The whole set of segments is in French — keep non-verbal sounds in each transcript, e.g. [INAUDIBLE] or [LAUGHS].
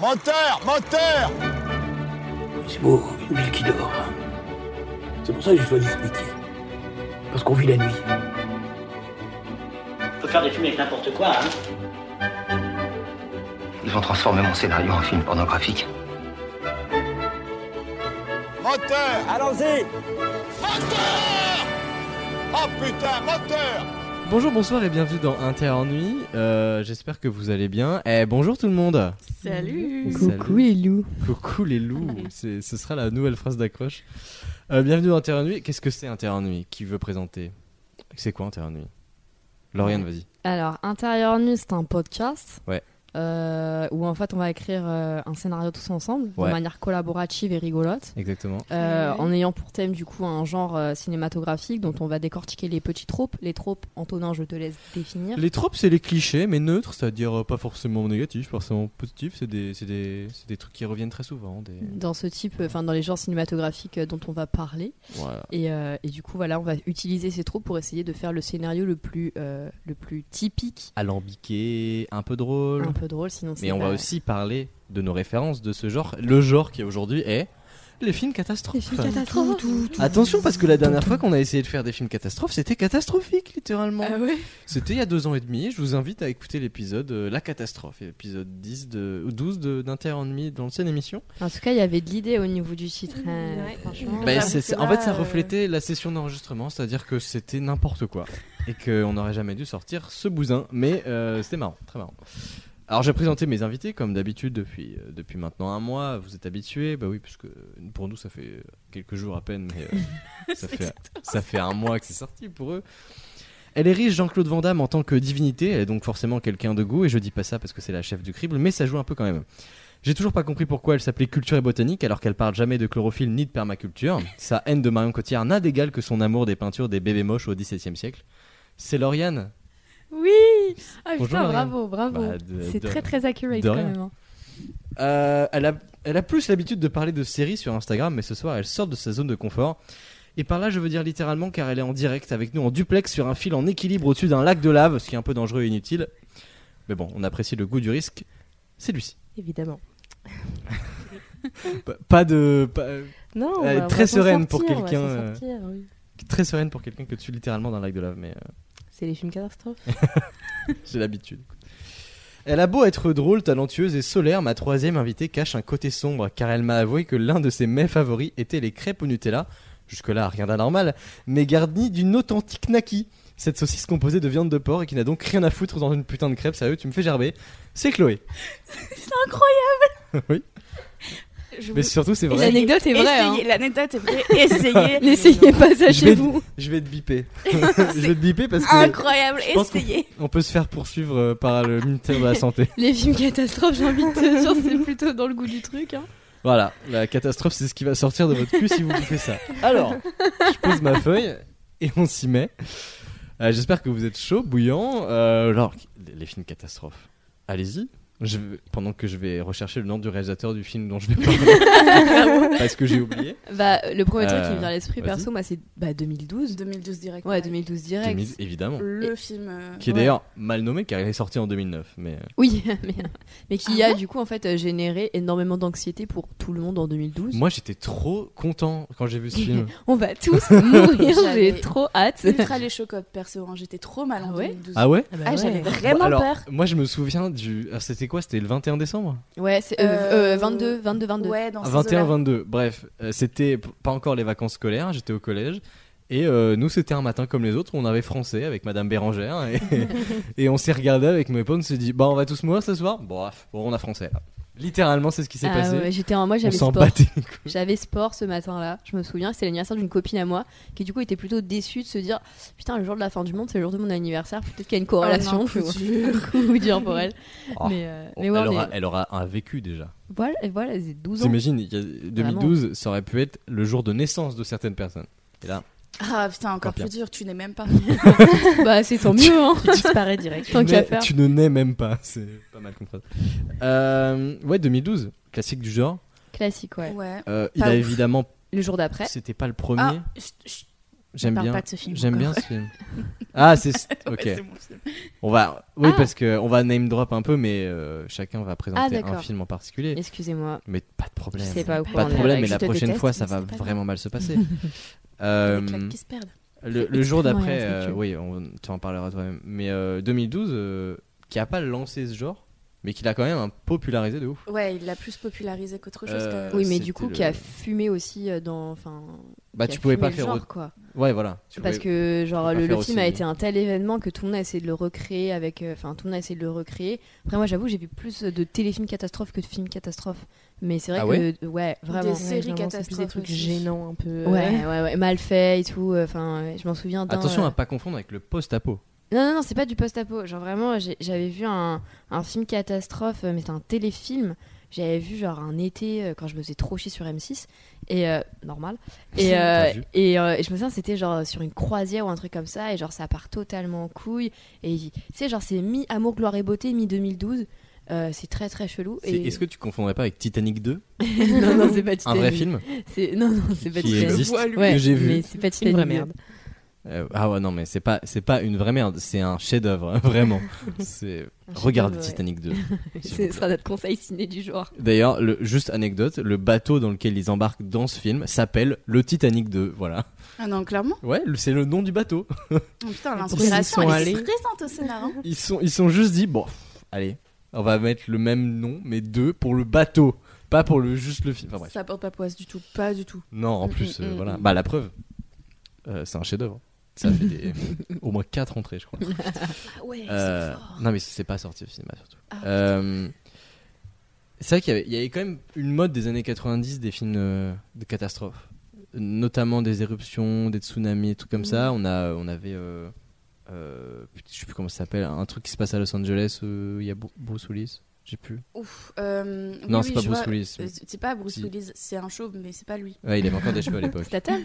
Moteur Moteur C'est beau, une ville qui dort. C'est pour ça que j'ai choisi ce métier. Parce qu'on vit la nuit. On peut faire des films avec n'importe quoi, hein. Ils vont transformer mon scénario en film pornographique. Moteur Allons-y Moteur Oh putain, moteur Bonjour, bonsoir et bienvenue dans Inter Nuit. Euh, J'espère que vous allez bien. Eh, bonjour tout le monde. Salut Coucou les loups Coucou les loups. C'est- Ce sera la nouvelle phrase d'accroche. Euh, bienvenue dans Inter Nuit. Qu'est-ce que c'est Inter Nuit Qui veut présenter C'est quoi Inter Nuit Lauriane, vas-y. Alors, Intérieur Nu, c'est un podcast. Ouais. euh, où en fait, on va écrire euh, un scénario tous ensemble, Ouais. de manière collaborative et rigolote. Exactement. euh, Ouais. En ayant pour thème du coup un genre euh, cinématographique dont on va décortiquer les petits tropes. Les tropes, Antonin, je te laisse définir. Les tropes, c'est les clichés, mais neutres, c'est-à-dire euh, pas forcément négatifs, forcément positifs. C'est des, c'est des, c'est des trucs qui reviennent très souvent. Des... Dans ce type, euh, enfin dans les genres cinématographiques euh, dont on va parler. Voilà. Et, euh, et du coup, voilà, on va utiliser ces tropes pour essayer de faire le scénario le plus, euh, le plus typique, Alambiqués, un peu drôle. un peu drôle, sinon c'est Mais on va pas- aussi parler de nos références de ce genre. Le genre qui aujourd'hui est les films catastrophes. Les films catastrophes. Attention parce que la dernière fois qu'on a essayé de faire des films catastrophes, c'était catastrophique littéralement. Ah ouais C'était il y a deux ans et demi. Je vous invite à écouter l'épisode euh, La catastrophe, épisode 10 de, ou 12 de- d'Inter en demi dans cette émission. En tout cas, il y avait de l'idée au niveau du titre. hein, Ouais. Franchement. Bah, Bah, j'avoue c'est- que c'est- là, en fait, ça euh, reflétait la session d'enregistrement, c'est-à-dire que c'était n'importe quoi et qu'on n'aurait jamais dû sortir ce bousin, mais euh, c'était marrant, très marrant. Alors, j'ai présenté mes invités comme d'habitude depuis, euh, depuis maintenant un mois. Vous êtes habitués, bah oui, puisque pour nous, ça fait euh, quelques jours à peine, mais euh, ça, fait, ça fait un mois que c'est sorti pour eux. Elle est riche, Jean-Claude Van Damme, en tant que divinité. Elle est donc forcément quelqu'un de goût, et je dis pas ça parce que c'est la chef du crible, mais ça joue un peu quand même. J'ai toujours pas compris pourquoi elle s'appelait culture et botanique alors qu'elle parle jamais de chlorophylle ni de permaculture. Sa haine de Marion Cotillard n'a d'égal que son amour des peintures des bébés moches au XVIIe siècle. C'est Lauriane. Oui Ah Bonjour, putain, Marianne. bravo, bravo. Bah, de- c'est de- très très accurate de quand rien. même. hein. Euh, elle, a, elle a plus l'habitude de parler de séries sur Instagram, mais ce soir elle sort de sa zone de confort. Et par là, je veux dire littéralement, car elle est en direct avec nous en duplex sur un fil en équilibre au-dessus d'un lac de lave, ce qui est un peu dangereux et inutile. Mais bon, on apprécie le goût du risque. C'est Lucie. Évidemment. Pas- Pas de. pas- Non, Elle est on va- on très va s'en sereine pour sortir, on va quelqu'un, s'en euh. sortir, oui. très sereine pour quelqu'un que tu littéralement dans un lac de lave, mais. euh, C'est les films catastrophes. J'ai l'habitude. Elle a beau être drôle, talentueuse et solaire, ma troisième invitée cache un côté sombre car elle m'a avoué que l'un de ses mets favoris était les crêpes au Nutella. Jusque-là, rien d'anormal, mais garni d'une authentique naki. Cette saucisse composée de viande de porc et qui n'a donc rien à foutre dans une putain de crêpe, sérieux, tu me fais gerber. C'est Chloé. C'est incroyable oui, Je mais vous- surtout c'est vrai. L'anecdote est vraie. Essayez, L'anecdote est [LAUGHS] vraie, essayez. N'essayez pas ça [LAUGHS] Je vais, chez vous. je vais te [LAUGHS] biper. je vais te biper parce que [LAUGHS] Incroyable, Je pense qu'on- essayez. on peut se faire poursuivre euh, par le ministère de la [LAUGHS] Santé. Les films catastrophes, j'ai envie de te dire, c'est plutôt dans le goût du truc. [LAUGHS] hein. Voilà, la catastrophe, c'est ce qui va sortir de votre cul si vous bouffez ça. Alors, je pose ma feuille et on s'y met. Euh, J'espère que vous êtes chaud, bouillant. Euh, alors, les films catastrophes, allez-y. Je vais- pendant que je vais rechercher le nom du réalisateur du film dont je vais [LAUGHS] parler, parce que j'ai oublié. Bah, le premier truc Euh, qui me vient à l'esprit, vas-y. perso, moi, c'est bah, 2012. 2012 direct. Ouais, 2012 direct. 2000, évidemment. Le film. euh, Qui est Ouais. d'ailleurs mal nommé car il est sorti en 2009. Mais euh, Oui, [LAUGHS] mais, mais qui a du coup en fait euh, généré énormément d'anxiété pour tout le monde en 2012. moi, j'étais trop content quand j'ai vu ce [LAUGHS] film. On va tous [LAUGHS] mourir, J'avais j'ai trop hâte. Ultra les chocottes, perso. hein, J'étais trop mal en Ah ouais 2012. Ah ouais Ah, j'avais Bah, vraiment alors, peur. Moi, je me souviens du. ah, C'était quoi C'était le 21 décembre Ouais, c'est euh, Euh, euh, 22, 22, 22. Ouais, dans ces eaux-là. 21-22, bref, euh, c'était p- pas encore les vacances scolaires, j'étais au collège. Et euh, nous, c'était un matin comme les autres, on avait français avec Madame Bérangère. [LAUGHS] Et, [LAUGHS] et on s'est regardé avec mes potes, on s'est dit, bah on va tous mourir ce soir Bref, bon, on a français là. Littéralement, c'est ce qui s'est Ah passé. ouais, j'étais en moi, on j'avais s'en sport. battait. les couilles. J'avais sport ce matin-là. Je me souviens, c'était l'anniversaire d'une copine à moi qui du coup était plutôt déçue de se dire putain le jour de la fin du monde c'est le jour de mon anniversaire. Peut-être qu'il y a une Oh, corrélation. non, tu vois. coup [LAUGHS] dur. [LAUGHS] Coup dur pour elle. Oh, Mais, euh, [LAUGHS] mais ouais, elle, on aura, est- elle aura un vécu déjà. voilà, et voilà, c'est 12 ans. T'imagines, il y a- 2012, ça aurait pu être le jour de naissance de certaines personnes. Et là, Ah putain, encore Vampire. plus dur, tu n'es même [LAUGHS] pas. Bah c'est tant mieux. Hein. Qui disparaît direct. Tant tu qu'à nais- faire. tu ne nais même pas, [LAUGHS] c'est pas mal comme phrase. Euh, ouais, 2012, classique du genre. Classique ouais. Ouais. Euh, il Pas a ouf. évidemment Le jour d'après. C'était pas le premier. Ah, chut, chut. J'aime parle bien. pas de ce film. J'aime bien encore. ce [LAUGHS] film. Ah, c'est. [LAUGHS] Ouais, Ok. c'est mon film. On va. Oui, Ah. parce que on va name drop un peu, mais euh, chacun va présenter un d'accord. film en particulier. Excusez-moi. Mais pas de problème. Je sais pas au courant Pas de problème, de mais la la je te prochaine déteste, fois, mais ça va c'est pas vraiment mal se [LAUGHS] passer. Euh, Les claques qui se perdent. le, le jour extrêmement d'après, euh, irrespectueux. oui, on, tu en parleras toi-même. Mais euh, 2012, euh, qui a pas lancé ce genre, mais qui l'a quand même un popularisé de ouf. Ouais, il l'a plus popularisé qu'autre chose. Euh, quand même. Oui, mais c'était du coup, le- qui a fumé aussi euh, dans. Enfin. Bah, qui a tu pouvais fumé pas le faire. genre, autre- quoi. Ouais, voilà. Tu Parce pouvais- que, genre, pouvais pas le, le faire film a aussi- été un tel événement que tout le monde a essayé de le recréer avec. euh, Enfin, tout le monde a essayé de le recréer. Après, moi, j'avoue, j'ai vu plus de téléfilms catastrophes que de films catastrophes. Mais c'est vrai Ah que. ouais euh, ouais, vraiment. Des séries généralement, c'est plus Des catastrophes trucs aussi. gênants un peu. Ouais, ouais, ouais, mal fait et tout. euh, Enfin, ouais, je m'en souviens d'un. Attention euh, à pas confondre avec le post-apo. Non, non, non, c'est pas du post-apo. Genre vraiment, j'ai- j'avais vu un, un film catastrophe, euh, mais c'était un téléfilm. J'avais vu genre un été euh, quand je me faisais trop chier sur M6 et euh, normal [LAUGHS] et euh, vu. et, euh, et je me souviens c'était genre sur une croisière ou un truc comme ça et genre ça part totalement en couille et tu sais genre c'est mi amour gloire et beauté mi 2012 euh, c'est très très chelou C'est- et Est-ce que tu confondrais pas avec Titanic 2, [LAUGHS] non non c'est pas un vrai Titanic. film c'est non non c'est pas qui Titanic. existe, Ouais, que j'ai vu. mais c'est pas Une Titanic vraie merde. Euh, ah ouais, non, mais c'est pas, c'est pas une vraie merde, c'est un chef-d'œuvre, hein, [LAUGHS] vraiment. C'est... Un chef-d'œuvre, Regardez ouais. Titanic [LAUGHS] 2. s'il vous ce plaît. sera notre conseil ciné du genre D'ailleurs, le, juste anecdote, le bateau dans lequel ils embarquent dans ce film s'appelle le Titanic 2, voilà. Ah non, clairement. Ouais, le- c'est le nom du bateau. Oh, putain, Ils sont l'inspiration, elle est allés. présente au [LAUGHS] scénar. hein. Ils sont, ils sont juste dit, bon, pff, allez, on va mettre le même nom, mais deux pour le bateau, pas pour le, juste le film. Enfin, bref. Ça porte pas poisse du tout, pas du tout. Non, en Mm, plus, mm, euh, mm, voilà. mm. Bah, la preuve, euh, c'est un chef-d'œuvre. Ça fait [LAUGHS] des- au moins 4 entrées, je crois. Ah ouais, Euh, c'est fort. non, mais c'est pas sorti au cinéma surtout. Ah, Euh, c'est vrai qu'il y avait, il y avait quand même une mode des années 90 des films euh, de catastrophes, notamment des éruptions, des tsunamis, des trucs comme Mm. ça. On, a, on avait, euh, euh, putain, je sais plus comment ça s'appelle, un truc qui se passe à Los Angeles, euh, il y a Bru- Bruce Willis, j'ai plus. Ouf. euh, oui, non, oui, c'est pas je Bruce vois. Willis. Euh, C'est pas Bruce Si. Willis, c'est un chauve, mais c'est pas lui. Ouais, il avait encore des cheveux à l'époque. Statham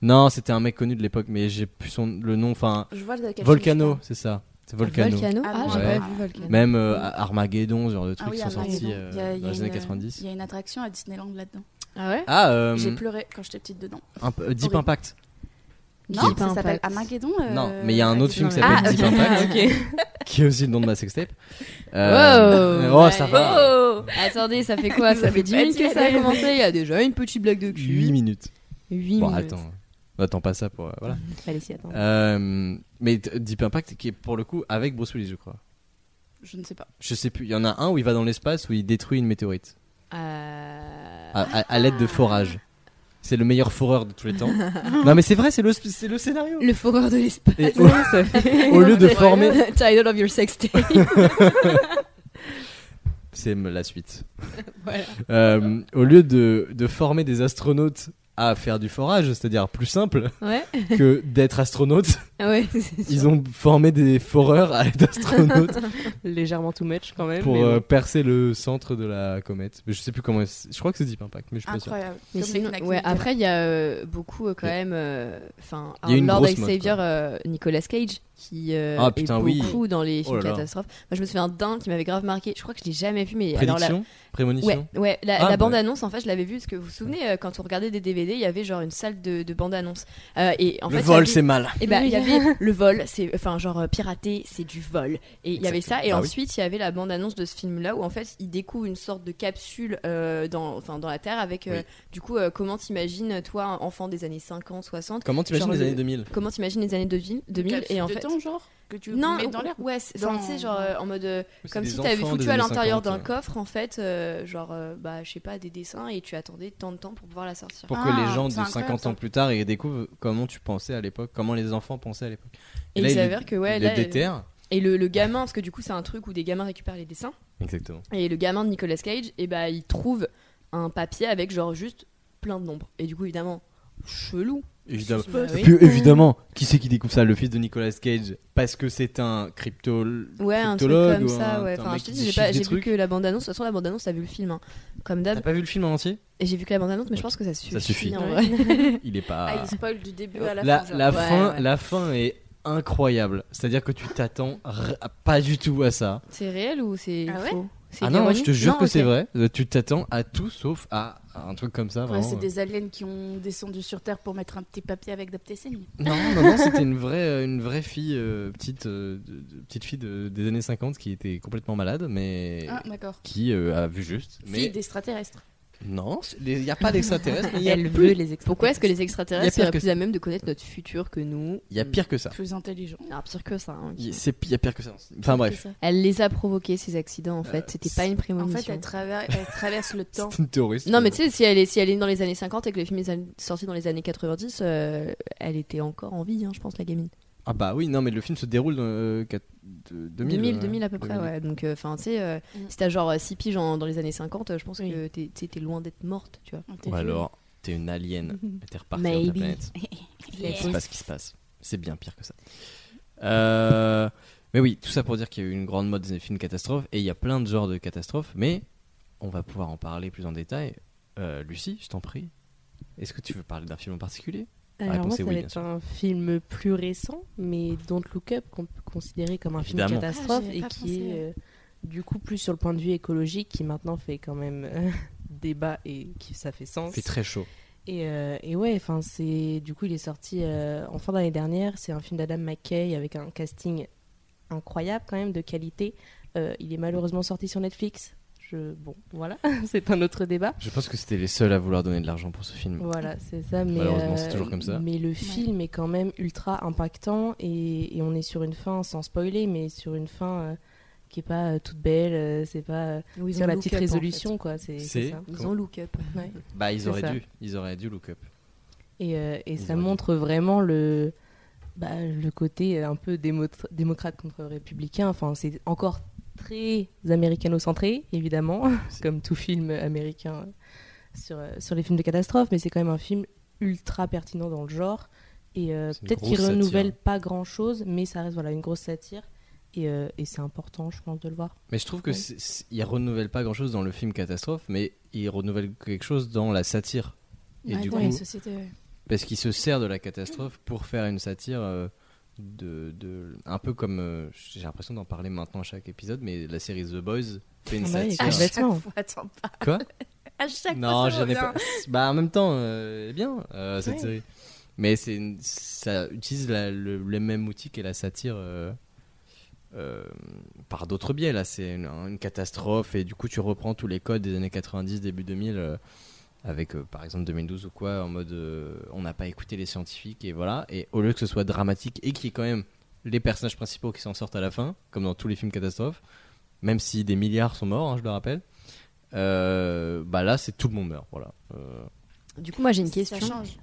Non, c'était un mec connu de l'époque, mais j'ai plus son, le nom, enfin, Je vois de quel film Volcano, tu c'est ça. C'est Volcano, Volcano. ah, Ah, j'ai ouais. pas vu Volcano Même euh, Armageddon, ce genre de parles. trucs qui ah, sont oui, Armageddon. sortis Il y a- euh, il y dans a les une- années 90. Il y a une attraction à Disneyland là-dedans. ah ouais Ah, euh, J'ai pleuré quand j'étais petite dedans. un peu- euh, Deep Horrible. Impact. Non, Deep ça s'appelle Impact. Armageddon. euh, Non, mais il y a un autre film qui Ah, s'appelle [LAUGHS] Deep Impact, ok. qui est aussi le nom de ma sextape. Euh, [LAUGHS] oh, ça va. Oh Attendez, ça fait [LAUGHS] quoi Ça fait 10 minutes que ça a commencé, il y a déjà une petite blague de 8 cul. minutes. 8 Bon, minutes. attends. Attends pas ça pour. euh, voilà. Bah, Fallait s'y attendre. Euh, mais t- Deep Impact, qui est pour le coup avec Bruce Willis, je crois. Je ne sais pas. Je sais plus. Il y en a un où il va dans l'espace où il détruit une météorite Euh, à, à- à l'aide de forage. C'est le meilleur foreur de tous les [LAUGHS] temps. non, mais c'est vrai, c'est le, sp- c'est le scénario. Le foreur de l'espace. Et au- [LAUGHS] au lieu de former, Title of your sex tape. [LAUGHS] c'est m- la suite. Voilà. Euh, au lieu de, de former des astronautes à faire du forage, c'est-à-dire plus [LAUGHS] simple Ouais. que d'être astronaute, Ah ouais, c'est sûr. ils ont formé des foreurs à être [LAUGHS] astronautes Légèrement too much quand même. pour mais bon. euh, percer le centre de la comète. Mais je sais plus comment. c'est- Je crois que c'est Deep Impact, mais je suis pas sûr. Incroyable. Mais Comme les sinon, Knack ouais, Knack. après, il y a euh, beaucoup euh, quand Il y a- même. euh, Enfin, Il y a une un Lord grosse and mode, Savior, euh, Nicolas Cage, qui euh, Ah, putain, est oui. beaucoup dans les films Oh là là. catastrophes. Moi, je me souviens d'un qui m'avait grave marqué. Je crois que je l'ai jamais vu, mais alors là. Prédiction Prémonition Ouais, ouais, la, Ah, la bah. bande-annonce, en fait, je l'avais vue parce que vous vous souvenez, euh, quand on regardait des DVD, il y avait genre une salle de, de bande-annonce. Euh, et en Le fait, il y vol, avait- c'est mal. eh ben, il [LAUGHS] y avait le vol, c'est enfin genre euh, pirater, c'est du vol. Et il y avait ça. Et Exactement. Bah oui. ensuite, il y avait la bande-annonce de ce film-là où en fait, il découvre une sorte de capsule euh, dans, enfin, dans la Terre avec euh, Oui. du coup, euh, comment t'imagines toi, enfant des années 50, 60, Comment t'imagines Genre les le- années 2000 comment t'imagines les années 2000, 2000 Capsule et en de fait. temps, genre que tu Non, mets dans l'air. ouais, c'est- enfin, Dans- tu sais, genre euh, en mode euh, C'est comme des si t'avais enfants foutu des à années l'intérieur 50, d'un ouais. coffre en fait, euh, genre euh, bah je sais pas des dessins et tu attendais tant de temps pour pouvoir la sortir. euh, Pour que les Ah, gens de c'est incroyable, 50 ans ça. plus tard ils découvrent comment tu pensais à l'époque, comment les enfants pensaient à l'époque. Et il s'avère que ouais, il là, les déterre. et le, le gamin parce que du coup c'est un truc où des gamins récupèrent les dessins. Exactement. Et le gamin de Nicolas Cage, et bah, il trouve un papier avec genre juste plein de nombres. Et du coup, évidemment, chelou. Évidemment. Bah oui. Puis évidemment, qui c'est qui découvre ça Le fils de Nicolas Cage parce que c'est un crypto. Ouais, un truc cryptologue comme ou ça. un- ouais. un Enfin, mec je te qui dis, j'ai déchiffre pas- des j'ai vu truc. que la bande-annonce. De toute façon, la bande-annonce, t'as vu le film, hein. comme T'as d'hab. pas vu le film en entier Et j'ai vu que la bande-annonce, mais je Ok. pense que ça suffit. suffit. en Ouais. vrai. [LAUGHS] Il est pas. Ah, il spoil du début à la, la, fin. genre. la Ouais, fin, ouais. la fin est incroyable. C'est-à-dire que tu t'attends r- pas du tout à ça. C'est réel ou c'est Ah ouais faux C'est Ah de non, l'ironie je te jure Non, que ok. c'est vrai. Euh, Tu t'attends à tout sauf à à un truc comme ça. Ouais, vraiment. euh. c'est des aliens qui ont descendu sur Terre pour mettre un petit papier avec des petits signes. Non, non, non, c'était une vraie, euh, une vraie fille, euh, petite, euh, de- de- petite fille de- des années 50 qui était complètement malade, mais Ah, d'accord. qui euh, a vu juste. Fille Mais d'extraterrestres. non, il n'y a pas d'extraterrestres, mais il y a Elle plus- veut les extraterrestres. Pourquoi est-ce que les Il y a extraterrestres pire seraient que- plus à même de connaître notre futur que nous Il y a pire que ça. Plus intelligents. Ah, pire que ça. hein, ok. Il c'est- il y a pire que ça. Enfin bref, Elle les a provoqués, ces accidents, Euh, en fait. C'était pas une En prémonition. fait, elle, traver- elle traverse le [LAUGHS] temps. c'est une terroriste. Non, mais tu sais, si elle, est, si elle est dans les années 50 et que le film est sorti dans les années 90, euh, elle était encore en vie, hein, je pense, la gamine. Ah bah oui, non, mais le film se déroule dans euh, quatre- de- 2000, 2000, euh, 2000 à peu près, 2000. ouais. Donc, enfin, tu sais, euh, Mm. si t'as genre 6 piges en- dans les années 50, euh, je pense Oui. que t'es- t'es t'es loin d'être morte, tu vois. Ah, t'es Ou vieux. alors, t'es une alien, et t'es reparti sur ta Maybe. planète. C'est pas ce qui se passe. C'est bien pire que ça. Euh, mais oui, tout ça pour dire qu'il y a eu une grande mode des films catastrophes et il y a plein de genres de catastrophes, mais on va pouvoir en parler plus en détail. Euh, Lucie, je t'en prie. Est-ce que tu veux parler d'un film en particulier Alors réponse moi, est ça oui, va bien être sûr. un film plus récent, mais Don't Look Up, qu'on peut considérer comme un Évidemment. film catastrophe Ah, j'y et avais pas qui pensé, est euh, du coup plus sur le point de vue écologique, qui maintenant fait quand même euh, [LAUGHS] débat et qui ça fait sens. C'est très chaud. Et, euh, et ouais, enfin c'est du coup il est sorti euh, en fin d'année dernière. C'est un film d'Adam McKay avec un casting incroyable quand même de qualité. Euh, il est malheureusement sorti sur Netflix. Je bon voilà, [LAUGHS] c'est un autre débat. Je pense que c'était les seuls à vouloir donner de l'argent pour ce film. Voilà, c'est ça. Mais euh, Malheureusement, c'est toujours comme ça. Mais le film est quand même ultra impactant et, et on est sur une fin, sans spoiler, mais sur une fin euh, qui est pas euh, toute belle. euh, c'est pas euh, Où ils sur ont la look petite up, en résolution, quoi. C'est C'est- c'est ça. fait. Ils ont look up. Ouais. Bah, ils C'est auraient ça. dû. Ils auraient dû look up. Et, euh, et Ils ça auraient dû. montre vraiment le, bah, le côté un peu démo- démocrate contre républicain. Enfin, c'est encore très américano-centré, évidemment, C'est- [LAUGHS] comme tout film américain euh, sur, euh, sur les films de catastrophe, mais c'est quand même un film ultra pertinent dans le genre. Et euh, C'est une peut-être qu'il grosse renouvelle satire. pas grand-chose, mais ça reste voilà, une grosse satire. Et, euh, et c'est important, je pense, de le voir. Mais je trouve que Ouais. c'est- c'est- ils renouvellent pas grand chose dans le film catastrophe, mais ils renouvellent quelque chose dans la satire. Et Ouais, du dans coup, les sociétés, ouais. parce qu'il se sert de la catastrophe pour faire une satire euh, de, de un peu comme euh, j'ai l'impression d'en parler maintenant à chaque épisode mais la série The Boys fait une Ah bah oui, satire complètement. Chaque fois, t'en parles. quoi [LAUGHS] À chaque non fois, ça j'en ai pas [LAUGHS] revient. bah en même temps euh, elle est bien euh, cette Ouais. série mais c'est une- ça utilise la- le, les mêmes outils qu'est la satire euh, euh, par d'autres biais là c'est une, une catastrophe et du coup tu reprends tous les codes des années 90 début 2000 euh, avec euh, par exemple 2012 ou quoi en mode euh, on n'a pas écouté les scientifiques et voilà et au lieu que ce soit dramatique et qui est quand même les personnages principaux qui s'en sortent à la fin comme dans tous les films catastrophes même si des milliards sont morts hein, je le rappelle euh, bah là c'est tout le monde meurt voilà Euh, Du coup, moi, j'ai une Ça question. change.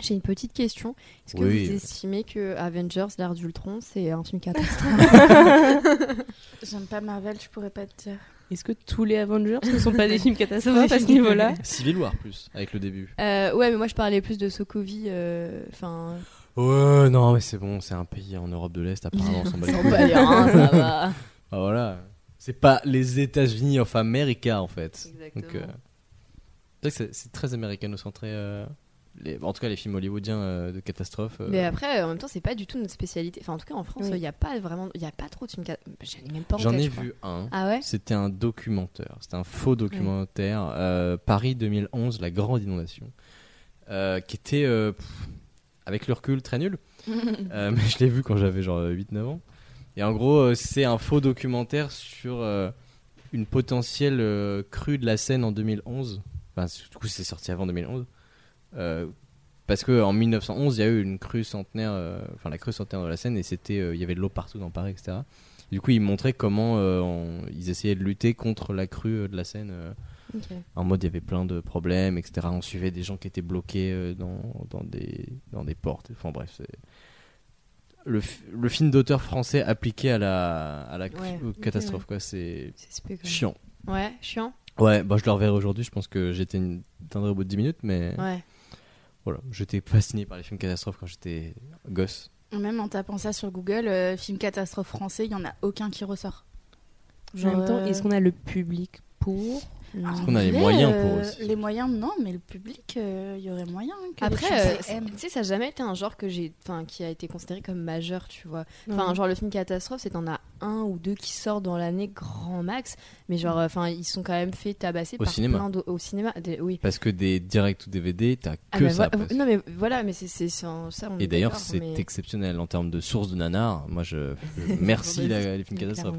J'ai une petite question. Est-ce que Oui. vous estimez que Avengers, l'ère d'Ultron, c'est un film catastrophe J'aime pas Marvel, je pourrais pas te dire. Est-ce que tous les Avengers ne sont pas [LAUGHS] des films catastrophes à ce niveau-là Civil War plus avec le début [LAUGHS] Euh, Ouais, mais moi, je parlais plus de Sokovie. euh, Enfin, [LAUGHS] ouais non mais c'est bon c'est un pays en Europe de l'Est apparemment on s'en bat les couilles. pas les reins, ça [LAUGHS] va. Ah, voilà c'est pas les États-Unis of America en fait Donc, euh, c'est Exactement. vrai que c'est- c'est très américano-centré. euh, les- en tout cas, les films hollywoodiens euh, de catastrophe. euh, Mais après, en même temps, c'est pas du tout notre spécialité. Enfin, en tout cas, en France, il Oui. n'y a pas vraiment. Il n'y a pas trop de films. cat- J'en ai même pas en J'en tête, ai je crois. vu un. Ah ouais C'était un documentaire. C'était un faux documentaire. euh, Paris 2011, la grande inondation. euh, qui était, euh, pff, avec le recul, très nul. Euh, mais je l'ai vu quand j'avais genre 8-9 ans. Et en gros, euh, c'est un faux documentaire sur euh, une potentielle euh, crue de la Seine en 2011. Enfin, du coup, c'est sorti avant 2011. Euh, parce que en 1911, il y a eu une crue centenaire, euh, enfin la crue centenaire de la Seine, et c'était, euh, il y avait de l'eau partout dans Paris, etc. Du coup, ils montraient comment euh, on- ils essayaient de lutter contre la crue euh, de la Seine. euh, Ok. en mode, il y avait plein de problèmes, etc. On suivait des gens qui étaient bloqués euh, dans, dans, des, dans des portes. Enfin bref, c'est. Le, fi- le film d'auteur français appliqué à la, à la Ouais. au- catastrophe, quoi. C'est C'est spé quand même. chiant. Ouais, chiant. Ouais, bah, je le reverrai aujourd'hui. Je pense que j'étais une... teindrai au bout de 10 minutes, mais Ouais. voilà. J'étais fasciné par les films catastrophes quand j'étais gosse. Même en tapant ça sur Google, euh, film catastrophe français, il y en a aucun qui ressort. En même temps, euh, est-ce qu'on a le public pour Ah, Parce qu'on a les moyens pour aussi. Les moyens, non, mais le public, euh, il y aurait moyen. que les Après, euh, Français c'est- aiment. tu sais, ça n'a jamais été un genre que j'ai, enfin, qui a été considéré comme majeur, tu vois. Mhm. Enfin, genre le film catastrophe, c'est t'en as un ou deux qui sortent dans l'année grand max, mais genre, euh, enfin, ils sont quand même fait tabasser Au par cinéma. plein d'au- au cinéma. des- oui. Parce que des directs ou DVD, t'as que Ah bah, ça. voi- presque. non mais voilà, mais c'est c'est c'est un- ça. on est Et d'ailleurs, d'accord, c'est mais- exceptionnel en termes de source de nanar. Moi, [LAUGHS] je, je- merci la- les films catastrophes.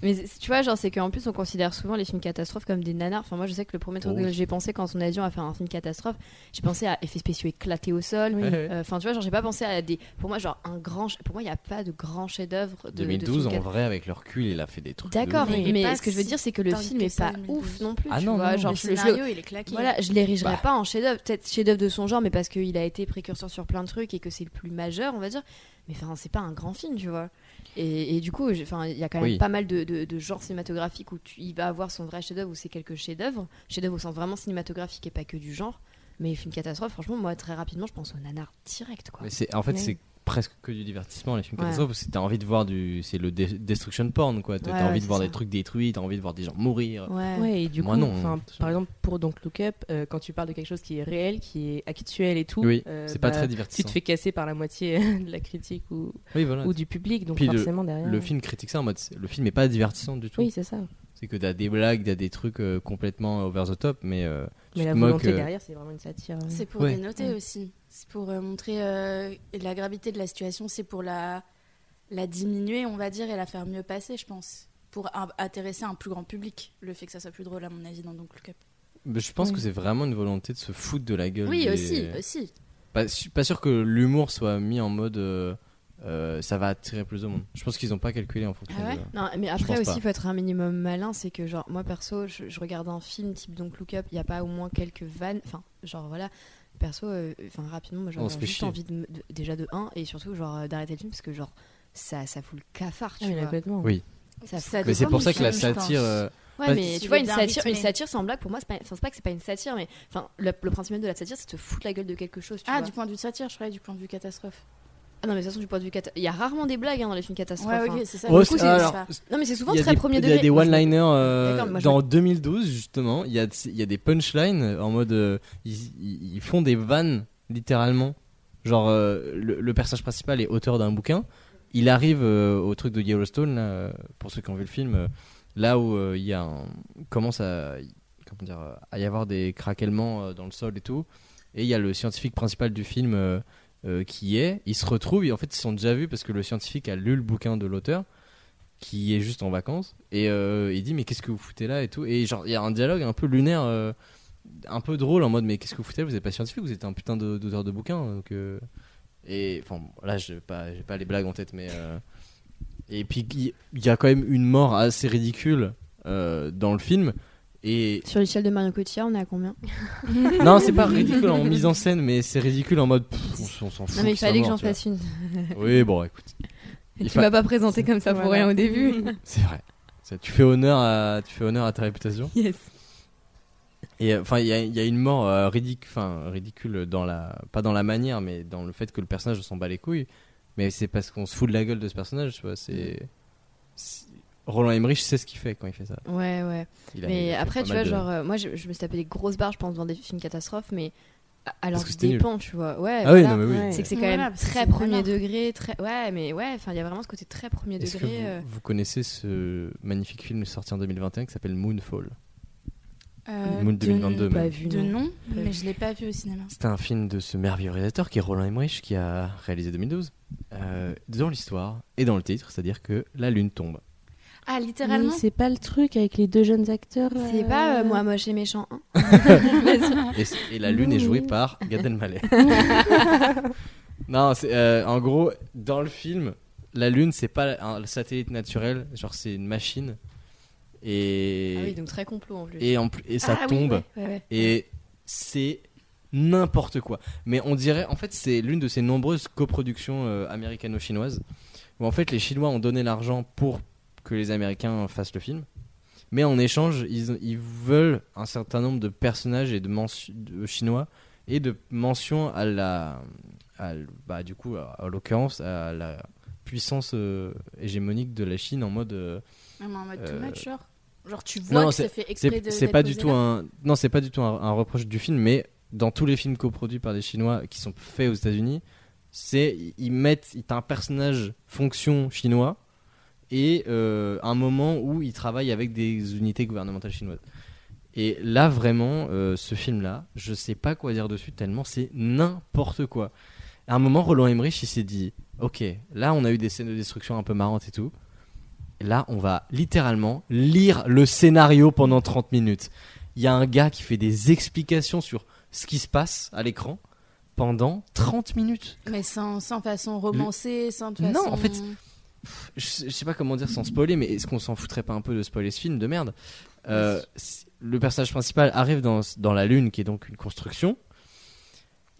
Mais c'est- tu vois, genre, c'est qu'en plus, on considère souvent les films catastrophes comme des nanars. Enfin, moi, je sais que le premier truc Oh. que j'ai pensé quand on a dit on va faire un film catastrophe, j'ai pensé à effets spéciaux éclatés au sol. Ouais, ouais. Euh, Enfin, tu vois, genre, j'ai pas pensé à des. Pour moi, genre, un grand. Pour moi, il n'y a pas de grand chef-d'œuvre de. de 2012, film en cat- vrai, avec leur cul, il a fait des trucs. de D'accord, ouf. mais, Oui. Il est mais pas ce que je veux si dire, c'est que le dingue film que est ça, pas 2012. ouf non plus. Ah tu non, vois, non, genre, le je le- je le- scénario, il est claqué. Voilà, je l'érigerai Bah. pas en chef-d'œuvre, peut-être chef-d'œuvre de son genre, mais parce qu'il a été précurseur sur plein de trucs et que c'est le plus majeur, on va dire. Mais enfin, c'est pas un grand film, tu vois. Et, et du coup, j'ai- enfin, il y a quand même Oui. pas mal de, de- de genres cinématographiques où tu, il va avoir son vrai chef-d'œuvre ou c'est quelques chefs-d'œuvre. Chef-d'œuvre au sens vraiment cinématographique et pas que du genre. Mais film catastrophe, franchement, moi, très rapidement, je pense au nanar direct, quoi. Mais c'est, en fait, Oui. c'est presque que du divertissement, les films Ouais. catastrophes. Parce que t'as envie de voir du. C'est le dé- destruction porn, quoi. T'as Ouais, t'as envie ouais, de c'est voir ça. des trucs détruits, t'as envie de voir des gens mourir. Ouais. Ouais, et du Moi, coup, non. hein, enfin, par exemple, pour donc Look Up, euh, quand tu parles de quelque chose qui est réel, qui est actuel et tout, Oui, euh, c'est pas bah, très Tu divertissant. te fais casser par la moitié [LAUGHS] de la critique ou, Oui, voilà. ou du public, donc Puis le- forcément derrière. euh, Le film critique ça en mode. c'est- Le film est pas divertissant du tout. Oui, c'est ça. C'est que t'as des blagues, t'as des trucs euh, complètement over the top, mais. euh, tu Mais la te moques, volonté euh, derrière, c'est vraiment une satire. euh. C'est pour Ouais. dénoter aussi. C'est pour euh, montrer euh, la gravité de la situation. C'est pour la, la diminuer, on va dire, et la faire mieux passer, je pense. Pour a- intéresser un plus grand public. Le fait que ça soit plus drôle, à mon avis, dans Don't Look Up. Mais Je pense Oui. que c'est vraiment une volonté de se foutre de la gueule. Oui, des- aussi, aussi. Pas, su- pas sûr que l'humour soit mis en mode euh, euh, ça va attirer plus de monde. Je pense qu'ils n'ont pas calculé en Euh, fonction Ah ouais de- Non, mais pense après aussi, pas. il faut être un minimum malin. C'est que, genre, moi perso, je, je regarde un film type donc Look Up, il n'y a pas au moins quelques vannes. Enfin, genre, voilà. Perso, euh, enfin, rapidement, moi On se j'avais fait juste chier. envie de, me- de- déjà de 1 et surtout, genre, euh, d'arrêter le film parce que, genre, ça, ça fout le cafard, tu Ah, mais là, vois. complètement. Oui. Ça fout- Mais c'est dépend pour du ça que la film, je pense. satire. euh, Ouais, Bah, mais si tu vois, il est une bien satire, une rythmé. satire sans blague, pour moi, c'est pas, enfin, c'est pas que c'est pas une satire, mais enfin, le, le principe même de la satire, c'est de te foutre la gueule de quelque chose, tu Ah, vois. du point de vue de satire, je croyais du point de vue catastrophe. Ah non, mais de toute façon, du point de vue cata- Il y a rarement des blagues hein, dans les films catastrophes. Ouais, hein. ok, c'est ça. oh, Du coup, c'est- c'est- alors, c'est pas- Non, mais c'est souvent il y a très des- premier il degré. y a des Moi, je me- one-liners euh, D'accord, moi, je dans 2012 justement. Il y a, il y a des punchlines en mode euh, ils, ils- ils font des vannes littéralement. Genre euh, le, le personnage principal est auteur d'un bouquin. Il arrive euh, au truc de Yellowstone là, euh, pour ceux qui ont vu le film, euh, là où euh, il y a un- commence à comment dire euh, à y avoir des craquements euh, dans le sol et tout. Et il y a le scientifique principal du film euh, euh, qui y est. Ils se retrouvent et en fait ils se sont déjà vus parce que le scientifique a lu le bouquin de l'auteur qui est juste en vacances et euh, il dit mais qu'est-ce que vous foutez là et tout et genre il y a un dialogue un peu lunaire euh, un peu drôle en mode mais qu'est-ce que vous foutez là vous êtes pas scientifique vous êtes un putain de- d'auteur de bouquin donc euh, et enfin bon, là j'ai pas j'ai pas les blagues en tête mais euh, et puis il il y a quand même une mort assez ridicule euh, dans le film et Sur l'échelle de Mario Cotillard, on est à combien non c'est pas ridicule en mise en scène mais c'est ridicule en mode pff, on s- on s'en fout Non, mais il qu'il soit fallait que mort, j'en tu vois. fasse une. oui bon [LAUGHS] écoute Il Tu fa- m'as pas présenté comme ça pour Voilà. rien au [LAUGHS] début. C'est vrai. Ça, tu, fais honneur à, tu fais honneur à ta réputation. Yes. Et euh, enfin, il y a, il y a une mort euh, ridic- enfin, ridicule dans la, pas dans la manière, mais dans le fait que le personnage s'en bat les couilles. Mais c'est parce qu'on se fout de la gueule de ce personnage, tu vois. C'est c'est- Roland Emmerich sait ce qu'il fait quand il fait ça. Ouais, ouais. Il a- il mais a fait après, pas tu mal vois, de- genre, euh, moi, je, je me suis tapé des grosses barres, je pense, dans des films catastrophes, mais à, à Parce leur que c'était nul. dépens, tu vois. Ouais, Ah oui, non, voilà. mais oui. Ouais. C'est que c'est quand Voilà, même parce que très c'est une premier nanar. degré, très. Ouais, mais ouais, enfin, il y a vraiment ce côté très premier Est-ce degré. que vous, euh. vous connaissez ce magnifique film sorti en 2021 qui s'appelle Moonfall Euh, Moon de- 2022 pas même. vu, De non. nom, Ouais. mais je l'ai pas vu au cinéma. C'est un film de ce merveilleux réalisateur qui est Roland Emmerich, qui a réalisé 2012. Euh, dans l'histoire et dans le titre, c'est-à-dire que la lune tombe. Ah, littéralement c'est pas le truc avec les deux jeunes acteurs. C'est pas euh, moi moche et méchant, [LAUGHS] hein Et, c- et la lune est jouée par Gad Elmaleh. non, c'est, euh, en gros, dans le film, la lune, c'est pas un satellite naturel, genre c'est une machine. Et, Ah oui, donc très complot en plus. et, en plus- et ça Ah oui, tombe. ouais, ouais, ouais. Et c'est n'importe quoi. Mais on dirait, en fait, c'est l'une de ces nombreuses coproductions euh, américano-chinoises où en fait les Chinois ont donné l'argent pour que les Américains fassent le film. Mais en échange, ils, ils veulent un certain nombre de personnages et de, mens- de chinois et de mentions à la, à l- bah, du coup, à, à l'occurrence, à la puissance euh, hégémonique de la Chine en mode euh, Ah, mais en mode too Euh, much, genre. Genre, tu vois non, que c'est fait exprès C'est de. c'est d'être pas du posé tout là. un non, c'est pas du tout un, un reproche du film, mais dans tous les films coproduits par les Chinois qui sont faits aux États-Unis, c'est ils mettent t'as un personnage fonction chinois et euh, un moment où ils travaillent avec des unités gouvernementales chinoises. Et là vraiment, euh, ce film-là, je sais pas quoi dire dessus tellement c'est n'importe quoi. À un moment, Roland Emmerich, il s'est dit, ok, là on a eu des scènes de destruction un peu marrantes et tout. Là, on va littéralement lire le scénario pendant 30 minutes. Il y a un gars qui fait des explications sur ce qui se passe à l'écran pendant 30 minutes. Mais sans, sans façon romancée, sans de Non, façon. en fait, Je, sais- je sais pas comment dire sans spoiler, mais est-ce qu'on s'en foutrait pas un peu de spoiler ce film de merde Euh, c'est- Le personnage principal arrive dans, dans la lune, qui est donc une construction.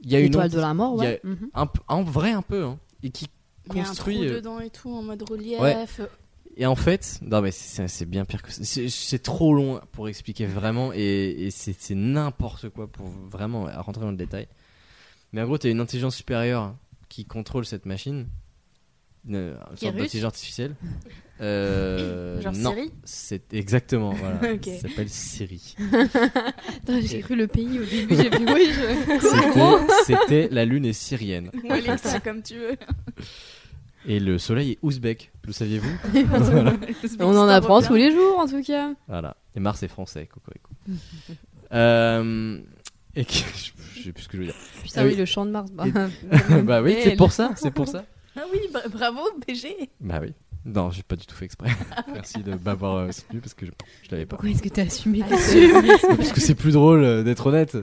Il y a une Étoile ombre- de la mort, il y a- ouais. Mhm. un p- en vrai un peu, hein, et qui Il construit. y a un euh, trou dedans et tout, en mode relief. euh, Ouais. Et en fait, non mais c'est- c'est c'est bien pire que ça. C'est- C'est trop long pour expliquer vraiment et, et c'est c'est n'importe quoi pour vraiment rentrer dans le détail. Mais en gros, t'as une intelligence supérieure qui contrôle cette machine, une, une Qui est sorte russe d'intelligence [LAUGHS] artificielle. Euh, Genre non, Siri c'est exactement voilà. [LAUGHS] Ok. Ça s'appelle [LAUGHS] Siri. Attends, J'ai cru le pays au [LAUGHS] début, j'ai fait oui, je. C'était- C'était la lune est syrienne [LAUGHS] Ou [LAUGHS] Alexa, comme tu veux. et le soleil est ouzbek. Le [LAUGHS] saviez-vous [LAUGHS] On en apprend tous les jours en tout cas. Voilà. Et Mars est français. Cocorico. [LAUGHS] euh, et que, [LAUGHS] je sais plus ce que je veux dire. Putain, Ah oui. oui, le champ de Mars. bah. bah oui, c'est Elle. pour ça, c'est pour ça. Ah oui, bra- bravo, BG. Bah oui. Non, j'ai pas du tout fait exprès. Merci de m'avoir euh, soutenu parce que je, je l'avais pas. Pourquoi est-ce que t'as assumé Ah, tes- parce que c'est plus drôle euh, d'être honnête.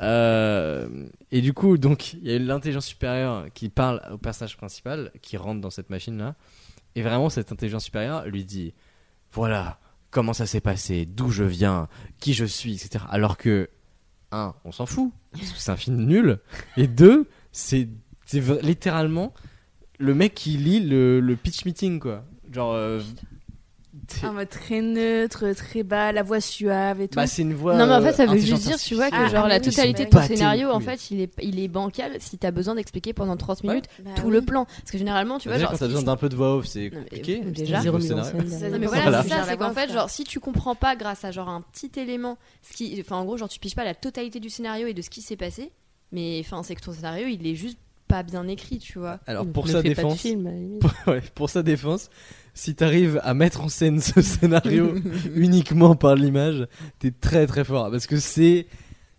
Euh, et du coup, donc, il y a l'intelligence supérieure qui parle au personnage principal, qui rentre dans cette machine-là. Et vraiment, cette intelligence supérieure lui dit Voilà comment ça s'est passé, d'où je viens, qui je suis, etc. Alors que, un, on s'en fout, parce que c'est un film nul. Et deux, c'est c'est v- littéralement le mec qui lit le, le pitch meeting, quoi. Genre. euh, t'es- En mode très neutre, très bas, la voix suave et tout. bah, c'est une voix. Non, mais en fait, ça euh, veut juste intelligence dire, tu vois, que Ah, artificielle. genre mais la oui, ils totalité sont de ton battés les scénario, en couilles. fait, il est, il est bancal si t'as besoin d'expliquer pendant 30 Ouais. minutes Bah tout oui. le plan. Parce que généralement, tu vois, Déjà, genre. quand t'as si- besoin d'un peu de voix off, c'est Non, mais, compliqué. euh, déjà. C'est un Zéro beau mise en scénario. scène. Non, derrière. mais Voilà. voilà, c'est Voilà. ça, c'est qu'en fait, Voilà. genre, si tu comprends pas grâce à genre un petit élément, ce qui, enfin, en gros, genre, tu piges pas la totalité du scénario et de ce qui s'est passé, mais enfin, c'est que ton scénario, il est juste pas bien écrit, tu vois. [LAUGHS] Alors, pour Ne sa fais pas de défense, film, à la limite. [LAUGHS] ouais, pour sa défense, si t'arrives à mettre en scène ce [LAUGHS] scénario uniquement par l'image, t'es très très fort parce que c'est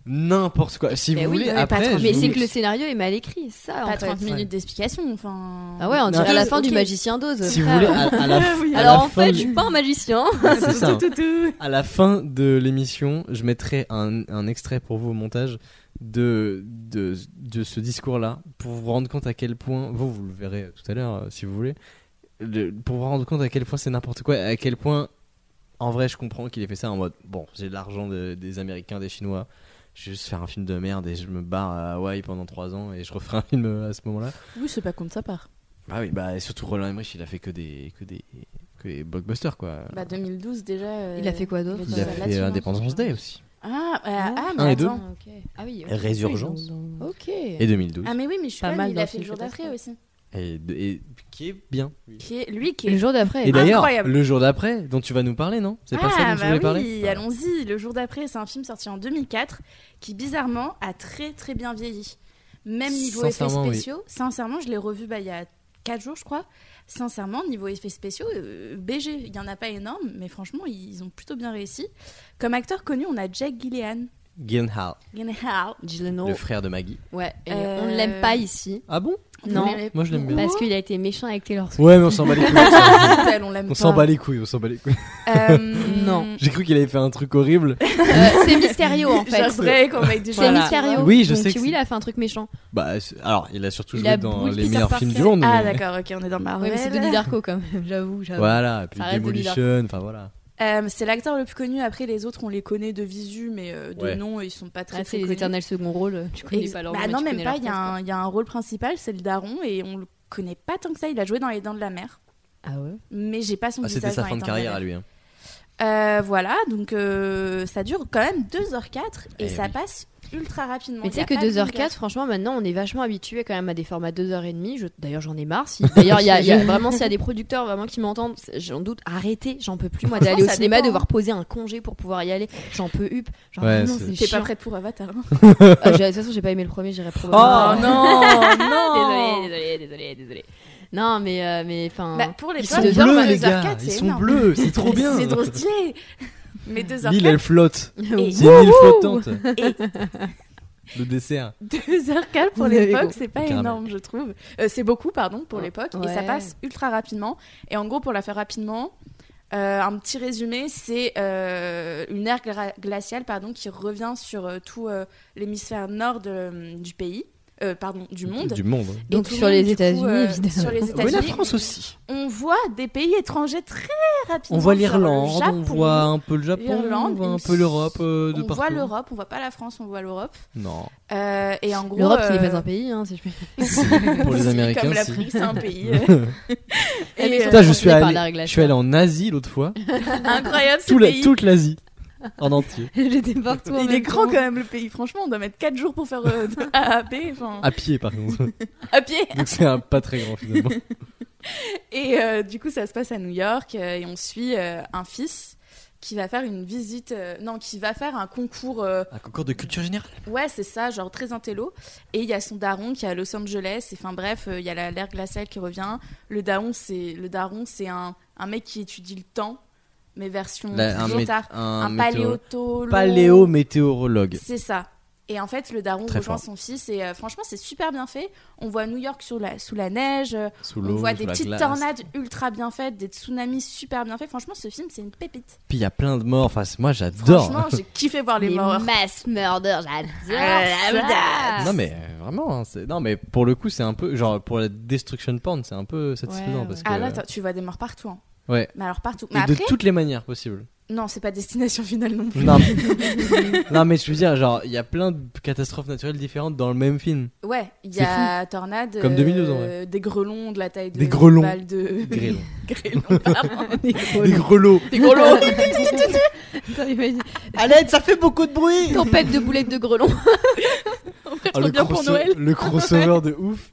n'importe quoi. Si Mais vous Eh Bah oui, voulez, mais pas après, trop. je Mais vous- c'est que le scénario est mal écrit, ça, en Pas fait. 30 minutes Ouais. d'explication, enfin. Ah ouais, on Non, dirait à la deux, fin ok. du magicien d'Oz. si vous frère. voulez, à, à la, [LAUGHS] f- à la Alors en fin, fait, du- je suis pas un magicien. [LAUGHS] c'est ça, hein. à la fin de l'émission, je mettrai un, un extrait pour vous au montage de, de, de ce discours-là, pour vous rendre compte à quel point, vous, vous le verrez tout à l'heure euh, si vous voulez, le- pour vous rendre compte à quel point c'est n'importe quoi, à quel point, en vrai, je comprends qu'il ait fait ça en mode, bon, j'ai de l'argent de- des Américains, des Chinois, je vais juste faire un film de merde et je me barre à Hawaï pendant 3 ans et je referai un film euh, à ce moment-là. Oui, c'est pas comme ça part. Bah oui, bah, et surtout Roland Emmerich, il a fait que des, que des, que des blockbusters, quoi. Bah 2012 déjà. euh, Il a fait quoi d'autre il a dans la fait Latinx, euh, Independence je crois. Day aussi. hein. Ah, euh, ah, mais Un et deux. attends. Ah oui. Résurgence. Dans- Ok. Et 2012. Ah mais oui, mais je suis Pas pas mal il dans a le fait le film jour d'après catastrophe. aussi. Et, et- qui est bien. Qui est lui qui Le est. jour d'après. Et d'ailleurs, Incroyable. le jour d'après, dont tu vas nous parler, non C'est pas ça dont Ah tu bah voulais oui, parler allons-y. Le jour d'après, c'est un film sorti en 2004 qui bizarrement a très très bien vieilli. Même niveau effets Sincèrement, oui. spéciaux. Sincèrement, je l'ai revu bah, il y a 4 jours, je crois. Sincèrement, niveau effets spéciaux, euh, BG, il n'y en a pas énorme, mais franchement, ils ont plutôt bien réussi. Comme acteur connu, on a Jack Gillian. Gyllenhaal, Gyllenhaal. le Oh. frère de Maggie. Ouais. et Euh, On l'aime pas ici. Ah bon Non. On l'aime- Moi, je l'aime bien. Parce qu'il a été méchant avec Taylor Swift. Ouais, mais on s'en bat les couilles. [LAUGHS] [LAUGHS] Tel, on l'aime on s'en pas. bat les couilles, on s'en bat les couilles. Euh, Non. J'ai cru qu'il avait fait un truc horrible. Euh, c'est Mysterio [LAUGHS] en fait. Jack Drake, on va être du C'est genre- Mysterio. Oui, je Donc, sais que c'est- oui, il a fait un truc méchant. Bah, c'est- alors, il a surtout Il joué a dans brûlé les Peter meilleurs Parker. films du monde. Ah mais- d'accord, ok, on est dans Oui, Marvel. mais c'est Denis Darko quand même. [LAUGHS] J'avoue, j'avoue. Voilà, puis Ça reste de Demolition, enfin voilà. Ah, Euh, c'est l'acteur le plus connu. Après, les autres, on les connaît de visu, mais euh, de Ouais. nom, ils sont pas très, Ah, très c'est les connus. éternels second rôles. Tu connais Ex- pas leur Bah nom, mais non, tu même connais pas. leur Il y, a phrase, un- il y a un rôle principal, c'est le daron, et on le connaît pas tant que ça. Il a joué dans Les Dents de la Mer, quoi. Ah ouais. mais j'ai pas son Ah, visage. c'était sa dans fin de Les Dents la carrière à Mer. lui. hein. Euh, voilà, donc euh, ça dure quand même 2h04 et Eh ça oui. passe ultra rapidement. Mais Il y tu sais a que pas de 2h04, longueur. franchement, maintenant, on est vachement habitué quand même à des formats 2h30. Je... D'ailleurs, j'en ai [LAUGHS] marre. Si... D'ailleurs, il y a, il y a- vraiment, s'il y a des producteurs vraiment qui m'entendent, c'est- j'en doute, arrêtez, j'en peux plus, moi, d'aller au [LAUGHS] ça cinéma, dépend, hein. devoir poser un congé pour pouvoir y aller. J'en peux up. Genre, Ouais, non, c'est- c'est T'es chiant. pas prête pour Avatar. hein. Ah, j'ai- de toute façon, j'ai pas aimé le premier, j'irai Oh, probablement. non, Désolé, désolé, désolé, désolé. Non, mais, euh, mais, enfin. Oh. [LAUGHS] Bah, pour les Ils potes, sont 2 sont bleus, bleus, les 2 gars. Ils sont bleus, c'est [LAUGHS] trop bien. [LAUGHS] C'est trop stylé. [LAUGHS] Mais 2 L'île, elle h flotte. Oui. C'est une île flottante. Le dessert. 2h04 pour Vous avez l'époque, compris. c'est pas Caramel. énorme, je trouve. Euh, c'est beaucoup, pardon, pour l'époque. Et ça Ouais. passe ultra rapidement. Et en gros, pour la faire rapidement, euh, un petit résumé, c'est euh, une ère gra- glaciale pardon, qui revient sur euh, tout euh, l'hémisphère nord de- du pays, euh, pardon, du monde. Du monde. hein. Et Donc tout le sur monde, les du coup, États-Unis, euh, évidemment. Sur les Oui, la États-Unis, France aussi. on voit des pays étrangers très rapidement. On voit genre le l'Irlande, Japon, on voit un peu le Japon, on l'Irlande, voit il un me peu l'Europe euh, de on partout. voit l'Europe, on voit pas la France, on voit l'Europe. Non. Euh, et en gros, L'Europe, ce n'est euh, pas un pays, hein, si je puis [LAUGHS] Pour les si, Américains, Comme la si. Prusse, c'est un [LAUGHS] pays. Eh, mais Et, euh, ils sont Putain, je contrôlés suis par allé- la règle, Je suis allé en Asie l'autre [LAUGHS] fois. incroyable ce Tout la- pays. toute l'Asie. En entier. [LAUGHS] J'étais partout. en Il est même grand temps. quand même le pays. Franchement, on doit mettre 4 jours pour faire [LAUGHS] euh, de A à B, enfin, À pied, par contre. [LAUGHS] Ah. à pied. Donc c'est un pas très grand finalement. Et euh, du coup, ça se passe à New York euh, et on suit euh, un fils qui va faire une visite, euh, non, qui va faire un concours. euh, Un concours de culture générale. ouais, c'est ça, genre très intello. Et il y a son daron qui est à Los Angeles. Et enfin bref, euh, il y a la- l'ère glaciale qui revient. Le daron, c'est le daron, c'est un, un mec qui étudie le temps, mais version plus tard. Un paléotologue. paléo-météorologue. C'est ça. Et en fait, le daron Très rejoint fort. son fils et euh, franchement, c'est super bien fait. On voit New York sur la, sous la neige, euh, Sous on l'eau, voit sous des la petites glace. tornades ultra bien faites, des tsunamis super bien faits. Franchement, ce film, c'est une pépite. Puis il y a plein de morts. Enfin, c'est- moi j'adore. Franchement, [LAUGHS] j'ai kiffé voir les Les morts. mass murder, j'adore Ah, ça. Non mais euh, vraiment, hein, c'est- non mais pour le coup c'est un peu genre pour la destruction porn c'est un peu satisfaisant ouais. parce que Ah là, t'as- tu vois des morts partout. hein. ouais Mais alors partout. et Mais après, de toutes les manières possibles. non, c'est pas destination finale non [LAUGHS] plus. Non [LAUGHS] mais- non, mais je veux dire genre il y a plein de catastrophes naturelles différentes dans le même film. Ouais, il y C'est a tornade, euh, Comme 2012, en des grelons de la taille de Des grelons. balles de [LAUGHS] Grêlons. grêlons, pardon. [LAUGHS] Des grelots. des [LAUGHS] grelons. Putain, imagine, Alette, ça fait beaucoup de bruit. Tempête de boulettes [LAUGHS] de grelon. Ah, Trop bien pour crosso- Noël. le crossover de [LAUGHS] ouf.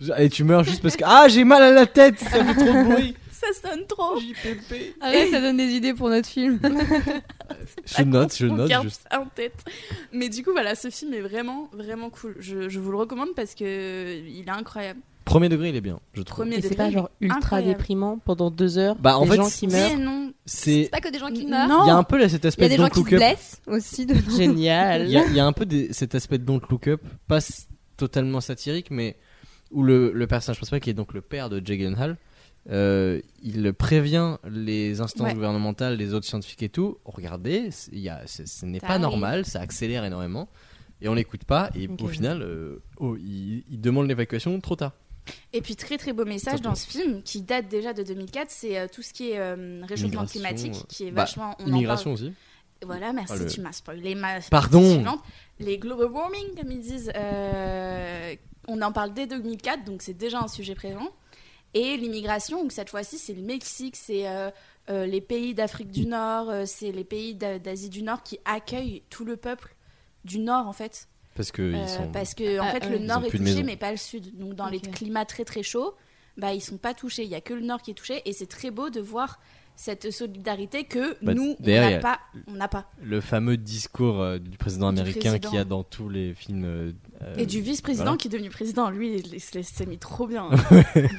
Genre, Et tu meurs juste parce que ah j'ai mal à la tête, ça fait trop de [LAUGHS] bruit. Ça sonne trop. JPP. Arrête, Ah ça donne des idées pour notre film. Je note, [LAUGHS] je On note garde juste. ça en tête. Mais du coup, voilà, ce film est vraiment, vraiment cool. Je, je vous le recommande parce que il est incroyable. Premier degré il est bien, je trouve. Premier Et c'est degré. pas genre ultra incroyable. déprimant pendant deux heures. Bah, en des fait, gens qui c'est- meurent. Mais non. C'est C'est pas que des gens qui Non. meurent. Il y a un peu là, cet Oh. Il y aspect a des Don't gens qui Look se Up. blessent aussi. dedans. Génial. Il y, a- il y a un peu des- cet aspect de Don't Look Up, pas s- totalement satirique, mais où le, le personnage principal, qui est donc le père de Jake Gyllenhaal, euh, il prévient les instances Ouais. gouvernementales, les autres scientifiques et tout. Regardez, c'est- il y a- c'est- ce n'est Ça pas arrive. normal, ça accélère énormément. Et on l'écoute pas, et au Ok. final, euh, oh, il, il demande l'évacuation trop tard. Et puis très très beau message Top. dans ce film qui date déjà de 2004, c'est euh, tout ce qui est euh, réchauffement Immigration, climatique, euh, qui est bah, vachement. on en Immigration aussi. parle. Voilà, merci, Ah, le- tu m'as spoilé ma. Pardon. partie suivante. Les global warming, comme ils disent, euh, on en parle dès 2004, donc c'est déjà un sujet présent. Et l'immigration, où cette fois-ci, c'est le Mexique, c'est euh, euh, les pays d'Afrique du Nord, euh, c'est les pays d'A- d'Asie du Nord qui accueillent tout le peuple du Nord, en fait. Parce que Euh, ils sont. Parce que, en Ah, fait, ouais. le Ils Nord ont est plus de touché, maison. mais pas le Sud. Donc, dans les Ok. climats très très chauds, bah, ils sont pas touchés. Il y a que le Nord qui est touché. Et c'est très beau de voir cette solidarité que Bah, nous, on d'ailleurs, il y n'a a- pas. On n'a pas. Le fameux discours euh, du président Du américain qu'il y a président. dans tous les films. euh, Et du vice-président voilà. qui est devenu président, lui, il, il se- s'est mis trop bien. [LAUGHS]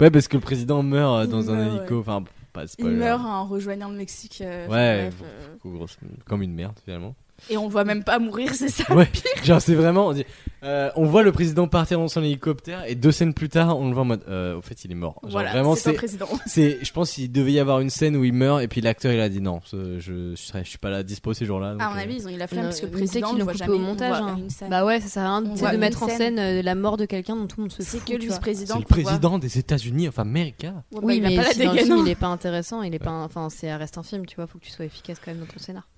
Ouais, parce que le président meurt euh, Il dans un meurt, hélico. Enfin, pas de Il spoiler. meurt en rejoignant le Mexique. euh, enfin, Ouais, bref, euh, Ou grosse- comme une merde [LAUGHS] finalement. Et on le voit même pas mourir, c'est ça. Ouais, genre c'est vraiment. On, dit- euh, on voit le président partir dans son hélicoptère et deux scènes plus tard, on le voit en mode. euh, au fait, il est mort. Genre [LAUGHS] voilà, vraiment, c'est pas c'est. président. c'est- Je pense qu'il devait y avoir une scène où il meurt et puis l'acteur il a dit non, ce- je, je, serai- je suis pas là dispo ces jours-là. donc, À mon euh, avis, ils ont eu la flemme Non, parce que mais tu sais président, qu'ils on l'ont voit coupé jamais au on montage, voit hein. une scène. Bah ouais, ça sert à rien On tu sais, voit de une mettre en scène. scène euh, la mort de quelqu'un dont tout le monde se fout. c'est que le tu vois. vice-président. c'est le qu'on voit. président des États-Unis, enfin américain. Ouais, bah, Oui, il a mais pas la si dans le film, dégaine. il est pas intéressant, il est pas, enfin, c'est ça reste un film, tu vois, faut que tu sois efficace quand même dans ton scénar.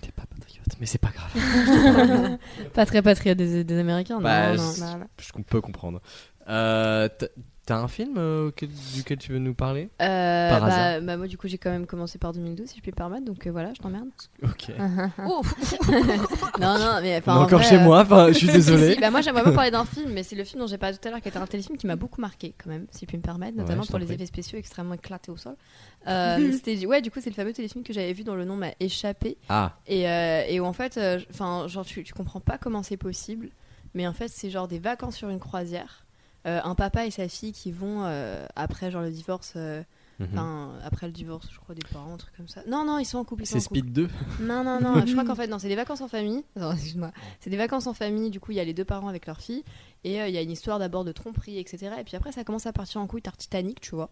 T'es pas patriote, mais c'est pas grave. Pas très patriote des, des Américains, Bah, non, non. je- Je peux comprendre. Euh, t'as- T'as un film euh, auquel- duquel tu veux nous parler Euh, Par bah, hasard. bah, moi, du coup, j'ai quand même commencé par 2012, si je puis me permettre, donc euh, voilà, je t'emmerde. Ok. non, non, mais enfin. On est Euh, en encore vrai, chez euh, moi, enfin, [LAUGHS] je suis si, si, désolé. bah, moi, j'aimerais pas parler d'un film, mais c'est le film dont j'ai parlé tout à l'heure, qui était un téléfilm qui m'a beaucoup marqué, quand même, si je puis me permettre, Ouais, notamment je t'en pour les prie. effets spéciaux extrêmement éclatés [LAUGHS] au sol. Euh, c'était- ouais, du coup, c'est le fameux téléfilm que j'avais vu dont le nom m'a échappé. Ah, Et, euh, et où en fait, euh, j- 'fin, genre, tu, tu comprends pas comment c'est possible, mais en fait, c'est genre des vacances sur une croisière. Euh, un papa et sa fille qui vont euh, après genre le divorce, euh, mhm. enfin, après le divorce, je crois des parents, un truc comme ça. Non non, ils sont en couple. ils sont c'est en couple. Speed 2. Non non non, je crois qu'en fait non, c'est des vacances en famille. Non, excuse-moi. C'est des vacances en famille. Du coup, il y a les deux parents avec leur fille et euh, il y a une histoire d'abord de tromperie, etc. Et puis après, ça commence à partir en couille, tard Titanic, tu vois.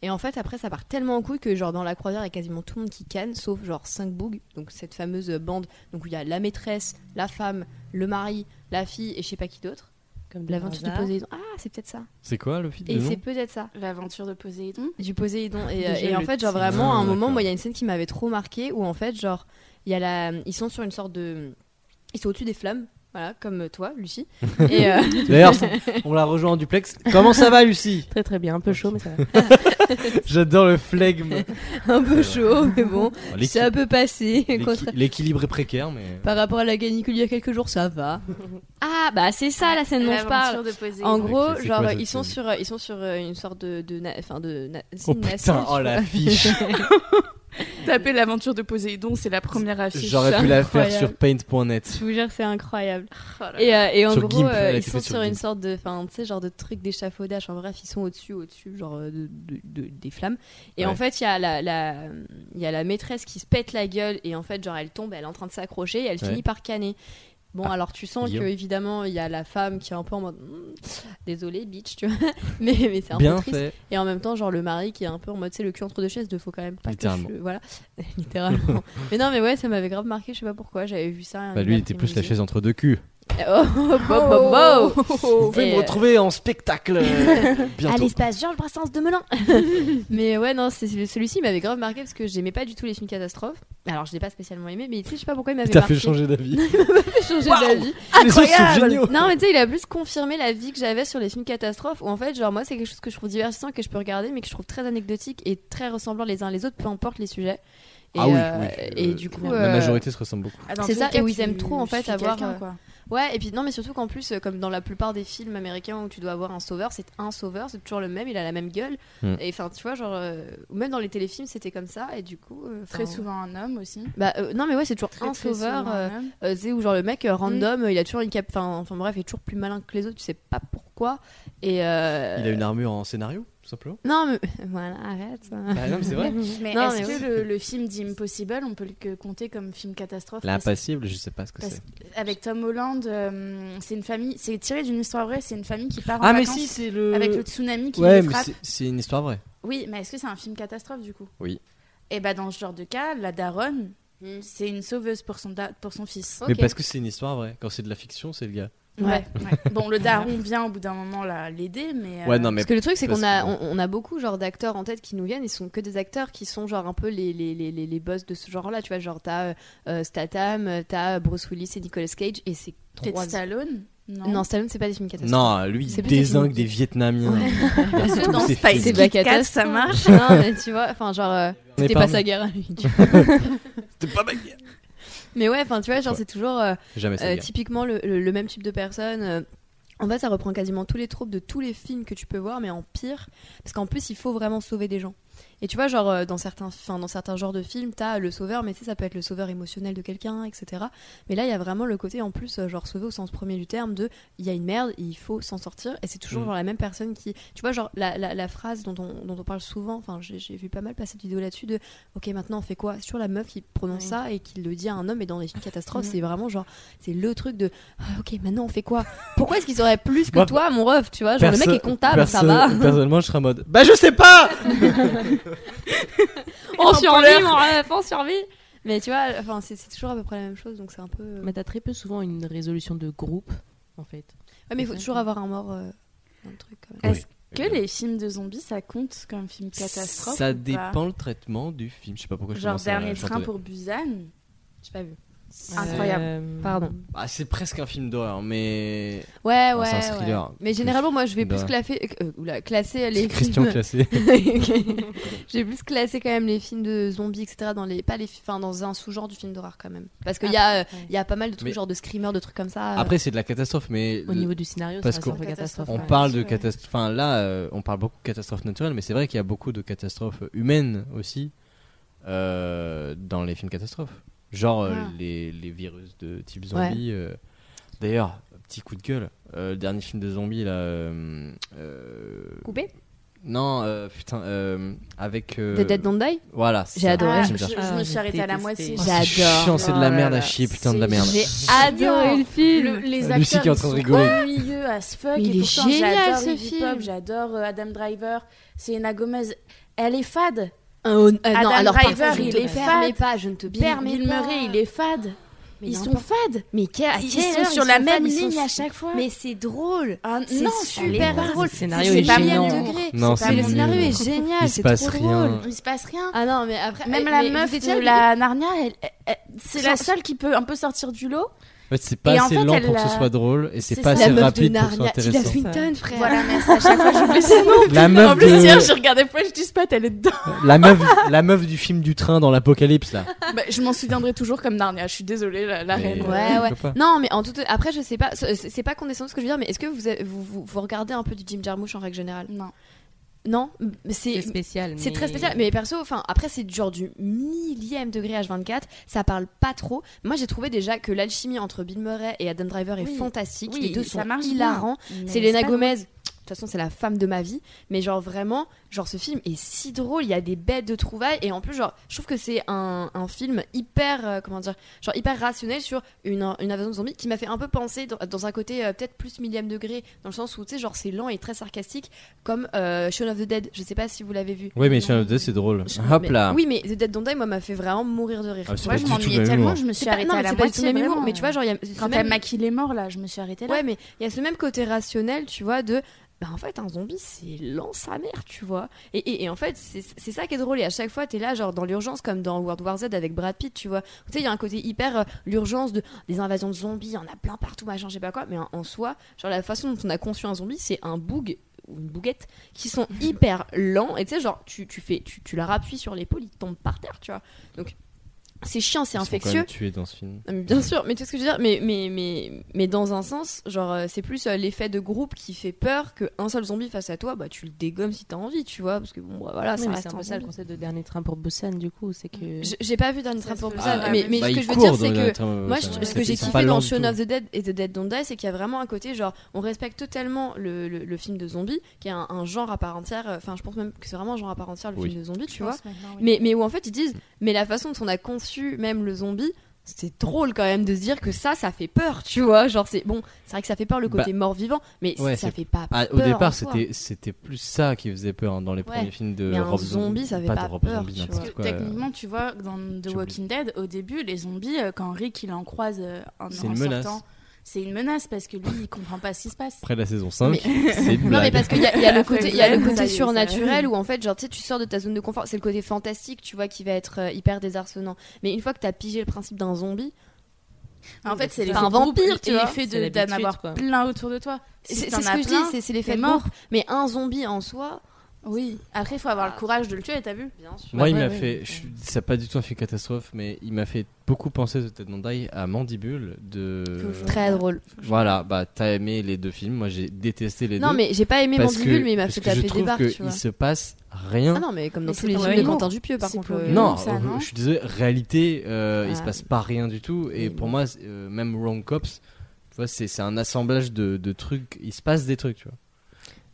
Et en fait, après, ça part tellement en couille que, genre, dans la croisière, il y a quasiment tout le monde qui canne, sauf, genre, 5 bougs. Donc, cette fameuse bande donc, où il y a la maîtresse, la femme, le mari, la fille et je sais pas qui d'autre. Comme L'aventure de par hasard. Poséidon. Ah, c'est peut-être ça. C'est quoi le film Et le nom c'est peut-être ça. L'aventure de Poséidon. Du Poséidon. Et, euh, Déjà et en le fait, genre, titre. vraiment, à Ah, un moment, d'accord. moi, il y a une scène qui m'avait trop marqué où, en fait, genre, il y a la... ils sont sur une sorte de. Ils sont au-dessus des flammes. Voilà, comme euh, toi, [LAUGHS] Lucie. et euh, [LAUGHS] D'ailleurs, on l'a rejoint en duplex. Comment ça va, Lucie Très très bien, un peu chaud, mais ça va. J'adore le flegme. [LAUGHS] Oh, un peu chaud, mais bon, ça peut passer. Contra- L'équilibre est précaire, mais. Par rapport à la canicule il y a quelques jours, [LAUGHS] ça va. ah bah c'est ça la scène dont je parle. L'aventure de Poséidon. En Ok, gros, c'est genre quoi cette ils sont scène sur euh, ils sont sur euh, une sorte de de na- enfin de na- c'est Oh une nacelle, putain, je oh la crois. [LAUGHS] fiche Tapez l'aventure de Poséidon, c'est la première affiche. J'aurais pu la faire incroyable. sur paint.net. Je vous jure, c'est incroyable. Oh là Et, euh, et en Sur gros, Gimp, euh, elle a ils été sont faite sur sur une Gimp. sorte de, enfin, tu sais, genre de truc d'échafaudage. En bref, ils sont au-dessus, au-dessus, genre euh, de, de- de- des flammes. Et en Ouais. fait, il y a la, la, il y a la maîtresse qui se pète la gueule et en fait, genre, elle tombe, elle est en train de s'accrocher et elle Ouais. finit par canner. Bon, Ah, alors tu sens que Guillaume. évidemment, il y a la femme qui est un peu en mode, Hmm, désolé, bitch, tu vois. [LAUGHS] mais mais c'est un Bien peu triste. fait. Et en même temps, genre le mari qui est un peu en mode, c'est le cul entre deux chaises, de faut quand même pas que Littéralement. je- voilà, [LAUGHS] littéralement. mais non, mais ouais, ça m'avait grave marqué. Je sais pas pourquoi, j'avais vu ça. un Bah, lui, il était plus la après-midi. chaise entre deux culs. [LAUGHS] Oh, oh, oh, oh, oh, oh. Vous pouvez Et, me euh, retrouver en [LAUGHS] spectacle euh, à bientôt. l'espace Georges Brassens de Melun. mais ouais, non, c'est- celui-ci il m'avait grave marqué parce que j'aimais pas du tout les films catastrophes. Alors, je l'ai pas spécialement aimé, mais tu sais, je sais pas pourquoi il m'avait Il t'a marqué. fait [LAUGHS] changer d'avis. Il m'a changé d'avis. Les autres sont Incroyable. géniaux. Non, mais tu sais, il a plus confirmé la vie que j'avais sur les films catastrophes où en fait, genre, moi, c'est quelque chose que je trouve divertissant, que je peux regarder, mais que je trouve très anecdotique et très ressemblant les uns les autres, peu importe les sujets. Et, Ah oui, euh, oui, et euh, du coup, La euh, majorité se ressemble beaucoup. Ah, dans c'est tous ça, les cas, et où ils tu aiment trop, en fait, suis avoir, quelqu'un, euh, quoi. Ouais, et puis non, mais surtout qu'en plus, euh, comme dans la plupart des films américains où tu dois avoir un sauveur, c'est un sauveur, c'est toujours le même, il a la même gueule. Mm. Et enfin, tu vois, genre, euh, ou même dans les téléfilms, c'était comme ça, et du coup. euh, 'fin, Très souvent un homme aussi. Bah, euh, non, mais ouais, c'est toujours Très, un très sauveur, souvent Mm. euh, un homme. euh, c'est où genre le mec euh, random, euh, il a toujours une cape. Enfin, enfin bref, il est toujours plus malin que les autres, tu sais pas pourquoi. Et. euh, Il a une armure en scénario, tout simplement. Non, mais. [LAUGHS] Voilà, arrête. Ah non, mais c'est vrai. [LAUGHS] Mais Non, est-ce mais que le, le film The Impossible, on peut le que- compter comme film catastrophe parce- L'impassible, je sais pas ce que parce c'est. que- Avec Tom Holland, euh, c'est une famille, c'est tiré d'une histoire vraie, c'est une famille qui part en Ah, mais vacances si, c'est le. avec le tsunami qui Ouais, les mais frappe. c'est- c'est une histoire vraie. Oui, mais est-ce que c'est un film catastrophe du coup Oui. Et bah dans ce genre de cas, la daronne, Mm. c'est une sauveuse pour son, da- pour son fils. Ok. Mais parce que c'est une histoire vraie. Quand c'est de la fiction, c'est le gars. Ouais. Ouais. Bon, le daron vient au bout d'un moment la- l'aider, mais. euh, Ouais, non, mais Parce que le truc, c'est parce qu'on a, que- on, on a beaucoup genre d'acteurs en tête qui nous viennent. Ils sont que des acteurs qui sont genre un peu les, les, les, les, les boss de ce genre-là. Tu vois, genre t'as euh, euh, Statham, euh, t'as Bruce Willis et Nicolas Cage, et c'est Peut-être trois. Stallone Non. [LAUGHS] Non, Stallone, c'est pas des films catastrophes. [LAUGHS] Non, lui, C'est il plus désingue technique. des Vietnamiens. Parce que dans C'est Spice fini. de la Kit Kat, catastrophe. ça marche. non, mais tu vois, enfin genre, euh, On est c'était pas pas en- sa guerre à lui. [LAUGHS] tu vois. C'était pas ma guerre. mais ouais, enfin tu vois, genre c'est toujours. euh, Jamais Euh, ça. typiquement le, le- le même type de personne. euh, en fait, ça reprend quasiment tous les tropes de tous les films que tu peux voir, mais en pire, parce qu'en plus, il faut vraiment sauver des gens. Et tu vois, genre, euh, dans certains, enfin, dans certains genres de films, t'as le sauveur, mais tu sais, ça peut être le sauveur émotionnel de quelqu'un, etc. Mais là, il y a vraiment le côté, en plus, euh, genre, sauver au sens premier du terme, de il y a une merde, il faut s'en sortir. Et c'est toujours Mm. genre, la même personne qui. Tu vois, genre, la, la- la phrase dont on, dont on parle souvent, enfin, j'ai j'ai vu pas mal passer de vidéos là-dessus, de ok, maintenant on fait quoi Sur la meuf qui prononce Oui. ça et qui le dit à un homme, et dans les films catastrophes, Mm. c'est vraiment genre, c'est le truc de ah, ok, maintenant on fait quoi Pourquoi est-ce qu'ils auraient plus que Moi, toi, mon ref Tu vois, genre, le mec est comptable, ça va. [LAUGHS] Personnellement, je serais en mode. Bah, je sais pas [LAUGHS] on en survit, mon ref, on survit mais tu vois, enfin, c'est c'est toujours à peu près la même chose, donc c'est un peu. Mais t'as très peu souvent une résolution de groupe, en fait. Ouais, mais il faut toujours avoir un mort, euh, un truc quand même. Oui. Est-ce que les films de zombies, ça compte comme film catastrophe Ça ou pas dépend le traitement du film. Je sais pas pourquoi je Genre commence à Dernier Train chantonner. pour Busan, J'ai pas vu. Ah, Incroyable. Euh, Pardon. Bah, c'est presque un film d'horreur, mais. Ouais, Ah, ouais. c'est un ouais. thriller. Mais généralement, moi, je vais plus Bah. claffer- euh, oula, classer les C'est Christian films. [LAUGHS] Classé. J'ai plus classé quand même les films de zombies, etc. dans les pas les, enfin dans un sous-genre du film d'horreur quand même. Parce qu'il y Ah, a, euh, ouais. il y a pas mal de trucs Mais- genre de screamers, de trucs comme ça. euh. Après, c'est de la catastrophe, mais. Au niveau du scénario, Parce c'est qu'on- un peu catastrophe. On ouais. parle de ouais. catastrophes. Enfin, là, euh, on parle beaucoup de catastrophes naturelles, mais c'est vrai qu'il y a beaucoup de catastrophes humaines aussi euh, dans les films catastrophes. Genre euh, Ah. les, les virus de type zombie. euh. D'ailleurs, petit coup de gueule, euh, le dernier film de zombie, là. euh, euh, coupé. non, euh, putain, euh, avec. euh, The Dead Don't Die. Voilà. c'est J'ai ça. adoré. Ah, J'aime je, bien. je Ah, me suis j'ai arrêtée à la détesté. moitié. Oh, c'est J'adore. chiant, c'est de la Oh là merde à là. chier, putain de la merde. J'ai adoré le film. Le- les Euh, acteurs Lucie qui est en train de ils sont rigoler. ennuyeux as fuck Mais et il est pourtant génial, j'adore ce Iggy film. Pop, j'adore euh, Adam Driver, Selena Gomez. Elle est fade. Euh, non, Adam alors par Driver, contre, je il te est permets fat. pas, je ne te Bill, permets Bill pas. Murray, il est fade. Mais ils sont n'importe- fades. Mais que- à Ils, quelle sont heure sur ils la sont même fans, ils sont ligne à su- chaque fois. Mais c'est drôle. Ah, C'est non, super allez, drôle. Le scénario C'est est pas génial. Miel degré. Non, C'est- c'est le scénario nul. est génial, Il c'est se trop passe rien. drôle. Il se passe rien. Ah non, mais après Même mais- la mais meuf vous de étiez allé- la Narnia, elle- elle- elle- c'est Sans- la seule qui peut un peu sortir du lot. En fait, c'est pas Et en assez fait, lent elle pour que ce a- soit drôle et c'est c'est pas ça. assez la meuf de rapide pour que ce soit Narnia, Tilda intéressant. Swinton, frère. Voilà, merci. À chaque fois, [LAUGHS] j'oublie son nom. La meuf En plus, hier, je de regardais French Dispatch, elle est dedans. la meuf la meuf du film du train dans l'apocalypse là. [LAUGHS] Bah, je m'en souviendrai toujours comme Narnia. Je suis désolée, la, la Mais- reine. Ouais, Je ouais. peux pas. Non, mais en tout. Après, je sais pas. C'est c'est pas condescendant ce que je veux dire, mais est-ce que vous, avez- vous, vous, vous regardez un peu du Jim Jarmusch en règle générale Non. Non mais C'est C'est. spécial. C'est mais- très spécial, mais perso, enfin, après c'est du genre du millième degré H24, ça parle pas trop. Moi j'ai trouvé déjà que l'alchimie entre Bill Murray et Adam Driver est Oui. fantastique, Oui, les deux ça sont marche hilarants. Mais C'est Lena pas drôle. Gomez, de toute façon c'est la femme de ma vie, mais genre vraiment, genre ce film est si drôle, il y a des bêtes de trouvailles, et en plus genre, je trouve que c'est un, un film hyper, euh, comment dire, genre hyper rationnel sur une, une invasion de zombies qui m'a fait un peu penser dans, dans un côté euh, peut-être plus millième degré, dans le sens où tu sais genre c'est lent et très sarcastique, comme euh, Shaun of the Dead, je sais pas si vous l'avez vu. Oui, mais Shaun of the Dead, c'est drôle. Je- Hop mais- là. Oui, mais The Dead Don't Die, moi, m'a fait vraiment mourir de rire. Ah, c'est Moi, pas je du tout le m'ennuyais même tellement, humour. je me suis C'est pas- arrêtée non, à mais la c'est pas du tout moitié. le même humour, vraiment. mais tu vois, genre, il y a ce quand elle même- maquille les morts, là, je me suis arrêtée là. Ouais, mais il y a ce même côté rationnel, tu vois, de. Bah, en fait, un zombie, c'est lent sa mère, tu vois. Et, et, et en fait, c'est c'est ça qui est drôle. Et à chaque fois, t'es là, genre, dans l'urgence, comme dans World War Z avec Brad Pitt, tu vois. Tu sais, il y a un côté hyper euh, l'urgence de des invasions de zombies, il y en a plein partout, machin, je sais pas quoi. Mais en, en soi, genre, la façon dont on a conçu un zombie, c'est un boug ou une bouguette qui sont hyper lents. Et tu sais, genre, tu, tu fais, tu, tu la rappuies sur l'épaule, il tombe par terre, tu vois. Donc, c'est chiant, c'est Ils sont quand infectieux. même tués dans ce film. Non, Ah, mais Bien sûr, mais tu vois ce que je veux dire, mais, mais, mais, mais dans un sens, genre, euh, c'est plus euh, l'effet de groupe qui fait peur qu'un seul zombie face à toi, bah tu le dégommes si t'as envie, tu vois, parce que bon, bah, voilà, Oui, ça mais reste c'est un un peu ça le zombie. concept de dernier train pour Busan, du coup, c'est que. Je- J'ai pas vu Dernier Ça Train se pour fait Busan, pas. mais, Ah, mais Bah, ce que ils je veux courent dire, c'est dans que les trains, moi, ça, je- ouais. ce que j'ai Ils sont kiffé pas lents dans du Shaun tout. of the Dead et The Dead Don't Die, c'est qu'il y a vraiment un côté genre, on respecte tellement le, le, le film de zombie qu'il y a un, un genre à part entière. euh, Enfin, je pense même que c'est vraiment un genre à part entière le Oui. film de zombie, Je tu vois. pense maintenant, oui. Mais, mais où en fait ils disent, mais la façon dont on a conçu même le zombie, c'est drôle quand même de se dire que ça, ça fait peur, tu vois. Genre, c'est bon, c'est vrai que ça fait peur le côté mort-vivant, mais Bah, ouais, ça c'est- fait pas Ah, peur. au en départ, soi. c'était c'était plus ça qui faisait peur hein, dans les Ouais. premiers films de Mais un Rob zombie, ça fait pas pas de Rob peur, Zombie, tu n'importe Parce que quoi. techniquement, tu vois, dans The j'oublie. Walking Dead, au début, les zombies, euh, quand Rick il en croise euh, en, C'est en une menace. sortant, c'est une menace parce que lui, il comprend pas ce qui se passe. Après la saison 5, Mais- c'est une Non, mais blague. parce qu'il y a, il y a le côté, il y a le Ça côté y est, ça surnaturel où en fait, genre, tu sais, tu sors de ta zone de confort. C'est le côté fantastique, tu vois, qui va être euh, hyper désarçonnant. Mais une fois que t'as pigé le principe d'un zombie, En fait, Bah, c'est c'est l'effet un de groupe vampire, et tu vois. l'effet C'est de- l'habitude, d'en avoir quoi. plein autour de toi. c'est Si c'est t'en ce as que je plein, dis, c'est- c'est l'effet t'es de mort. groupe. Mais un zombie en soi, Oui. Ah. Après, il faut avoir le courage de le tuer, t'as vu bien sûr. Moi, il m'a ouais, ouais, fait. ouais. je suis- C'est pas du tout un film catastrophe, mais il m'a fait beaucoup penser de Ted Nandai à Mandibule de. Toujours. Très drôle. Voilà, bah t'as aimé les deux films. Moi, j'ai détesté les Non, deux. mais j'ai pas aimé parce Mandibule, que, mais il m'a parce fait que je taper des trouve barres, tu qu'il vois. se passe rien. Ah non, mais comme dans Mais tous c'est les pour films de l'humour. Quentin Dupieux, par C'est contre. pour euh, Hein Non, non, ça, euh, non. je suis désolé, réalité, euh, il se Ah. passe pas rien du tout. Et Oui. pour moi, c'est- euh, même Wrong Cops, tu vois, c'est c'est un assemblage de, de trucs. Il se passe des trucs, tu vois.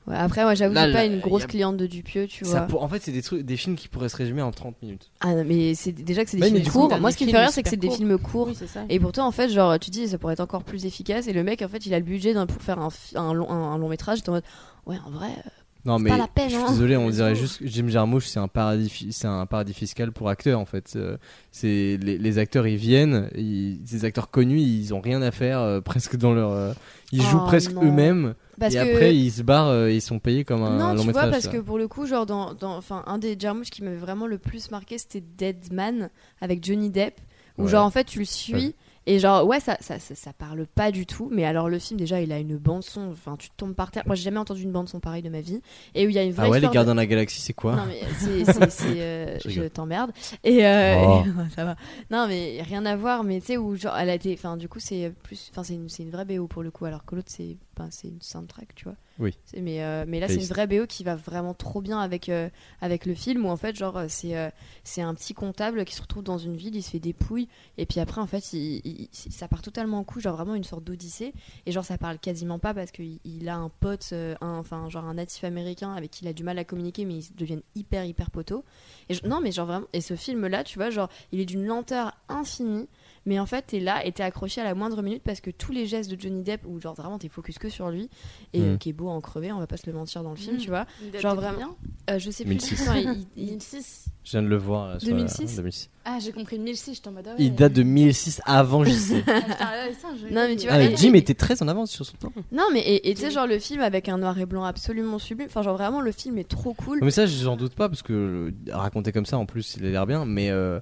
Ouais, après, moi, j'avoue, Là, j'ai pas là, une grosse y a- cliente de Dupieux, tu Ça vois. pour- En fait, c'est des, trucs- des films qui pourraient se résumer en 30 minutes. Ah non, mais c'est déjà que c'est des Mais films du coup, courts. dans Moi, des ce qui me fait films rire, c'est que c'est super des courts. films courts. Oui, c'est ça. Et pourtant, en fait, genre, tu te dis, ça pourrait être encore plus efficace. Et le mec, en fait, il a le budget d'un- pour faire un, fi- un long, un, un long métrage. T'es en mode, ouais, en vrai. euh, Non, C'est mais pas la peine, je suis hein. désolé, on Mais dirait c'est juste que Jim Jarmusch, c'est un paradis, fi- c'est un paradis fiscal pour acteurs en fait. Euh, C'est les, les acteurs, ils viennent, ils, ces acteurs connus, ils ont rien à faire euh, [LAUGHS] presque dans leur, euh, ils Oh, jouent presque non. eux-mêmes Parce et que. après ils se barrent, euh, ils sont payés comme un non, long tu vois, métrage. parce ça. que pour le coup, genre, dans, dans, enfin, un des Jarmusch qui m'avait vraiment le plus marqué, c'était Dead Man avec Johnny Depp. Où, Ouais. genre, en fait, tu le suis. Ouais. Et genre, ouais, ça, ça, ça, ça parle pas du tout. Mais alors, le film, déjà, il a une bande-son. Enfin, tu tombes par terre. Moi, j'ai jamais entendu une bande-son pareille de ma vie. Et où il y a une vraie. Ah ouais, les histoire de- gardiens de la galaxie, c'est quoi non mais [LAUGHS] c'est, c'est- c'est, euh, Je je rigole. t'emmerde et euh, Oh. ça va. [LAUGHS] Non mais rien à voir mais tu sais où genre elle a été enfin du coup c'est plus enfin c'est une, c'est une vraie BO pour le coup alors que l'autre c'est ben, c'est une soundtrack tu vois. Oui. C'est- mais euh, mais là c'est une Playlist. vraie BO qui va vraiment trop bien avec euh, avec le film où en fait genre euh, c'est euh, c'est un petit comptable qui se retrouve dans une ville il se fait dépouille et puis après en fait il- il- il- ça part totalement en couille genre vraiment une sorte d'odyssée et genre ça parle quasiment pas parce qu'il il a un pote, euh, un- enfin genre un natif américain avec qui il a du mal à communiquer mais ils deviennent hyper hyper potos. Et je- non mais genre vraiment, et ce film là tu vois genre il est d'une lenteur infinie mais en fait t'es là et t'es accroché à la moindre minute parce que tous les gestes de Johnny Depp ou genre vraiment t'es focus que sur lui et Mm. euh, qui est beau à en crever on va pas se le mentir dans le film Mm. tu vois. Il date Genre de vraiment. combien Euh, je sais plus 2006. non, [LAUGHS] il- il- il- 2006. Je viens de le voir. là, sur la- 2006. 2006. Ah, j'ai compris 2006, j'étais en mode. ah ouais. Il date de 2006 avant JC. Ah, putain, ouais, ça, je- Non, mais tu vois, ah, et- mais Jim était très en avance sur son temps. Non mais et et tu sais Oui. genre le film avec un noir et blanc absolument sublime enfin genre vraiment le film est trop cool. Mais ça, j'en doute pas parce que euh, raconté comme ça, en plus, il a l'air bien. Mais euh,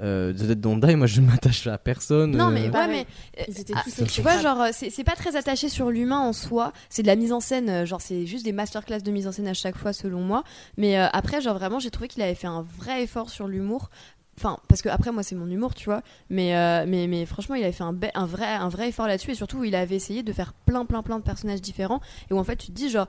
euh, The Dead Don't Die, moi, je [LAUGHS] m'attache à personne. Non euh, mais bah, ouais Pareil. mais Ils étaient Ah, tous Tu vois, genre, euh, c'est c'est pas très attaché sur l'humain en soi. C'est de la mise en scène, euh, genre, c'est juste des masterclass de mise en scène à chaque fois, selon moi. Mais euh, après, genre, vraiment, j'ai trouvé qu'il avait fait un vrai effort sur l'humour. Enfin, parce que après, moi, c'est mon humour, tu vois. Mais, euh, mais, mais franchement, il avait fait un, be- un, vrai, un vrai effort là-dessus. Et surtout, il avait essayé de faire plein, plein, plein de personnages différents. Et où en fait, tu te dis, genre.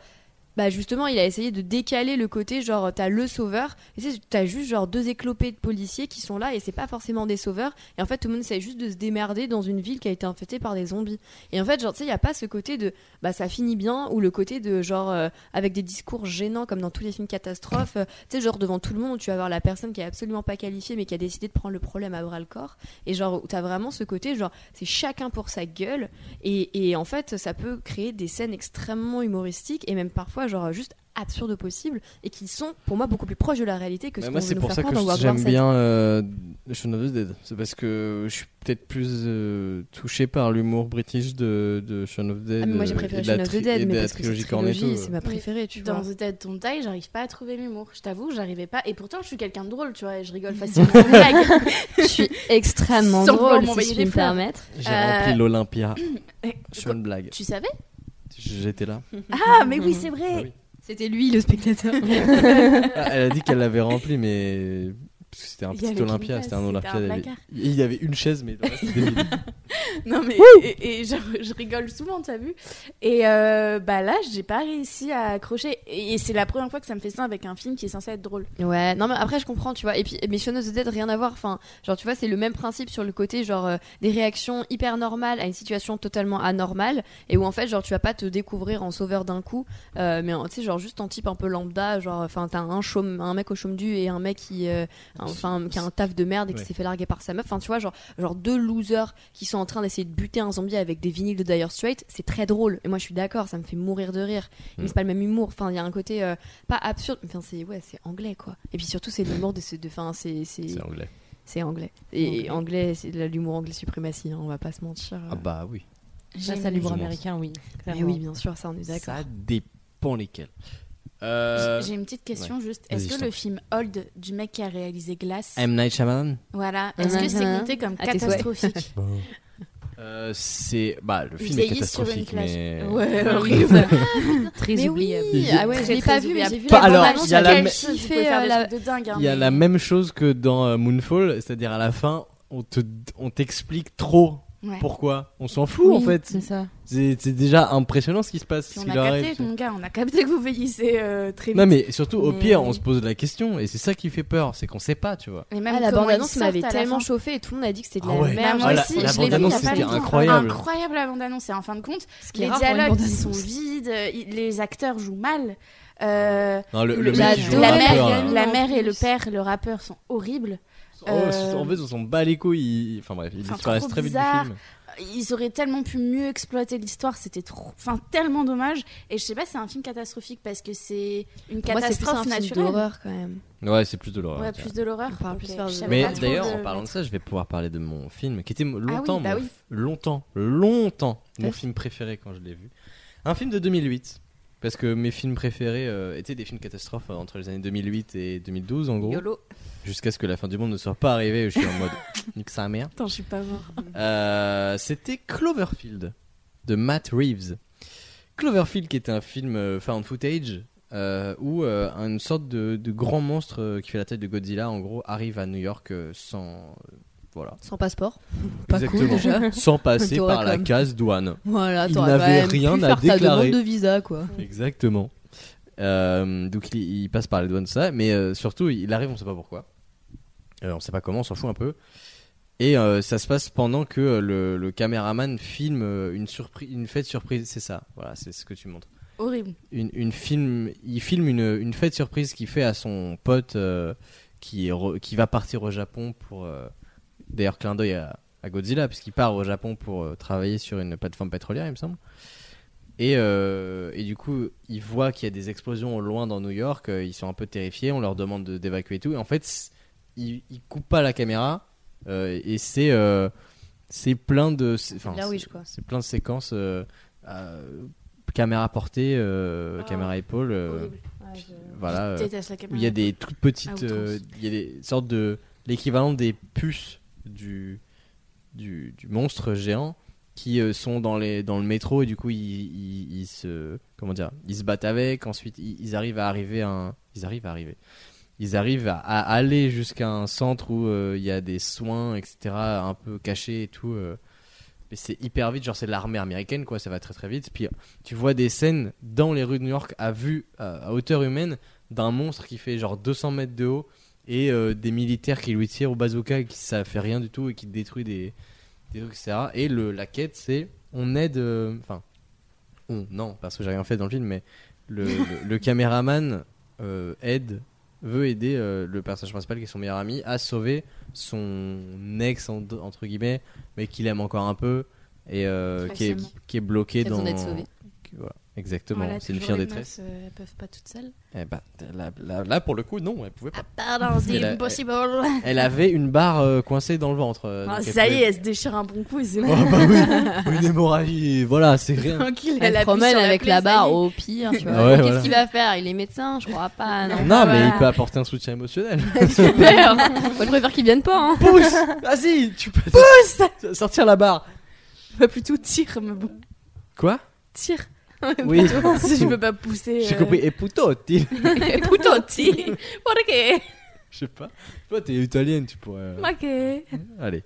Bah justement, il a essayé de décaler le côté genre t'as le sauveur et tu sais, t'as juste genre deux éclopés de policiers qui sont là et c'est pas forcément des sauveurs et en fait tout le monde essaie juste de se démerder dans une ville qui a été infestée par des zombies. Et en fait, genre, tu sais, il n'y a pas ce côté de bah ça finit bien ou le côté de genre euh, avec des discours gênants comme dans tous les films catastrophes, euh, tu sais, genre devant tout le monde, tu vas voir la personne qui est absolument pas qualifiée mais qui a décidé de prendre le problème à bras le corps. Et genre, où t'as vraiment ce côté, genre, c'est chacun pour sa gueule. Et, et en fait, ça peut créer des scènes extrêmement humoristiques et même parfois, genre, juste absurdes au possible et qui sont pour moi beaucoup plus proches de la réalité que ce Bah, qu'on moi, veut c'est nous pour ça faire que croire dans je- World j'aime War bien euh, Shaun of the Dead. C'est parce que je suis peut-être plus euh, touché par l'humour british de, de Shaun of the Dead. Ah, mais moi j'ai euh, préféré et de la Shaun of the tri- et Dead, de mais la parce que trilogie cette trilogie, Cornetto, c'est ma préférée, tu vois. Dans The Dead Don't Die, j'arrive pas à trouver l'humour. Je t'avoue, j'arrivais pas. Et pourtant, je suis quelqu'un de drôle, tu vois, et [LAUGHS] je rigole facilement. [LAUGHS] aux blagues. Je suis extrêmement Sans vouloir drôle, si m'envoyer je des puis me fleurs. permettre. J'ai Euh, rempli [COUGHS] l'Olympia Et- sur une blague. Tu savais J'étais [LAUGHS] là. Ah, mais oui, c'est vrai. C'était lui le spectateur. Ah, elle a dit qu'elle l'avait rempli, mais parce que c'était un Il y avait petit qu'une Olympia, place, c'était un Olympia. c'était un il y avait- placard. Il y avait une chaise, mais le reste, [LAUGHS] c'était vide. [LAUGHS] Non mais et, et je, je rigole souvent, t'as vu Et euh, bah là, j'ai pas réussi à accrocher. Et, et c'est la première fois que ça me fait ça avec un film qui est censé être drôle. [LAUGHS] Ouais, non mais après je comprends, tu vois. Et puis mais Shaun of the Dead rien à voir, enfin, genre tu vois, c'est le même principe sur le côté genre euh, des réactions hyper normales à une situation totalement anormale et où en fait genre tu vas pas te découvrir en sauveur d'un coup, euh, mais en- tu sais genre juste en type un peu lambda, genre enfin t'as un chaume, un mec au chaume du et un mec qui euh, enfin qui a un taf de merde et qui Ouais. s'est fait larguer par sa meuf, enfin tu vois genre genre deux losers qui sont en train d'essayer de buter un zombie avec des vinyles de Dire Straits, c'est très drôle. Et moi je suis d'accord, ça me fait mourir de rire. Mais Mm. c'est pas le même humour, enfin il y a un côté euh, pas absurde enfin c'est ouais c'est anglais quoi et puis surtout c'est l'humour de ce de enfin c'est c'est C'est anglais. c'est anglais et Anglais. anglais c'est de l'humour anglais suprématie hein, on va pas se mentir Ah bah oui. Face J'ai- à l'humour Plus ou moins. américain, oui. mais clairement. oui bien sûr ça on est d'accord Ça dépend lesquels. J'ai Euh... j'ai une petite question juste. Vas-y, Est-ce je que t'en le film Old du mec qui a réalisé Glace, M. Night Shyamalan voilà, est-ce que Mhm. c'est compté comme À tes souhaits. catastrophique Euh, C'est. Bah, [LAUGHS] le film est vieillit sur une catastrophique, plage. mais. Ouais, horrible. [LAUGHS] Très mais oubliable. oui ah ouais je l'ai pas vu mais j'ai vu Pas- la alors, bande-annonce, il y a la laquelle même- il fait, euh, fait la- de dingue. hein, Il y a mais- la même chose que dans euh, Moonfall, c'est-à-dire à la fin, on te- on t'explique trop Ouais. pourquoi. On s'en fout en Oui, fait. C'est ça. C'est c'est déjà impressionnant ce qui se passe. Puis ce on qu'il a leur capté, arrive. mon gars, on a capté que vous vieillissez euh, très vite. Non mais surtout au Mais- pire, on se pose la question et c'est ça qui fait peur, c'est qu'on sait pas, tu vois. Et même ah, la comment bande annonce ils sortent m'avait à la tellement fin. chauffé et tout le monde a dit que c'était de Ah la ouais. Bah, merde moi Ah, la- la aussi, je l'ai vu il y bande-annonce, a pas c'était longtemps. incroyable. Incroyable la bande-annonce. Et en fin de compte, ce qui est les rare pour une dialogues ils sont bande-annonce. vides, euh, il- les acteurs jouent mal. euh, Non, le, le- le la, mec qui joue le la un mère, rappeur, là. la En mère et le plus. père, le rappeur sont horribles. Oh, c'est- en fait, on s'en bat les couilles. il- Enfin bref, ils Enfin, disparaissent euh. trop très vite du bizarre. film. Ils auraient tellement pu mieux exploiter l'histoire, c'était trop, enfin tellement dommage. Et je sais pas, c'est un film catastrophique parce que c'est une Pour moi, c'est plus catastrophe un film naturelle. d'horreur quand même Ouais, c'est plus de l'horreur. Ouais, tu plus vois. de l'horreur. On parle Ok, plus faire je de- savais Mais pas trop d'ailleurs, de en parlant de mettre- ça, je vais pouvoir parler de mon film qui était longtemps, bah mon, oui. f- longtemps, longtemps mon Vas-y. film préféré quand je l'ai vu. Un film de 2008 Parce que mes films préférés euh, étaient des films catastrophes euh, entre les années 2008 et 2012, en gros. YOLO. Jusqu'à ce que la fin du monde ne soit pas arrivée, je suis en mode [LAUGHS] nique sa mère. Attends, je suis pas mort. Euh, c'était Cloverfield de Matt Reeves. Cloverfield qui était un film euh, found footage euh, où euh, une sorte de, de grand monstre euh, qui fait la tête de Godzilla en gros arrive à New York euh, sans voilà Sans passeport. Pas cool, Exactement. déjà. sans passer T'aurais par la quand même- case douane Voilà, Il t'aurais n'avait quand même rien pu à faire déclarer. Ta demande de visa, quoi. Exactement. Euh, donc il, il passe par les douanes ça, mais euh, surtout il arrive, on sait pas pourquoi. Euh, on sait pas comment, on s'en fout un peu. Et euh, ça se passe pendant que euh, le, le caméraman filme euh, une, surpri- une fête surprise, c'est ça, voilà, c'est ce que tu montres. Horrible. Une, une film, il filme une, une fête surprise qu'il fait à son pote euh, qui, est re- qui va partir au Japon pour. euh, D'ailleurs, clin d'œil à, à Godzilla, puisqu'il part au Japon pour euh, travailler sur une plateforme pétrolière, il me semble. Et, euh, et du coup, ils voient qu'il y a des explosions au loin dans New York, euh, ils sont un peu terrifiés, on leur demande de- d'évacuer et tout. Et en fait, c- ils, ils coupent pas la caméra, euh, et c'est euh, c'est plein de. c'est- enfin, Blair Witch, c'est- quoi. C'est plein de séquences euh, euh, caméra portée, euh, Ah. caméra épaule. euh, Horrible. voilà. euh, Je déteste la où caméra. il y a des toutes petites. À outrance. euh, Il y a des sortes de. L'équivalent des puces du, du, du monstre géant qui euh, sont dans, les, dans le métro et du coup ils, ils, ils se. Comment dire Ils se battent avec, ensuite ils, ils arrivent à arriver à un. Ils arrivent à arriver. Ils arrivent à, à aller jusqu'à un centre où euh, il y a des soins, etc., un peu cachés et tout. euh. Mais c'est hyper vite, genre c'est l'armée américaine, quoi, ça va très très vite. Puis euh, tu vois des scènes dans les rues de New York à vue, à- à hauteur humaine, d'un monstre qui fait genre 200 mètres de haut et euh, des militaires qui lui tirent au bazooka et qui ça fait rien du tout et qui détruit des, des trucs, etc. Et le, la quête, c'est on aide. euh, Enfin, on, non, parce que j'ai rien fait dans le film, mais le, [LAUGHS] le- le caméraman euh, aide, veut aider euh, le personnage principal qui est son meilleur ami à sauver son ex, en- entre guillemets, mais qu'il aime encore un peu et euh, qui, est, Facilement. qui est bloqué Qui a dans. besoin d'être sauvé. Voilà, exactement, Voilà, c'est une fille toujours en les détresse. meufs, euh, elles peuvent pas toutes seules. Eh ben, là, là- là, pour le coup, non, elle pouvait pas. Pardon, c'est c'est Elle a- impossible. Ah, Elle avait une barre euh, coincée dans le ventre. euh, donc elle ça y pouvait- est, elle se déchire un bon coup et c'est Oh [LAUGHS] bah oui, une hémorragie, voilà, c'est [LAUGHS] rien. tranquille. Elle, appuie promène sur avec plaie, ça y la est. barre au pire, [LAUGHS] tu vois. Ouais, Qu'est-ce voilà. qu'il va faire Il est médecin, je crois pas. Non. Non, mais Ah, voilà. il peut apporter un soutien émotionnel. [LAUGHS] [LAUGHS] Super. Moi, je préfère qu'il vienne pas. Hein. Pousse Vas-y, tu peux Pousse sortir la barre. Bah, plutôt tire, mais bon, Quoi tire. [LAUGHS] Oui. si je peux pas pousser. J'ai euh, compris, et puto, [LAUGHS] t'es- [LAUGHS] plutôt tire. Ok, Je sais pas. Toi, t'es italienne, tu pourrais. euh, ok. Allez.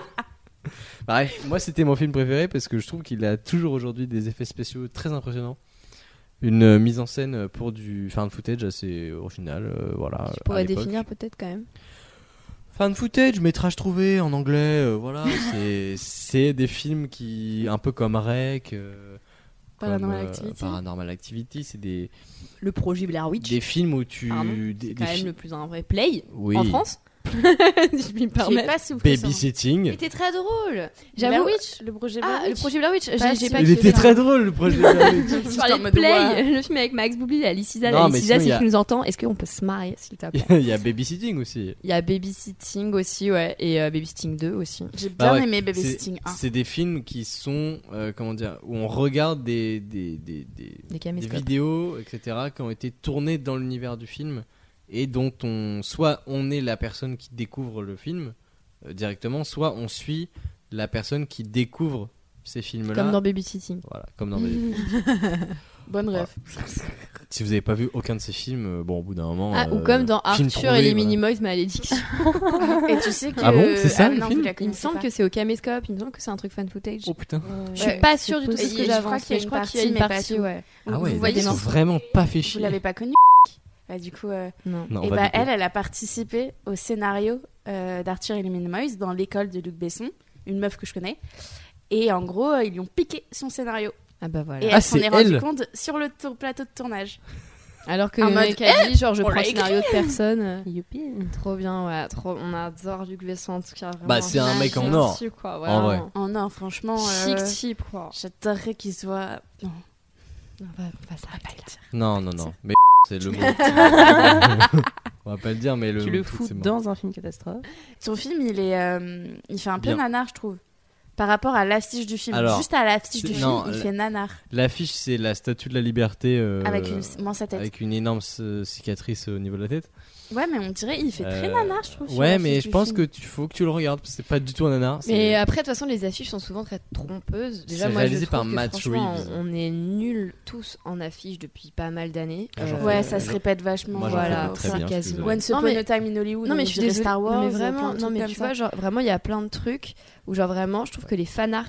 [LAUGHS] Pareil, moi c'était mon film préféré parce que je trouve qu'il a toujours aujourd'hui des effets spéciaux très impressionnants. Une euh, mise en scène euh, pour du fan footage assez original, euh, voilà. Tu euh, à pourrais l'époque. définir peut-être quand même. Fan footage, métrage trouvé en anglais, euh, [LAUGHS] voilà. c'est- C'est des films qui, un peu comme Rec, euh, Paranormal comme, euh, Activity. Paranormal Activity, c'est des, Le projet Blair Witch, des films où tu. Pardon, des- des c'est quand même fi- le plus un vrai play Oui. en France. [LAUGHS] je puis J'ai me permettre. pas soufflé. Il Babysitting. était très drôle. Blair J'avoue. Witch, le projet Blair Ah, le Witch. projet Blair Witch, j'ai Pas j'ai si- pas Il que était c'est très drôle le [LAUGHS] projet. [LAUGHS] de- Donc, si Tu je parlais t'en de mets de Play, doigts. le film avec Max Boublil, Alicisa, Non, mais Alicisa, sinon, il y si a- tu nous entends, est-ce qu'on peut se marier s'il te plaît [LAUGHS] Il y a Babysitting aussi. Il y a Babysitting aussi, ouais, et euh, Babysitting 2 aussi. J'ai Bah bien ouais, aimé Baby C'est- Sting 1. hein. C'est des films qui sont, euh, comment dire, où on regarde des, des, des, des, Des des caméscopes. vidéos, etc., qui ont été tournées dans l'univers du film et dont on, soit on est la personne qui découvre le film euh, directement, soit on suit la personne qui découvre ces films-là. Comme dans Babysitting. Voilà, comme dans [LAUGHS] Baby- Bonne ref. Ah, Si vous n'avez pas vu aucun de ces films, euh, bon, au bout d'un moment. Ah, ou euh, comme dans film Arthur trouvé, et les voilà. Minimoys Malédiction. Et tu sais que. Ah bon, c'est ça, Ah le non, vous film la Il me connaissez semble pas. que c'est au caméscope, il me semble que c'est un truc fan footage. Oh putain. Euh, Je suis Ouais, pas c'est sûre du tout de ce possible. que Et je crois j'avance. qu'il y a mais une je crois qu'il y a partie, une mais pas partie, tout. ouais. Ah ouais, vous ils voyez sont non. vraiment pas fait Vous chier. l'avez pas connu Bah, du coup. euh, Non. Non, on Et va bah, bipper. elle, elle a participé au scénario euh, d'Arthur et les Minimoys dans l'école de Luc Besson, une meuf que je connais. Et en gros, euh, ils lui ont piqué son scénario. Ah bah Et voilà. Ah, elle s'en c'est est rendue elle compte sur le tour- plateau de tournage. Alors que En le mode, mec a dit, genre, je on prends l'a le scénario de personne. euh, Youpi. Trop bien, ouais. Trop... On adore Luc Besson, en tout cas. Vraiment, Bah, c'est un bien mec en sûr, or, dessus, quoi, en vrai. vraiment. Oh non, franchement, Chic euh, type, quoi. j'adorerais qu'il soit. Non, On va, on va s'arrêter là. Non, non, non. Mais [LAUGHS] c'est le mot. [LAUGHS] On va pas le dire, mais le. Tu mot le tout, fous c'est mort. dans un film catastrophe. Son film, il est, euh, il fait un peu Bien. nanar, je trouve. Par rapport à l'affiche du film, Alors, juste à l'affiche c'est- du non, film, il la- fait nanar L'affiche, c'est la statue de la liberté euh, avec une main sa tête. avec une énorme euh, cicatrice au niveau de la tête. Ouais, mais on dirait il fait très Euh, nanar, je trouve. sur ouais, l'affiche mais du je pense film. que tu faut que tu le regardes. parce que C'est pas du tout un nanar. c'est- Mais euh, après, de toute façon, les affiches sont souvent très trompeuses. Déjà, C'est moi, réalisé je trouve par que, Matt franchement, Reeves. On est nuls tous en affiches depuis pas mal d'années. Ah, j'en fais Ouais, Euh, ça se je- répète vachement. Moi, j'en fais voilà. pas très c'est bien, je suis quasiment- désolé. Once Non, Upon mais- a Time in Hollywood. Non mais on je suis dirait désolée. Star Wars. non mais plein vraiment, de non trucs mais comme tu ça. vois, genre vraiment il y a plein de trucs où genre vraiment je trouve que les fan art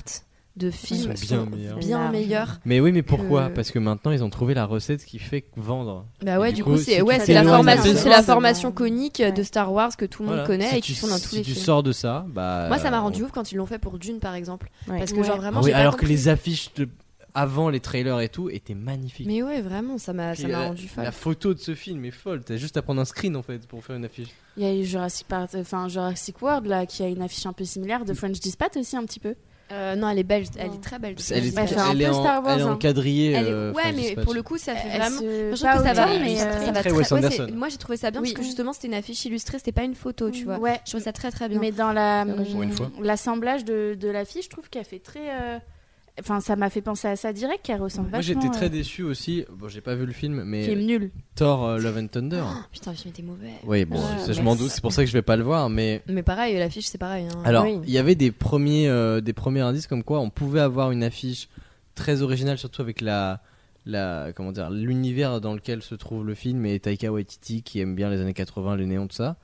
de films sont sont bien meilleurs. bien Largement. meilleurs. Mais oui, mais pourquoi que- Parce que maintenant, ils ont trouvé la recette qui fait vendre. Bah ouais, du du coup, coup si c'est tu ouais, c'est la t'éloignes de formation, ça, c'est la c'est formation bon. conique de Ouais. Star Wars que tout le monde Voilà. connaît si et qui tu, sont dans si tous les tu films. sors de ça, bah. Moi ça m'a on- rendu ouf quand ils l'ont fait pour Dune par exemple Ouais. parce que genre Ouais. vraiment Ah oui, j'ai pas alors que compris. les affiches de- avant les trailers et tout étaient magnifiques. Mais ouais, vraiment ça m'a Puis ça m'a la- rendu folle. La photo de ce film est folle. T'as juste à prendre un screen en fait pour faire une affiche. Il y a eu Jurassic Park, enfin Jurassic World là, qui a une affiche un peu similaire de French Dispatch aussi un petit peu. Euh, non, elle est belle, elle Non. est très belle. Elle est, Elle fait un elle est peu en, Star Wars, elle est en hein. quadrillé. Elle est- euh, ouais, French mais Dispatch. pour le coup ça fait Elle vraiment se- Je trouve pas que ça autant, va, mais, illustrer- euh, ça va Très très- Wes ouais, Anderson. c'est- Moi j'ai trouvé ça bien Oui. parce que justement c'était une affiche illustrée, c'était pas une photo, tu vois. Ouais, Je trouve ça très très bien. mais dans la Pour une fois. l'assemblage de, de l'affiche, je trouve qu'elle fait très. euh, Enfin, ça m'a fait penser à ça direct, qu'elle ressemble Moi vachement. j'étais très euh, déçu aussi. Bon, j'ai pas vu le film, mais Film nul. Thor euh, Love and Thunder. Putain, le film était mauvais. oui, bon, Ah, ça, je bah, m'en doute. C'est pour ça que je vais pas le voir. Mais Mais pareil, l'affiche c'est pareil. hein. alors, Oui. il y avait des premiers, euh, des premiers indices comme quoi on pouvait avoir une affiche très originale, surtout avec la. La, comment dire l'univers dans lequel se trouve le film et Taika Waititi qui aime bien les années 80 les néons tout ça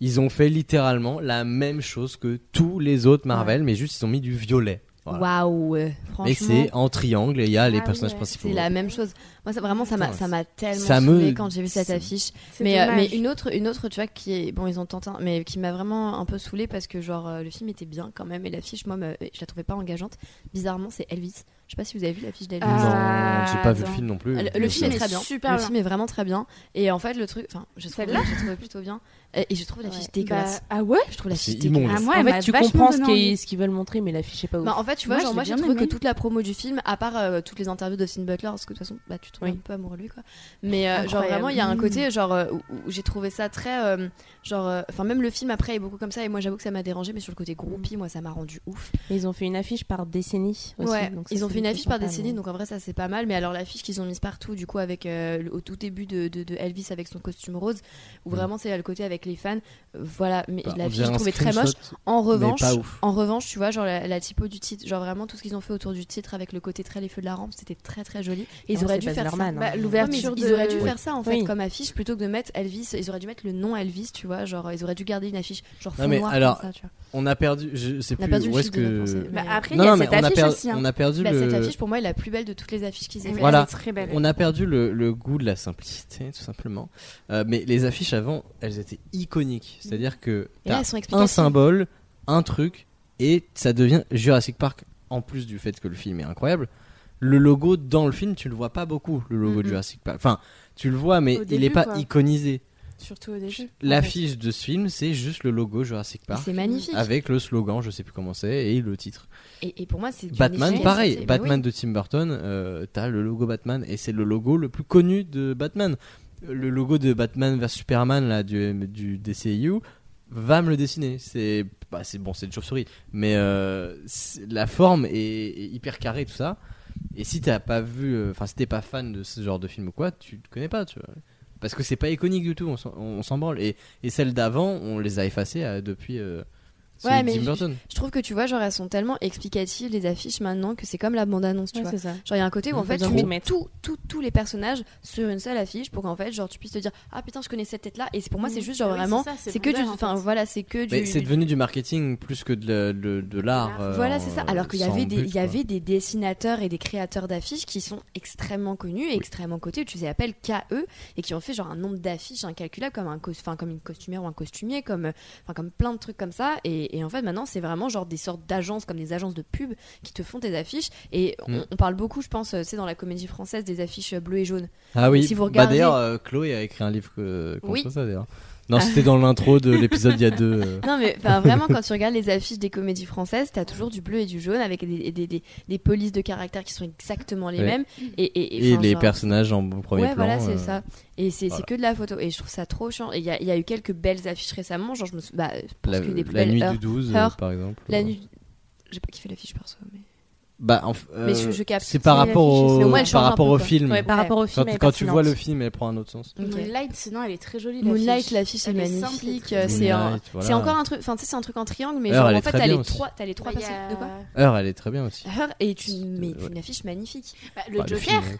ils ont fait littéralement la même chose que tous les autres Marvel mais juste ils ont mis du violet Voilà. Waouh, ouais. Mais franchement. c'est en triangle et il y a les Ah personnages ouais, principaux. C'est la même chose. Moi, ça, vraiment, ça m'a, Putain, ça m'a tellement ça me- saoulée quand j'ai vu cette c'est- affiche. C'est Mais, euh, mais dommage. Bah, une autre, une autre, tu vois, qui est, bon, ils ont tenté, un- mais qui m'a vraiment un peu saoulée parce que genre euh, le film était bien quand même et l'affiche, moi, me- je la trouvais pas engageante. Bizarrement, c'est Elvis. Je sais pas si vous avez vu l'affiche d'Elvis. Non, Ah, j'ai pas vu le attends. film non plus. Le, le Mais film ça- est très bien. super le bien. film est vraiment très bien. Et en fait, le truc, enfin, je trouve, Celle-là je trouvais plutôt bien. Et, et je trouve l'affiche Ouais. dégueulasse. Bah, ah ouais Je trouve l'affiche C'est immonde. dégueulasse. Ah, moi, en elle fait, m'a tu vachement comprends ce donné qu'ils envie. ce qu'ils veulent montrer, mais l'affiche est pas ouf. Bah, en fait, tu vois, Moi, genre, je moi l'ai j'ai bien trouvé aimé. que toute la promo du film, à part euh, toutes les interviews d'Austin Butler, parce que de toute façon, bah, tu tombes Oui. un peu amoureux de lui, quoi. Mais euh, genre, Incroyable. vraiment, il y a un Mmh. côté, genre, euh, où, où j'ai trouvé ça très. euh, genre, euh, enfin, même le film après est beaucoup comme ça, et moi j'avoue que ça m'a dérangé, mais sur le côté groupie, moi ça m'a rendu ouf. Mais Ils ont fait une affiche par décennie aussi. ouais, donc ça, ils ont c'est fait une plutôt affiche par sympa, décennie, mais- donc en vrai, ça c'est pas mal, mais alors l'affiche qu'ils ont mise partout, du coup, avec euh, le- au tout début de, de- de Elvis avec son costume rose, où Mmh. vraiment c'est là le côté avec les fans, euh, voilà, mais Bah, on l'affiche dirait je un trouvais très moche. screenshot, En mais revanche, pas ouf. En revanche, tu vois, genre la, la typo du titre, genre vraiment tout ce qu'ils ont fait autour du titre avec le côté très les feux de la rampe, c'était très très joli. Et ils Ah, auraient c'est dû Baz faire ça. Luhrmann, hein. Bah, Ouais, mais ils, l'ouverture ils de- auraient dû Oui. faire ça en fait Oui. comme affiche plutôt que de mettre Elvis. Ils auraient dû mettre le nom Elvis, tu vois. Genre ils auraient dû garder une affiche genre Non, fond mais noir alors, comme ça, tu vois. On a perdu. Je sais On a plus perdu le où est-ce fil de la que. pensée. Bah, Mais- après, il Non, y a non, mais cette on a, affiche perdu- aussi. hein. on a perdu Bah, le. Cette affiche pour moi est la plus belle de toutes les affiches qu'ils aient Elle faites. Voilà. est très belle. On a perdu le, le goût de la simplicité, tout simplement. Euh, mais les affiches avant, elles étaient iconiques. C'est-à-dire que Et là, t'as elles sont un explicatives. symbole, un truc, et ça devient Jurassic Park. En plus du fait que le film est incroyable, le logo dans le film, tu le vois pas beaucoup. Le logo de Mhm. Jurassic Park. Enfin, tu le vois, mais Au il est début, pas quoi. Ah, iconisé. Surtout au début. L'affiche de ce film, c'est juste le logo Jurassic Et Park C'est magnifique. avec le slogan, je sais plus comment c'est, et le titre. Et, et pour moi, c'est d'une Batman, efficacité, mais pareil. oui. Batman de Tim Burton, euh, t'as le logo Batman, et c'est le logo le plus connu de Batman. Le logo de Batman vs Superman là du, du DCU va me le dessiner. C'est bah, c'est bon, c'est une chauve-souris, mais euh, c'est- la forme est, est hyper carrée tout ça. Et si t'as pas vu, euh, enfin si t'es pas fan de ce genre de film ou quoi, tu te connais pas, tu vois. Parce que c'est pas iconique du tout, on s'en- on s'en branle. Et, et celles d'avant, on les a effacées euh, depuis euh, celui Ouais, de mais Tim Burton. Je trouve que tu vois, genre elles sont tellement explicatives les affiches maintenant que c'est comme la bande-annonce, tu Ouais, vois. c'est ça. Genre, il y a un côté où en fait, Besoin tu de mets tout mettre. tout- tout- tous les personnages sur une seule affiche pour qu'en fait, genre, tu puisses te dire Ah putain, je connais cette tête-là. Et c'est- pour moi, c'est Mhm. juste, genre, Ah oui, vraiment, c'est ça, c'est c'est que du. vendeur, en Enfin, fait. voilà, c'est que Mais du. c'est devenu du marketing plus que de, la- de- de l'art. euh, Voilà, c'est ça. en- Alors qu'il y sans avait des, but, il y quoi. avait des dessinateurs et des créateurs d'affiches qui sont extrêmement connus et extrêmement cotés. où Tu faisais appel qu'à eux E, et qui ont fait genre un nombre d'affiches incalculable comme un, cos- enfin comme une costumière ou un costumier, comme, euh, enfin comme plein de trucs comme ça. Et, et en fait, maintenant, c'est vraiment genre des sortes d'agences comme des agences de pub qui te font tes affiches. Et on- Mm. on, parle beaucoup, je pense, euh, c'est dans la comédie française des affiches euh, bleues et jaunes. Ah oui, si vous Bah, regardez- d'ailleurs, euh, Chloé a écrit un livre que- contre Oui. ça d'ailleurs. Non, c'était dans l'intro [LAUGHS] de l'épisode il y a deux. euh. [LAUGHS] Non, mais enfin, vraiment, quand tu regardes les affiches des comédies françaises, t'as toujours du bleu et du jaune avec des, des, des, des polices de caractère qui sont exactement les Ouais. mêmes. Et, et, Et enfin, les genre- personnages en premier ouais, plan. voilà, c'est euh, ça. Et c'est c'est voilà. que de la photo. Et je trouve ça trop chiant. Et il y a, il y a eu quelques belles affiches récemment. Genre, je me suis. Bah, je pense La, que des plus la belles nuit heures. du 12, euh, Heures. par exemple. La nuit. J'ai pas kiffé la fiche perso, mais. Bah, en f- Mais je- euh, je capte. C'est par C'est rapport l'affiche, au, c'est- au moins, elle change par un rapport peu, au quoi. film. Ouais, par Ouais. rapport au film. Quand, elle est quand tu vois le pertinente. film, elle prend un autre sens. Ok. Moonlight, sinon elle est très jolie. Moonlight, la la fiche, c'est Elle est simple et magnifique. très euh, C'est un- Moonlight, c'est voilà. encore un truc. Enfin, tu sais, c'est un truc en triangle, mais Heure, genre, elle en est fait, très t'as bien les aussi. trois, t'as les trois trois personnes. De quoi Heure, elle est très bien aussi. Heure est une, mais Euh, ouais. une affiche magnifique. le Bah, le film, Joker, ouais.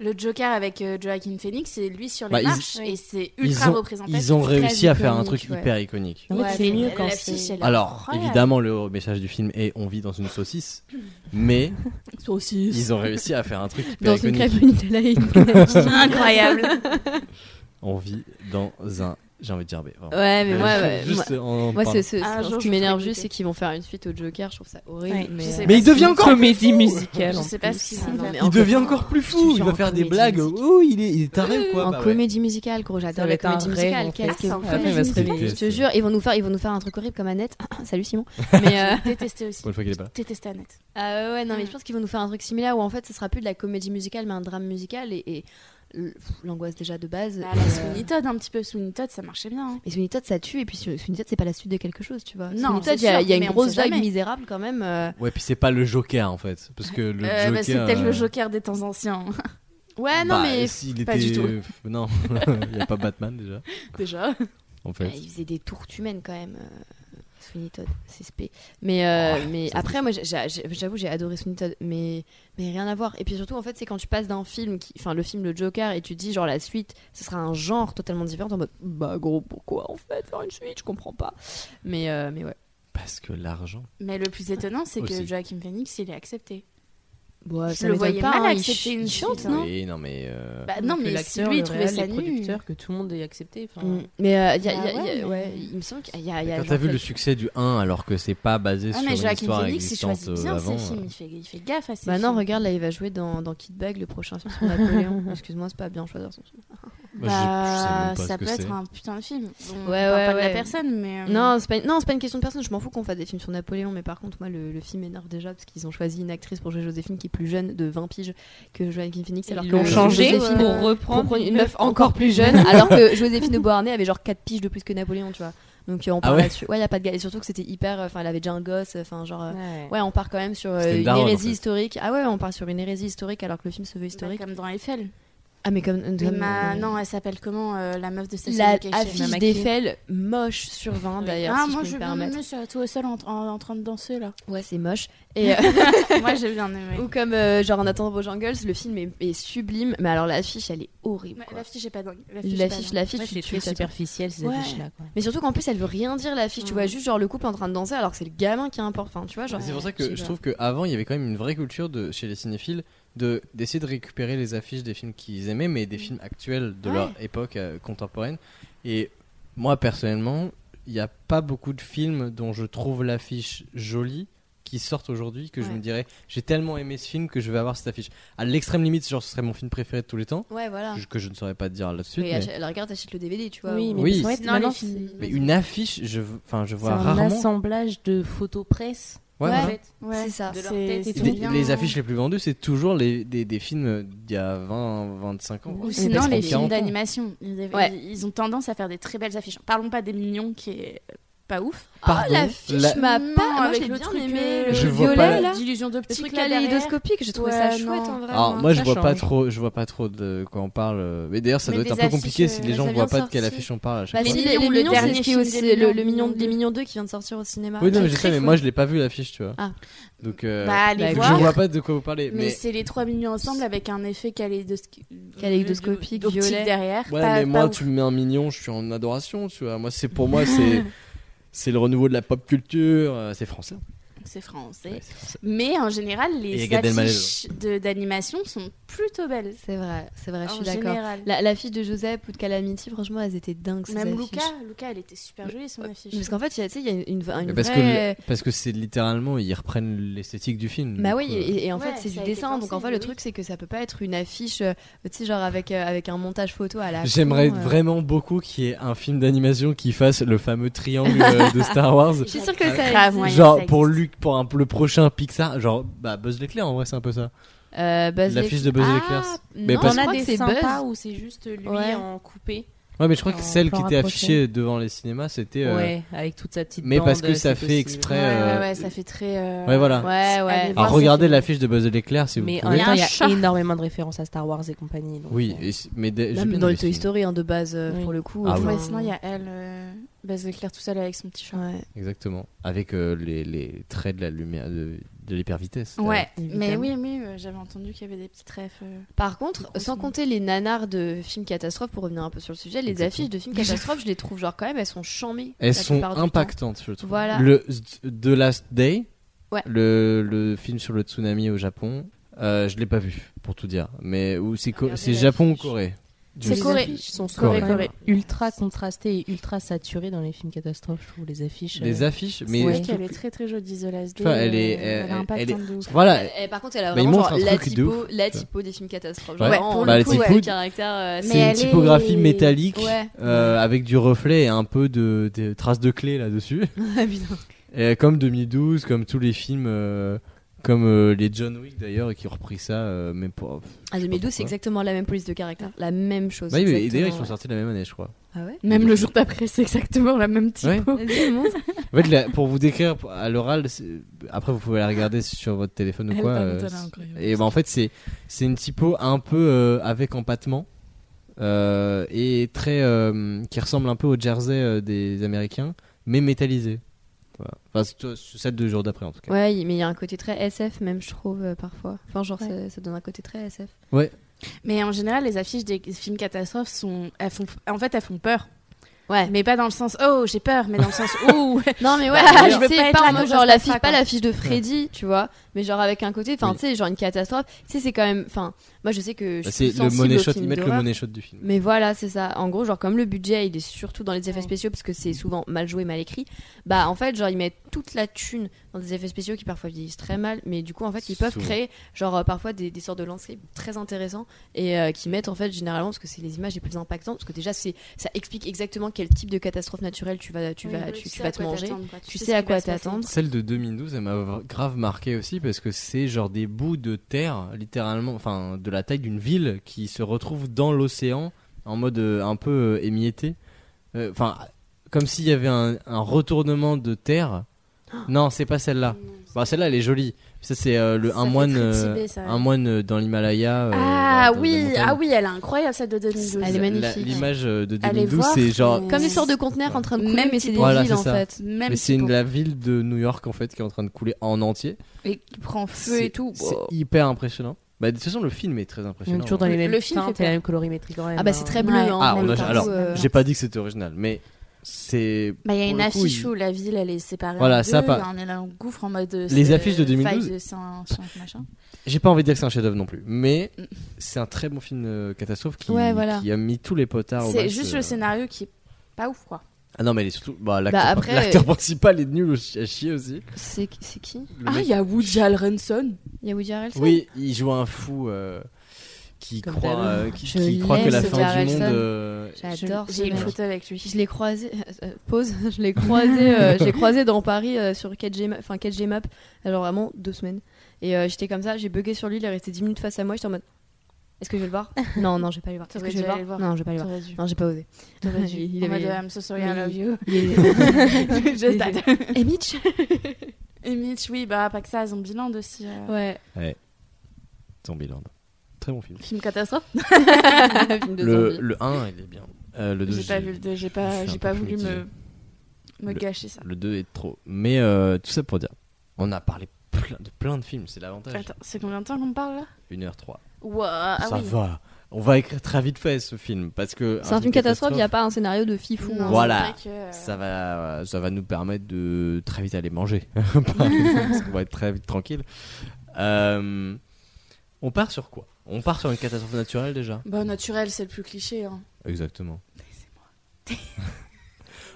le Joker avec euh, Joaquin Phoenix, c'est lui sur les Bah, ils- marches oui. et c'est Ils ultra ont- représentatif. Ils ont très réussi à faire un iconique, truc ouais. hyper iconique. En fait, Ouais, c'est mais mieux la- quand la c'est- fiche, elle est Alors, incroyable. évidemment, le message du film est on vit dans une saucisse, [LAUGHS] mais ils ont réussi à faire un truc hyper Dans une iconique. crêpe, une Nutella et [LAUGHS] une crêpe. [LAUGHS] Incroyable. On vit dans un. J'ai envie de dire B. vraiment. Ouais, mais moi, ouais, moi- Juste en- en moi, parlant. ce, ce- Un ce jour, qui je m'énerve ferai juste, goûter. c'est qu'ils vont faire une suite au Joker. Je trouve ça horrible. Ouais, mais je sais euh, pas Mais il si- devient encore comédie musicale. Je sais pas ce qu'ils Non, vont mais faire. en Il devient comédie- encore plus Je te fou. Il jure, va en faire des comédie blagues. musicale. Oh, il est, il est taré quoi. en Bah ouais. bah, comédie musicale, gros, Ça j'adore va la être un comédie rêve, musicale. en fait. Qu'est-ce que Ah, vous ça, faites il va se réveiller. Je te jure, ils vont nous faire, ils vont nous faire un truc horrible comme Annette. [LAUGHS] Ah, [LAUGHS] Salut Simon. Mais euh, Détesté aussi. Pour une fois qu'il est pas là. Détesté Annette. ah ouais, ouais, non, mais je pense qu'ils vont nous faire un truc similaire où en fait, ce sera plus de la comédie musicale, mais un drame musical et, et l- pff, l'angoisse déjà de base. Bah, et, la euh, Sweeney Todd un petit peu. Sweeney Todd, ça marchait bien. hein. Mais Sweeney Todd, ça tue, et puis Sweeney Todd, c'est pas la suite de quelque chose, tu vois. Non, Sweeney c'est Todd, il y a, sûr, il y a une mais on grosse sait jamais. vague misérable quand même. euh. Ouais, puis c'est pas le Joker en fait. Parce que le Euh, Joker. bah, c'est peut-être euh, le Joker des temps anciens. [LAUGHS] Ouais, Ah, non, bah, mais s'il pas était- du tout. euh, Non, [LAUGHS] il n'y a pas Batman déjà. Déjà. En Ouais, fait. il faisait Bah, des tourtes humaines quand même. euh, Sweeney Todd, c'est spé. Oh, Mais, euh, mais après, moi, j'ai- j'ai- j'avoue, j'ai adoré Sweeney Todd, mais, mais rien à voir. Et puis surtout, en fait, c'est quand tu passes d'un film, qui, enfin le film Le Joker, et tu dis genre la suite, ce sera un genre totalement différent. En mode, bah gros, pourquoi en fait faire une suite Je comprends pas. Mais, euh, mais ouais. Parce que l'argent. Mais le plus étonnant, c'est que Aussi. Joaquin Phoenix, il est accepté. Bon, Je ça le m'étonne voyais pas, mal hein, il accepter ch- une il chante, suite, hein. non Oui, non mais. euh, Bah, non, Que mais si l'acteur, lui le il trouvait réal, ça les nul. producteurs, que tout le monde ait accepté. enfin, Mm. Mais euh, y a- Bah y a- y a- ouais, mais- ouais, il me semble qu'il y a. il y a Quand genre t'as vu le quelques- succès du 1 alors que c'est pas basé Ah, sur mais une Joaquin histoire Phoenix, il existante choisit bien euh, ses avant. films. Il fait, il fait gaffe à ses Bah non, films. regarde, là, il va jouer dans, dans Kid Bag, le prochain film sur [LAUGHS] Napoléon. Excuse-moi, c'est pas bien choisir son film. Moi, je- je sais même Bah, pas ce ça que peut c'est. être un putain de film. On Ouais, parle ouais, pas de ouais. la personne, mais. euh, Non, c'est pas, une- non, c'est pas une question de personne. Je m'en fous qu'on fasse des films sur Napoléon, mais par contre, moi, le, le film m'énerve déjà parce qu'ils ont choisi une actrice pour jouer Joséphine qui est plus jeune de 20 piges que Joaquin Phoenix. Alors Ils que l'ont changé Joséphine, pour euh, reprendre pour une meuf encore plus jeune, alors que Joséphine de Beauharnais avait genre 4 piges de plus que Napoléon, tu vois. Donc euh, on parle Ah ouais là-dessus. Ouais, y a pas de gars. Et surtout que c'était hyper. euh, Enfin, elle avait déjà un gosse. euh, Enfin, genre. euh, Ouais. Ouais, on part quand même sur euh, C'était une une daronne, en hérésie fait. historique. Ah ouais, on part sur une hérésie historique alors que le film se veut bah, historique. Comme dans Eiffel. Ah mais comme, Mais comme- ma- Non, elle s'appelle comment euh, la meuf de Sex la Education affiche d'Eiffel moche sur 20 d'ailleurs Ah, si moi je peux j'ai me bien permettre. aimé sur la tout seul en, en- en train de danser [LAUGHS] là. Ouais, c'est moche. [LAUGHS] Et euh, moi j'ai bien aimé. ou comme euh, genre en attendant Beau Jungles, le film est, est sublime, mais alors l'affiche elle est horrible. Ouais, quoi. L'affiche est pas dingue. L'affiche, est pas dingue. l'affiche, Ouais, tu- c'est des tu trucs fais ça. superficiels, ces Ouais. affiches-là. quoi. Mais surtout qu'en plus elle veut rien dire l'affiche, tu Mm. vois juste genre le couple en train de danser alors que c'est le gamin qui importe. Enfin, tu vois genre. Mais C'est pour ça je sais que je pas. trouve qu'avant, il y avait quand même une vraie culture de, chez les cinéphiles de d'essayer de récupérer les affiches des films qu'ils aimaient, mais des Mm. films actuels de leur époque euh, contemporaine. Et moi, personnellement, il n'y a pas beaucoup de films dont je trouve l'affiche jolie qui sortent aujourd'hui que je Ouais. me dirais j'ai tellement aimé ce film que je vais avoir cette affiche. À l'extrême limite, genre ce serait mon film préféré de tous les temps, Ouais, Ah. voilà. je- que je ne saurais pas te dire là de suite. Mais Mais, achète- alors regarde, t'achètes le DVD, tu vois. Oui, ou- mais Oui, parce qu'en fait, sinon, maintenant, les films- c'est- mais une affiche, je, enfin, je c'est vois un rarement. assemblage de photos presse. Ouais, Ouais. voilà. Ouais. C'est ça. De leur tête et Et tout. des- bien- les affiches les plus vendues, c'est toujours les, des, des films d'il y a 20, 25 ans. Ou quoi. sinon Parce les qu'on tient en films compte. d'animation. Ils, avaient- Ouais. ils ont tendance à faire des très belles affiches. Parlons pas des mignons qui est pas ouf. Pardon, oh, l'affiche la- m'a Non, pas. Moi, avec je l'ai le bien truc, aimé. euh, Le Je vois violet, pas la- là. D'illusion Le d'optique truc là derrière. kaléidoscopique, j'ai trouvé Ouais, ça chouette non. en vrai. hein. Alors moi. Ah, moi je ça vois pas change. trop, je vois pas trop de quoi on parle. euh, Mais d'ailleurs ça Mais doit être un des peu compliqué affiches, si euh, les gens ça voient vient pas de quelle sortir. affiche on parle à Bah, chaque Ouais. fois. si, si, les, le les mignons, c'est dernier ce qui est film aussi des le, Mignons. le mignon, les mignons 2 qui vient de sortir au Ah, cinéma. Oui non Qui mais est je très sais mais cool. moi je l'ai pas vu l'affiche tu vois. Ah. Donc euh, Bah allez Bah, donc voir. je vois pas de quoi vous parlez. Mais Mais, c'est les trois mignons ensemble avec un effet kaléidosco- Kaléidoscopique, d'optique violet. derrière. ouais pas- mais pas moi ouf. tu me mets un mignon, je suis en adoration tu vois. Moi c'est pour moi [LAUGHS] c'est c'est le renouveau de la pop culture, euh, c'est français. C'est français. Ouais, c'est français. Mais en général, Et les Gad Elmaleh, affiches de- d'animation sont plutôt belles. C'est vrai, c'est vrai, je En suis d'accord. général. La, la fille de Joseph ou de Calamity, franchement, elles étaient dingues. ces Même affiches. Luca, Luca, elle était super jolie son affiche. Parce qu'en fait, il y a- tu sais, il y a une, une, une Mais parce vraie. que parce que c'est littéralement ils reprennent l'esthétique du film. Bah du oui, coup, euh, et, et en Ouais, fait, c'est ça du a été dessin. Donc en pensé, fait, le oui. truc, c'est que ça peut pas être une affiche, euh, tu sais, genre avec, euh, avec un montage photo à la. J'aimerais con, euh. vraiment beaucoup qu'il y ait un film d'animation qui fasse le fameux triangle euh, de Star Wars. Je suis sûre que Euh, Ah, ça. grave, existe. ouais. genre ça pour existe. Luc, pour un, le prochain Pixar, genre bah Buzz l'éclair en vrai c'est un peu ça. Euh, Buzz L'affiche de Buzz Ah, l'éclair. non, Mais on parce- a des sympas. où c'est juste lui Ouais. en coupé. Ouais, mais je crois On que celle peut qui était rapprocher. affichée devant les cinémas, c'était. euh, Ouais, avec toute sa petite mais parce bande, que ça c'est fait possible. exprès. Ouais, ouais, euh, ouais, ça fait très. euh, ouais, voilà. Ouais, Allez ouais. voir, Alors c'est regardez fini. l'affiche de Buzz l'éclair si vous Mais en pouvez. même temps, il y un chat. a énormément de références à Star Wars et compagnie. donc, Oui, euh, et c- mais des- j'ai Même bien dans aimé le ce Toy film. Story, hein, de base, euh, Oui. pour le coup. Ah enfin, Ouais, sinon, il y a elle, euh, Baz Leclerc tout seul avec son petit chat. Ouais. Exactement. Avec euh, les, les traits de la lumière, de, de l'hypervitesse. Ouais, mais Évidemment. oui, oui, euh, j'avais entendu qu'il y avait des petites refs. euh. Par contre, sans Grosse compter les nanars de films catastrophes, pour revenir un peu sur le sujet, les Exactement. affiches de films catastrophes, je les trouve genre quand même, elles sont chambées. Elles la sont plupart du temps. impactantes, je trouve. Voilà. Le Z- The Last Day, Ouais. le, le film sur le tsunami au Japon, euh, je l'ai pas vu, pour tout dire. Mais où c'est co- Regardez c'est la Japon ou fiche. Corée Je C'est sais- les Corée. affiches sont souvent Corée, quand même Corée. ultra contrastées et ultra saturées dans les films catastrophes, je trouve, les affiches. Les euh, affiches, C'est mais vrai qu'elle est très très jolie, The Last Day. Enfin, elle est- euh, elle- a un elle est- patin de ouf. voilà. Elle- elle- par contre, elle a Bah, ils vraiment montrent genre, un la, truc de typo, ouf. la typo des films catastrophes. Ouais, Bah, Genre, pour en- le en coup, typo, ouais. caractère. euh, Mais [LAUGHS] C'est une elle est- typographie métallique Ouais. euh, avec du reflet et un peu de, des traces de clés [LAUGHS] là-dessus. Et comme 2012, comme tous les films, euh, comme euh, les John Wick d'ailleurs, qui ont repris ça, euh, mais pas. Ah, 2012, c'est exactement la même police de caractère, la même chose. Bah oui, et d'ailleurs, ils exactement, sont sortis la même année, je crois. ouais. Ah ouais Même le jour d'après, c'est exactement la même typo. En fait, la- pour vous décrire pour- à l'oral, c'est- après vous pouvez la regarder sur votre téléphone ou Elle quoi. est pas euh, mentale, c'est- incroyable. et bah, en fait, c'est c'est une typo un peu euh, avec empattement euh, et très euh, qui ressemble un peu au jersey euh, des Américains, mais métallisé. Voilà. Enfin, c'est- c'est celle de jour d'après en tout cas. Ouais, mais il y a un côté très SF, même, je trouve, euh, parfois. Enfin, genre, Ouais. ça, ça donne un côté très SF. Mais en général, les affiches des films catastrophes sont. Elles font... En fait, elles font peur. Ouais. Mais pas dans le sens oh, j'ai peur, mais dans [LAUGHS] le sens ouh. Non, mais ouais, Bah, mais [LAUGHS] je veux c'est pas être pas là en mode quand ça genre se la passe fiche, pas, pas quoi. la fiche de Freddy, tu vois, mais genre avec un côté, enfin, Oui. tu sais, genre une catastrophe. Tu sais, c'est quand même, enfin, moi je sais que je Bah, suis C'est le sensible money aux shot, films ils mettent le d'horreur, money shot du film. Mais voilà, c'est ça. En gros, genre comme le budget, il est surtout dans les effets Ouais. spéciaux parce que c'est souvent mal joué, mal écrit. Bah en fait, genre ils mettent toute la thune dans des effets spéciaux qui parfois vieillissent très mal, mais du coup en fait ils peuvent Souvent. créer genre euh, parfois des, des sortes de landscapes très intéressants et euh, qui mettent en fait généralement parce que c'est les images les plus impactantes parce que déjà c'est ça explique exactement quel type de catastrophe naturelle tu vas tu vas tu, tu vas te manger. Tu sais à quoi t'attendre. Celle de 2012, elle m'a v- grave marqué aussi parce que c'est genre des bouts de terre, littéralement, enfin de la taille d'une ville qui se retrouvent dans l'océan en mode euh, un peu euh, émietté. Euh, Enfin, comme s'il y avait un, un retournement de [GASPS] terre. Non, c'est pas celle-là. Bah, celle-là, elle est jolie. Ça, c'est euh, le Ça un fait moine, très euh, Tibet, ça, ouais. un moine euh, dans l'Himalaya. euh, Ah dans- dans les oui, montagnes. ah oui, elle est incroyable celle de 2012. Elle est La- magnifique. L'image euh, de Allez 2012, voir, c'est genre. mais- Comme des sortes de conteneurs en train de couler, Même mais c'est typo. des Voilà, villes c'est en ça. fait. Même Mais c'est typo. une- la ville de New York en fait qui est en train de couler en entier. Et qui prend feu et tout. C'est wow. hyper impressionnant. Bah, de toute façon, le film est très impressionnant. hein. toujours dans les Le mêmes film fait teintes et la peur. même colorimétrie quand même, Ah bah hein. c'est très Ouais. bleu. hein, Ah, pour on le a- coup, alors, euh, J'ai pas dit que c'était original, mais c'est. Bah, il y a Pour une le coup, affiche il- où la ville elle est séparée. Voilà, en ça deux, pas- il y a un élan gouffre en mode. euh, Les c'est, affiches de euh, 2012. faille de Saint- Saint- machin. J'ai pas envie de dire que c'est un chef-d'œuvre non plus, mais Mm. c'est un très bon film euh, catastrophe qui, Ouais, voilà. qui a mis tous les potards au C'est max, juste euh. le scénario qui est pas ouf quoi. Ah non, mais il est surtout. Bah, l'acteur, Bah, après- l'acteur principal est nul à chier aussi. C'est c'est qui Le Ah, mec- il y a Woody Allenson. Il y a Woody Harrelson. Oui, il joue un fou euh, qui Comme croit, d'hab. euh, qui, Je qui croit que la l'aime, fin ce du Harrelson. monde. euh, J'adore ce J'ai une mec. photo avec lui. Je l'ai croisé, euh, pause, [LAUGHS] je l'ai croisé, euh, je l'ai croisé dans Paris euh, sur 4G, ma- enfin 4G Map, alors vraiment deux semaines. Et euh, j'étais comme ça, j'ai bugué sur lui, il est resté 10 minutes face à moi, j'étais en mode Est-ce que je vais le voir Non, non, je vais pas le voir. Est-ce que T'aurais je vais dû le aller voir le voir. Non, je vais pas le voir. T'aurais dû. Non, j'ai pas osé. T'aurais dû. Il En mode, euh, avait- I'm so sorry, I Mais- love you. Il est- [LAUGHS] Just that. Et Mitch Et Mitch, oui, bah, pas que ça, Zombieland aussi. euh, Ouais. Zombieland. Très bon film. Film catastrophe. Film de Le, zombie. le 1, il est bien. Euh, le 2, J'ai pas vu le deux, j'ai je pas, suis un j'ai peu pas plus voulu mitigé. me, me Le- gâcher ça. Le 2 est trop. Mais euh, tout ça pour dire, on a parlé plein de, plein de films, c'est l'avantage. Attends, c'est combien de temps qu'on parle là 1h03. Ouah, ah ça oui. va. On va écrire très vite fait ce film parce que. C'est un film catastrophe, il n'y a pas un scénario de fifou. Non, hein. c'est Voilà. vrai que, euh, Ça va, ça va nous permettre de très vite aller manger. [LAUGHS] [LAUGHS] parce qu'on va être très vite tranquille. Euh, on part sur quoi On part sur une catastrophe naturelle déjà Bah, naturel, c'est le plus cliché. hein. Exactement. [LAUGHS]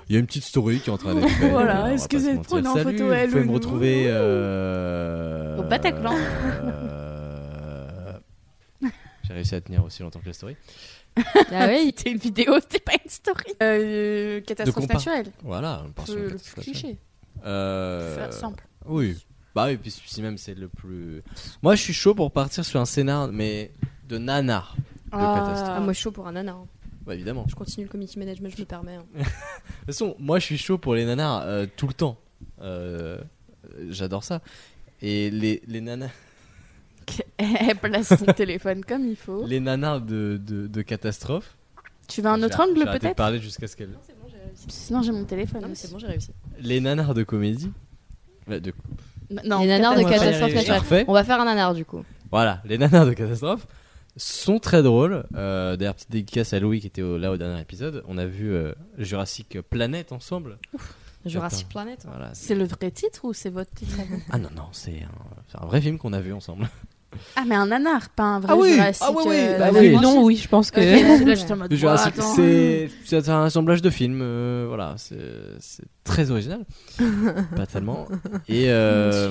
Il y a une petite story qui est en train d'être faite. Voilà, on va est-ce pas que se c'est mentir. trop une Salut, photo, vous elle, pouvez ou me nous retrouver euh, Au Bataclan. euh, [LAUGHS] J'ai réussi à tenir aussi longtemps que la story. [LAUGHS] Ah ouais, il- C'était une vidéo, c'était pas une story. Euh, catastrophe Donc, on part- naturelle. Voilà, on part sur Le, une le plus catastrophe. cliché. Euh, Faire simple. Oui. Bah oui, puis si même c'est le plus. Moi, je suis chaud pour partir sur un scénar, mais de nanar. Ah, catastrophe. Ah, moi je suis chaud pour un nanar. Bah, évidemment. Je continue le committee management, je me permets. hein. De toute façon, moi je suis chaud pour les nanas euh, tout le temps. Euh, euh, J'adore ça. Et les, les nanas, Elle [LAUGHS] place son téléphone comme il faut. les nanas de, de, de catastrophe. Tu veux Oh. Bah, un J'ai- autre angle j'ai arrêté de peut-être parler jusqu'à ce qu'elle. Sinon j'ai mon téléphone. Non, mais aussi. c'est bon, j'ai réussi. Les nanas de comédie. Bah, de- Non, les nanars de on va pas y catastrophe arriver. naturelle. Parfait. On va faire un nanar du coup. Voilà, les nanas de catastrophe sont très drôles. Euh, D'ailleurs, petite dédicace à Louis qui était au- là au dernier épisode. On a vu euh, Jurassic Planète ensemble. Jurassic Planet. hein. Voilà. C'est le vrai titre ou c'est votre [LAUGHS] titre à vous Ah non, non, c'est un, c'est un vrai film qu'on a vu ensemble. Ah, mais un nanar, pas un vrai Ah oui, Jurassic, ah oui, oui, euh, bah la oui. franchise. Non, oui, je pense Ok, que. là, j'étais en mode, Jurassic, attends. c'est c'est un assemblage de films. euh, voilà, c'est c'est très original. pas tellement. Et euh,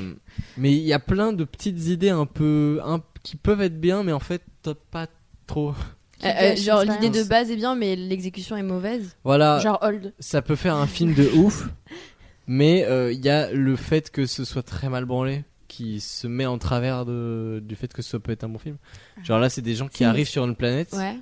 mais il y a plein de petites idées un peu un- qui peuvent être bien, mais en fait pas trop. Euh, euh, Jurassic genre Experience. l'idée de base est bien, mais l'exécution est mauvaise. Voilà, Genre old. ça peut faire un film de ouf, mais euh, il y a le fait que ce soit très mal branlé qui se met en travers de- du fait que ça peut être un bon film. Genre là, c'est des gens qui C'est- arrivent sur une planète, Ouais.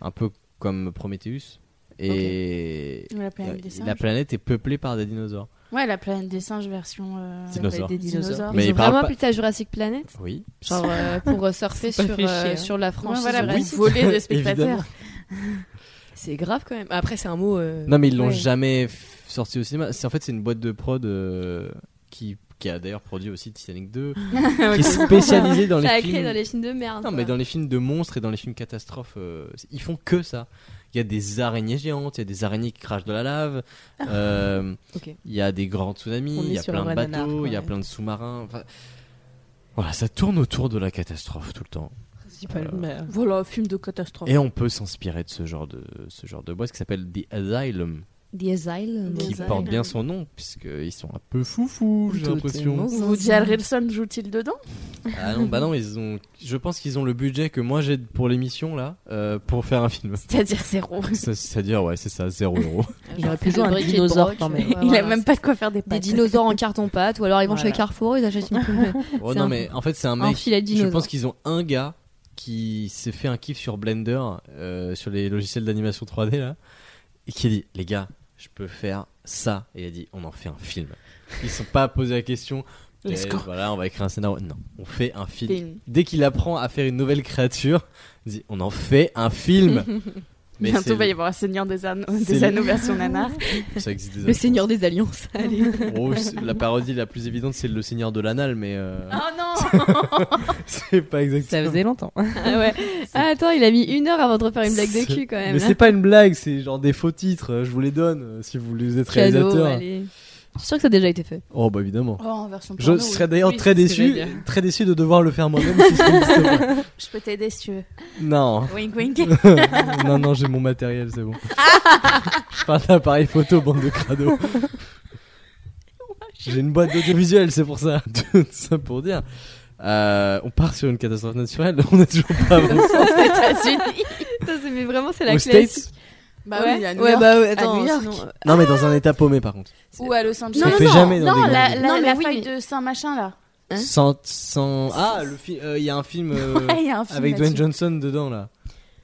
un peu comme Prometheus, et La planète des Et singes. La planète est peuplée par des dinosaures. Ouais, la planète des singes version. euh, Dinosaures. Dinosaure. Des dinosaures. Mais ils ils ont parlent vraiment pas- appelé ça Jurassic Planet Oui. Genre [LAUGHS] euh, pour euh, surfer C'est pas sur, fait euh, chier. sur la franchise. Ouais, voilà, Jurassic. pour voler [LAUGHS] des spectateurs. Évidemment. C'est grave quand même. Après, c'est un mot. euh, Non, mais ils l'ont ouais. jamais f- sorti au cinéma. C'est en fait c'est une boîte de prod euh, qui qui a d'ailleurs produit aussi Titanic 2, [LAUGHS] qui est spécialisée dans Ça a les créé films. dans les films de merde. Non, quoi. mais dans les films de monstres et dans les films catastrophes, euh, ils font que ça. Il y a des araignées géantes, il y a des araignées qui crachent de la lave, euh, Ok. il y a des grands tsunamis, On est il y a sur un plein de vrai bateaux, nanar, quoi, il y a ouais. plein de sous-marins. Enfin, Voilà, ça tourne autour de la catastrophe tout le temps. mais- Voilà, film de catastrophe. Et on peut s'inspirer de ce genre de ce genre de boîte qui s'appelle The Asylum, The Asylum. qui The porte Asylum. bien son nom puisqu'ils sont un peu foufous, j'ai l'impression. Woody Harrelson joue-t-il dedans Ah non, [LAUGHS] bah non, ils ont. Je pense qu'ils ont le budget que moi j'ai pour l'émission là euh, pour faire un film. C'est-à-dire zéro. Ça- C'est-à-dire ouais, [LAUGHS] c'est ça, zéro euro. Il aurait pu jouer un dinosaure euh, quand même. Il a même pas de quoi faire Bah, des Des pattes. dinosaures [LAUGHS] en carton pâte, ou alors ils vont Voilà. chez Carrefour, ils achètent une Oh, C'est non un- mais en fait c'est un un mec. filet de Je dinosaures. pense qu'ils ont un gars qui s'est fait un kiff sur Blender, euh, sur les logiciels d'animation 3D là, et qui a dit les gars, je peux faire ça. Et il a dit on en fait un film. Ils sont pas posé la question. Let's eh, go. Voilà, on va écrire un scénario. Non, on fait un film. Film. Dès qu'il apprend à faire une nouvelle créature, il dit on en fait un [LAUGHS] film. Mais Bientôt, c'est- bah, il va y avoir un Seigneur des, Anneaux- c'est des le- Anneaux version nanar. [LAUGHS] ça existe déjà, Le je Seigneur des [LAUGHS] Alliances. Allez. pense. Oh, c'est- la parodie la plus évidente c'est le Seigneur de l'anal, mais euh, [LAUGHS] Oh non [LAUGHS] c'est pas exactement. Ça faisait longtemps. Ah ouais. Ah, attends, il a mis une heure avant de refaire une blague de C'est- cul quand même. hein. Mais là. c'est pas une blague, c'est genre des faux titres. euh, Je vous les donne euh, si vous les êtes Cadeau, réalisateur. allez. Je suis sûre que ça a déjà été fait. Oh bah évidemment. Oh, en version Je porno, oui. serais d'ailleurs Oui, très c'est ce que déçu, j'allais dire. très déçu de devoir le faire moi-même. si ça n'existe pas. Je peux t'aider si tu veux. non, Wink wink. non, non, j'ai mon matériel, c'est bon. Je prends un appareil photo, bande de crados. J'ai une boîte d'audiovisuel, c'est pour ça. [LAUGHS] Tout ça pour dire. Euh, on part sur une catastrophe naturelle, [LAUGHS] on est toujours pas avancé. [LAUGHS] Ça, c'est- mais vraiment, c'est la Aux classique. States Bah ouais. oui, à New ouais, York. bah ouais, attends, À New York. sinon, euh, Non, mais dans un état paumé par contre. bah, Ou à Los Angeles. Ça fait jamais dans non, des grandes la, la, villes. la Non, mais faille oui, de Saint-Machin, là. Hein Sans, sans... Ah, le fi- euh, il y a un film, euh, [LAUGHS] Ouais, Ah, il y a un film avec Dwayne là-dessus. Johnson dedans là.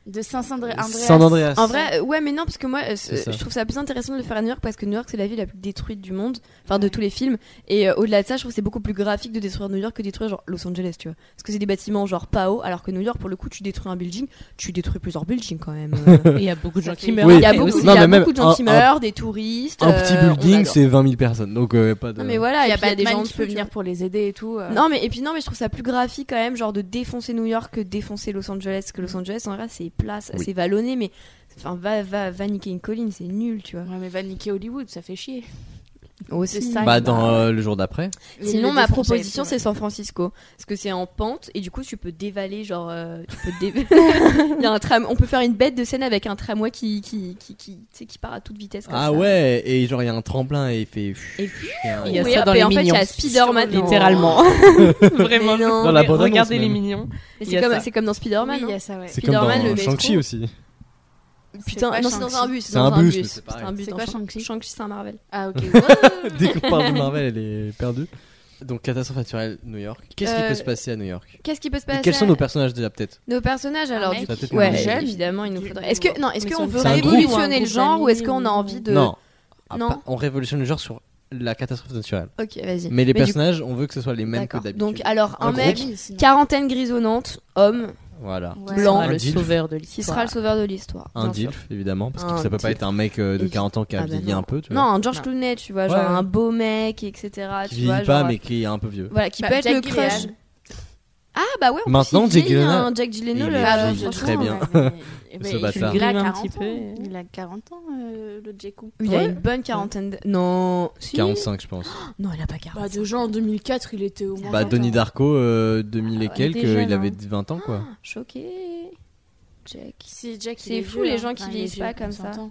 De Saint-André. San Andreas. Euh, En vrai, euh, ouais, mais non, parce que moi, euh, C'est ça. je trouve ça plus intéressant de le faire à New York parce que New York, c'est la ville la plus détruite du monde, enfin de tous les films. Et euh, au-delà de ça, je trouve que c'est beaucoup plus graphique de détruire New York que de détruire genre Los Angeles, tu vois. Parce que c'est des bâtiments genre pas haut, alors que New York, pour le coup, tu détruis un building, tu détruis plusieurs buildings quand même. euh. Et il y a beaucoup de Ça gens fait- qui Il meurent. y a après beaucoup, aussi. Non, il y a mais beaucoup même de gens un- qui meurent, des touristes. Un petit euh, on building, adore. c'est 20 000 personnes, donc euh, pas de. Non, mais voilà, Ah, il Ah, Il y a pas des gens en qui dessous, peut tu venir pour les aider et tout. euh. Non, mais et puis non, mais je trouve ça plus graphique quand même, genre de défoncer New York que défoncer Los Angeles. Que Los Angeles, en vrai, c'est plat, ça- Oui. c'est vallonné, mais enfin, va, va, va niquer une colline, c'est nul, tu vois. Ouais, mais va niquer Hollywood, ça fait chier. Aussi. C'est ça. Bah, dans hein. euh, le jour d'après. Sinon, ma proposition, c'est San Francisco, parce que c'est en pente et du coup, tu peux dévaler, genre, euh, tu peux [LAUGHS] dé- Il y a un tram, on peut faire une bête de scène avec un tramway qui qui qui qui, tu sais, qui part à toute vitesse. Comme Ah ça. ouais, et genre il y a un tremplin et il fait. Et un- Il y a Oui, ça hop, dans et les en fait, il y a mignons. Spider-Man. [LAUGHS] Littéralement. Vraiment. Mais non. Dans la bande-annonce, Regardez les même. mignons. Mais il y c'est a comme ça. c'est comme dans Spider-Man. Oui, il y hein. a ça, ouais. C'est comme dans Spider-Man, le Shang-Chi métro. [LAUGHS] aussi. Putain, quoi, non, c'est dans un Shang-Chi bus. C'est un dans bus, mais c'est C'est pareil. un bus. C'est dans quoi, Shang- Shang-Chi Shang-Chi, c'est un Marvel. Ah, ok. Dès qu'on parle de Marvel, elle est perdue. Donc, catastrophe naturelle, New York. Qu'est-ce qui Euh, peut se passer à New York Qu'est-ce qui peut se Et passer Quels sont nos personnages déjà, peut-être Nos personnages alors Un du mec. Ça va peut-être coup, nous ouais, aider. jeune. évidemment, il nous Du- faudrait. Est-ce que non, est-ce Mais qu'on sur veut une famille révolutionner ou un le groupe genre ou est-ce d'amis qu'on a ou- envie de Non. Ah, Non. pas- On révolutionne le genre sur la catastrophe naturelle. OK, vas-y. Mais les du personnages, on veut que ce soit les mêmes que D'accord. d'habitude. Donc alors un, Un mec Oui, sinon- quarantaine grisonnante, homme Voilà. Ouais. Blanc, Un le dilf. sauveur de l'histoire. qui sera le sauveur de l'histoire. Un bien sûr. DILF, évidemment, parce que Un ça peut pas dilf. être un mec euh, de Et- 40 ans qui a Ah, bah vieilli non. un peu, tu Non, vois. un George Non. Clooney, tu vois, Ouais, genre ouais. un beau mec, Qui etc. tu vois, vieillit pas, genre- euh, mais qui est un peu vieux. Voilà, qui Bah, peut être Jack le crush. Gyllenhaal. Ah bah ouais, en Maintenant, plus, il Jack vieillit, Gyllenhaal. hein, Jack Gyllenhaal. Il est euh, vieilli franchement, très bien. ouais, mais- Ce mais il- bâtard. Il a Grime un 40 petit peu, ans. et- Il a 40 ans, euh, le Jeku. Il a une bonne quarantaine de... Non, si. Ah, 45, je pense. Non, il a pas 40. Bah déjà en 2004, il était au moins. Bah, 20 ans. Donnie Darko, euh, 2000 Ah et ouais, quelques, il était jeune, il avait hein. 20 ans, quoi. Ah, Choqué. Jack. Si Jack, il C'est est fou, vieux, les hein. gens qui Enfin, il est vieillissent vieux, pas comme on ça. s'entend.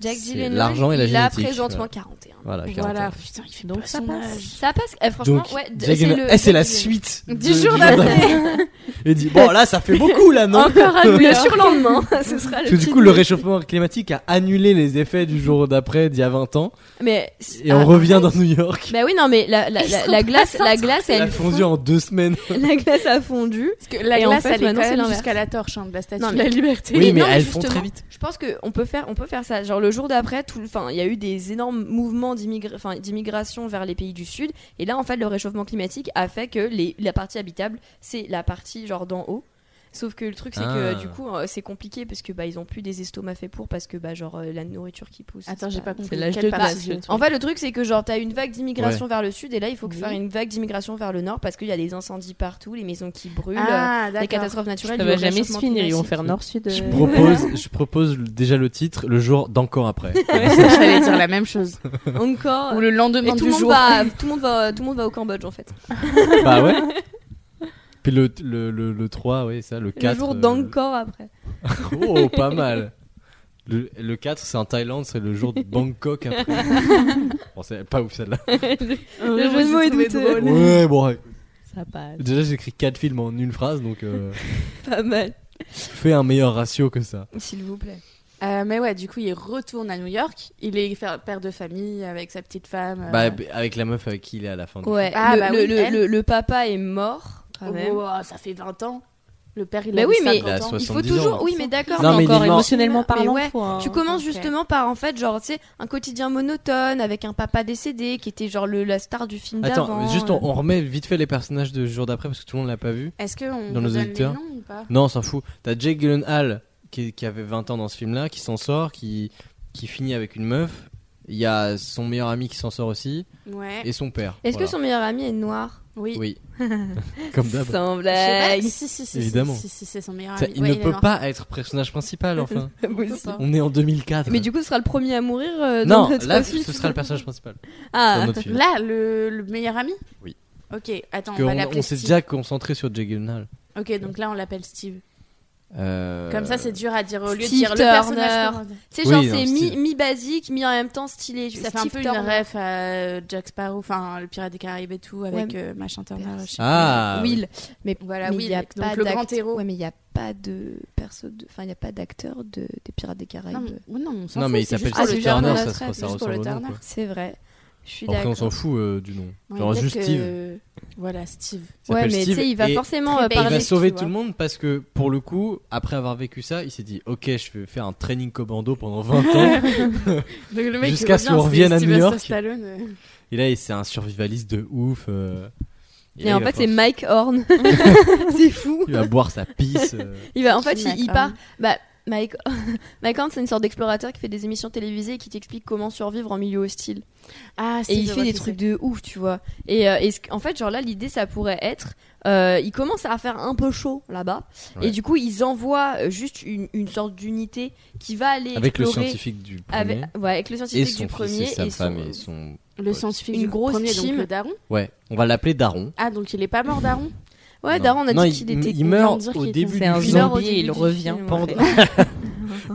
Jack C'est Gyllenhaal. l'argent et la Il a génétique, présentement ouais. 41. Voilà, 40 Voilà, ans. putain, il fait Donc pas ça son passe. âge. Ça passe. eh, franchement, Donc, ouais. d- Jack c'est Gyllenhaal- le. Eh, c'est la Jack suite Gyllenhaal. de- Dix jours Gyllenhaal. d'après. Et dit, bon, là, ça fait beaucoup, là, [LAUGHS] non [LAUGHS] Encore à New Le York. surlendemain. [LAUGHS] Ce sera le. Parce que du petit coup, le déj. réchauffement climatique a annulé les effets du jour d'après d'il y a 20 ans. Mais. Et on ah, revient dans New York. Bah oui, non, mais la, la, Ils la, sont la pas glace, la sortis. glace, Elle a elle fondu en deux semaines. [LAUGHS] la glace a fondu. Parce que la Et en glace, fait, elle est maintenant, quand c'est même l'inverse. jusqu'à la torche hein, de la statue Non, de mais- la liberté. Oui, mais non, mais elles font justement, très vite. Je pense qu'on peut faire, on peut faire ça. Genre le jour d'après, tout, le- enfin, il y a eu des énormes mouvements d'immigra- enfin, d'immigration vers les pays du sud. Et là, en fait, le réchauffement climatique a fait que les, la partie habitable, c'est la partie genre d'en haut. Sauf que le truc, c'est Ah. que du coup, euh, c'est compliqué parce que bah, ils ont plus des estomacs faits pour parce que bah, genre euh, la nourriture qui pousse. Attends, c'est j'ai pas compris. l'âge Quelle de partie glace, du le truc En fait, le truc, c'est que genre, t'as une vague d'immigration vers le sud, et là, il faut que faire une vague d'immigration vers le nord parce qu'il y a des incendies partout, les maisons qui brûlent, Ah, euh, les d'accord. catastrophes naturelles. Ça du va jamais se réchauffement finir, ils vont climatique. faire nord-sud. Je euh, propose, je propose déjà le titre, le jour d'encore après. J'allais dire la même chose. Encore. Ou le lendemain Et du tout le, monde jour. va, tout, le monde va, tout le monde va au Cambodge en fait. [LAUGHS] bah [LAUGHS] ouais. Puis le, le, le, le 3, oui, ça, le 4. le jour euh, d'encore après. [LAUGHS] Oh, [LAUGHS] pas mal. Le, le 4, c'est en Thaïlande, c'est le jour de Bangkok après. [LAUGHS] bon, c'est pas ouf celle-là. Le jeu de mots est douteux. Ouais, bon. [LAUGHS] ouais. Ça passe. Déjà, j'écris 4 films en une phrase, donc euh, [LAUGHS] Pas mal. fais un meilleur ratio que ça. S'il vous plaît. Euh, mais ouais, du coup, il retourne à New York. Il est fa- père de famille avec sa petite femme. euh, Bah, b- avec la meuf avec qui il est à la fin. du Ouais. Ah, le, bah le- oui, le- elle. Ah, le- le papa est mort quand même. wow, ça fait 20 ans. Le père, il Bah a oui, eu mais- 50 ans. Il a Il 70 faut ans. hein. toujours. Oui, mais d'accord. Non, mais il est encore mort. émotionnellement Mais parlant, ouais, faut un- Tu commences ok. justement par en fait, genre, tu sais, un quotidien monotone avec un papa décédé qui était genre le, la star du film d'avant. Attends, juste on, on remet vite fait les personnages de jour d'après parce que tout le monde l'a pas vu. Est-ce qu'on Dans nos donne les auditeurs. noms ou pas Non, on s'en fout. T'as Jake Gyllenhaal qui, qui avait 20 ans dans ce film-là, qui s'en sort, qui, qui finit avec une meuf. Il y a son meilleur ami qui s'en sort aussi Ouais. et son père. Est-ce que Voilà. son meilleur ami est noir Oui. Oui. Comme d'hab. Je Sans sais blague. pas, si, si, si, Évidemment. Si, si, si, c'est son meilleur Ça, ami. il Ouais, ne est peut noir. pas être personnage principal enfin. C'est pas Il peut possible. pas. On est en 2004. Mais du coup, ce sera le premier à mourir euh, dans non, notre là film. ce sera le personnage principal. Ah, dans notre film. Là, le, le meilleur ami Oui. Ok, attends, Parce on va qu'on- on l'appeler s'est Steve. déjà concentré sur Jake Gyllenhaal. Ok, donc là, on l'appelle Steve. Euh, Comme ça, c'est dur à dire au lieu de Steve dire le personnage. Turner. qu'on- Tu sais, Oui, genre, non, c'est style. mi, basique, mi en même temps stylé. Ça fait un Steve peu Turner. une ref à Jack Sparrow, enfin, le pirate des Caraïbes et tout, avec euh, machin Turner. je sais Ah, oui. Will. Mais Voilà, mais Will, il y a donc pas le grand d'act- héros. Ouais, mais il n'y a pas de perso. de- Enfin, il n'y a pas d'acteur de... des Pirates des pas. Caraïbes. Non, mais, ouais, non, on s'en Non, fout, mais il c'est s'appelle juste Ah, pour Steve le Turner, Turner, ça, c'est ça, juste ça pour ressemble le au nom. Turner. quoi. C'est vrai. Je suis Après, on s'en d'accord. fout euh, du nom. Ouais, Genre peut-être juste que- Steve. euh, Voilà, Steve. Il Ouais, s'appelle mais tu Steve sais, il va et- forcément Très euh, belle. Et il parler. va tu sauver vois. tout le monde parce que pour le coup, après avoir vécu ça, il s'est dit Ok, je vais faire un training commando pendant 20 [LAUGHS] ans. [LAUGHS] Donc mec le mec, qui Jusqu'à ce ce revient, qu'on c'est revienne à New Sylvester York. Stallone. et là, c'est un survivaliste de ouf. euh, Et là, en il va fait, c'est faire- Mike [LAUGHS] Horn. c'est fou. Il va boire sa pisse. [LAUGHS] euh. Il va, en fait, il, Mike il Horn. part. Bah, Mike, [LAUGHS] Mike Horn, c'est une sorte d'explorateur qui fait des émissions télévisées et qui t'explique comment survivre en milieu hostile. Ah, et il fait des trucs de ouf, tu vois. Et, euh, et ce- en fait, genre là, l'idée, ça pourrait être, euh, il commence à faire un peu chaud là-bas, Ouais. et du coup, ils envoient euh, juste une, une sorte d'unité qui va aller Avec le explorer scientifique du premier. avec, ouais, avec le Et scientifique son du fils et premier sa et femme. son- Et son... Le scientifique Une du grosse premier, donc euh, team. le daron. Ouais, on va l'appeler Daron. Ah, donc il est pas mort, daron Ouais, Non. Daron on a Non, dit il- qu'il était. Il on vient de meurt dire au qu'il était- début C'est du un Il film meurt au zombie et début il du revient. film, en [LAUGHS] pendant... [LAUGHS] fait.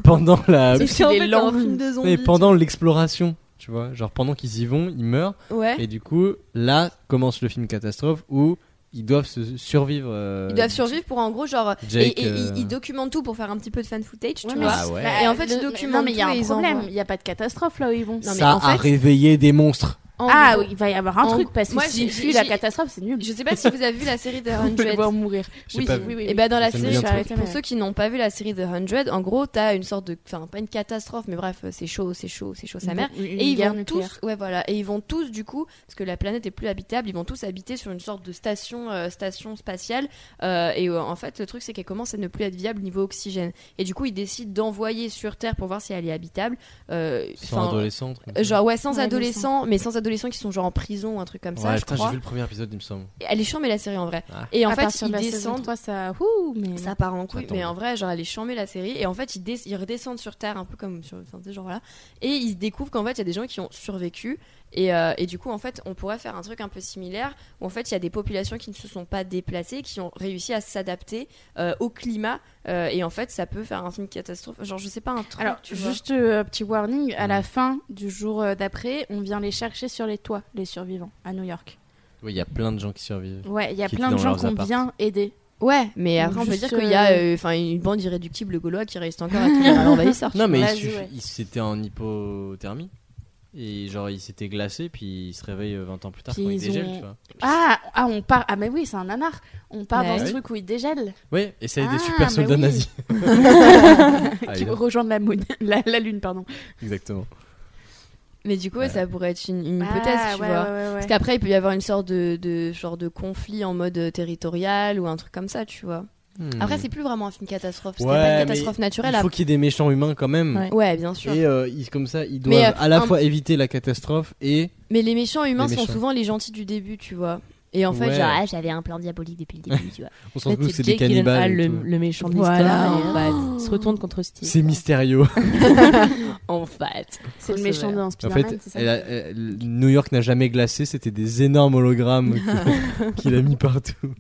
pendant la. C'est en qu'il est fait un lent. film de zombies. Mais pendant l'exploration, tu vois, genre pendant qu'ils y vont, il meurt. Ouais. Et du coup, là commence le film catastrophe où ils doivent se survivre. euh, Ils doivent survivre pour en gros genre Jake, et, et euh, ils, ils documentent tout pour faire un petit peu de fan footage, tu Ouais, mais vois. Ah ouais. Et en fait, ils Bah, le- documentent Non, mais il y a tout et un ils problème. envoient. Il n'y a pas de catastrophe là où ils vont. Non, mais ça en a fait- réveillé des monstres. En Ah gros, oui, il va y avoir un En- truc parce que Moi, s'il j'ai- fuit la j'ai- catastrophe, c'est nul. Je sais pas si vous avez vu la série [LAUGHS] The Hundred. mourir. J'ai Oui, pas oui, vu. oui. Et ben dans la Ça me série, dit un je- truc. pour ceux qui n'ont pas vu la série The Hundred, en gros, t'as une sorte de, enfin pas une catastrophe, mais bref, c'est chaud, c'est chaud, c'est chaud, sa mère. Et ils vont tous, ouais voilà, et ils vont tous du coup, parce que la planète est plus habitable, ils vont tous habiter sur une sorte de station, euh, station spatiale. euh, et euh, en fait, le truc c'est qu'elle commence à ne plus être viable niveau oxygène. Et du coup, ils décident d'envoyer sur Terre pour voir si elle est habitable. euh, Sans enfin, adolescent, un truc comme euh, ça. Genre ouais sans Ouais, adolescents mais sans adolescents qui sont genre en prison ou un truc comme ça ouais, je putain, crois j'ai vu le premier épisode, il me semble. Et elle est chiant mais la série en vrai Ah. et en à fait partir ils de la saison descendent 3, ça. Ouh, mais. ça part en couille, tombe. Mm. mais en vrai, genre, elle est chambée la série. Et en fait, ils, dé- ils redescendent sur Terre, un peu comme sur enfin, tu sais, genre là. Et ils se découvrent qu'en fait, il y a des gens qui ont survécu. Et, euh, et du coup, en fait, on pourrait faire un truc un peu similaire où en fait, il y a des populations qui ne se sont pas déplacées, qui ont réussi à s'adapter euh, au climat. euh, et en fait, ça peut faire un film catastrophe. Genre, je sais pas, un truc. Alors, tu vois. juste euh, petit warning, à Mm. la fin du jour euh, d'après, on vient les chercher sur les toits, les survivants, à New York. Oui, il y a plein de gens qui survivent. Ouais, il y a Qui plein de étaient dans gens leurs qu'on apparts. vient aider. Ouais, mais Ou après, on peut juste, dire qu'il y a euh, euh, enfin, une bande irréductible gaulois qui résiste encore à tout à l'envahisseur. tu Non, mais vas-y, il suffit- ouais. il s'était en hypothermie. Et genre, il s'était glacé, puis il se réveille euh, 20 ans plus tard Puis quand il ils dégèle, ont- tu vois. Ah, ah, on part. Ah, mais oui, c'est un nanar. On part Bah dans ce oui. truc où ils dégèlent, Oui, et ça a Ah, des super mais soldats oui. nazis. [LAUGHS] [LAUGHS] Ah, qui évidemment. rejoignent la, moon- la, la lune, pardon. Exactement. [LAUGHS] Mais du coup, ouais, ça pourrait être une, une Ah, hypothèse, tu ouais, ouais, vois. ouais, ouais. Parce qu'après, il peut y avoir une sorte de, de- genre de conflit en mode euh, territorial ou un truc comme ça, tu vois. Après, c'est plus vraiment un film catastrophe. Parce qu'il y a Hmm. Ouais, pas mais une catastrophe naturelle. Il faut qu'il y ait des méchants humains quand même. Ouais. à- Ouais, bien sûr. Et euh, ils- comme ça, ils doivent Mais, euh, à la un- fois éviter la catastrophe et. Mais les méchants humains Les sont méchants. souvent les gentils du début, tu vois. Et en fait, Ouais. genre, ah, j'avais un plan diabolique depuis le début, [LAUGHS] tu vois. On En s'en fait, fout que c'est c'est des Jake Gyllenhaal, cannibales. et le, tout. le méchant de Voilà. l'histoire. et Oh. en fait, il se retourne contre Steve. C'est mystérieux. En fait. C'est le c'est méchant vrai. d'un en Spider-Man, fait, c'est ça elle a- elle- New York n'a jamais glacé, c'était des énormes hologrammes que- qu'il a mis partout.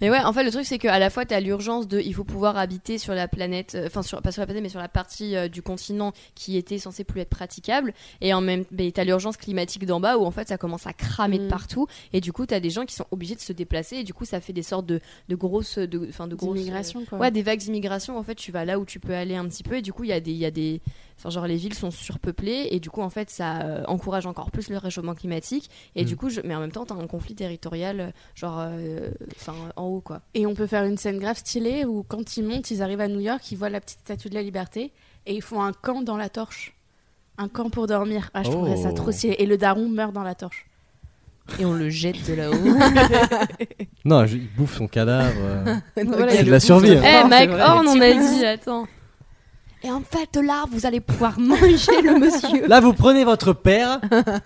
Mais ouais, en fait, le truc, c'est qu'à la fois, t'as l'urgence de. Il faut pouvoir habiter sur la planète. euh, Enfin, sur, pas sur la planète, mais sur la partie euh, du continent qui était censée plus être praticable. Et en même. Mais t'as l'urgence climatique d'en bas où, en fait, ça commence à cramer de Mm. partout. Et du coup, t'as des gens qui sont obligés de se déplacer. Et du coup, ça fait des sortes de, de grosses. de- Enfin, de, grosses. euh, D'immigration, quoi. Ouais, des vagues d'immigration. En fait, tu vas là où tu peux aller un petit peu, et du coup, il y a des, il y a des, enfin, genre les villes sont surpeuplées, et du coup, en fait, ça euh, encourage encore plus le réchauffement climatique. Et Mm. du coup, je... mais en même temps, t'as un conflit territorial, euh, genre, euh, enfin, en haut, quoi. Et on peut faire une scène grave stylée où quand ils montent, ils arrivent à New York, ils voient la petite statue de la liberté et ils font un camp dans la torche. Un camp pour dormir. Ah, je Oh. trouverais ça trop stylé. Et le daron meurt dans la torche. Et on le jette de là-haut. Non, je- il bouffe son cadavre. euh. Voilà, c'est de il le la bouffe dans survie. Eh, hein. torche. Mike C'est vrai. Horn, on a dit, [LAUGHS] attends. Et en fait, là, vous allez pouvoir manger le monsieur. Là, vous prenez votre père,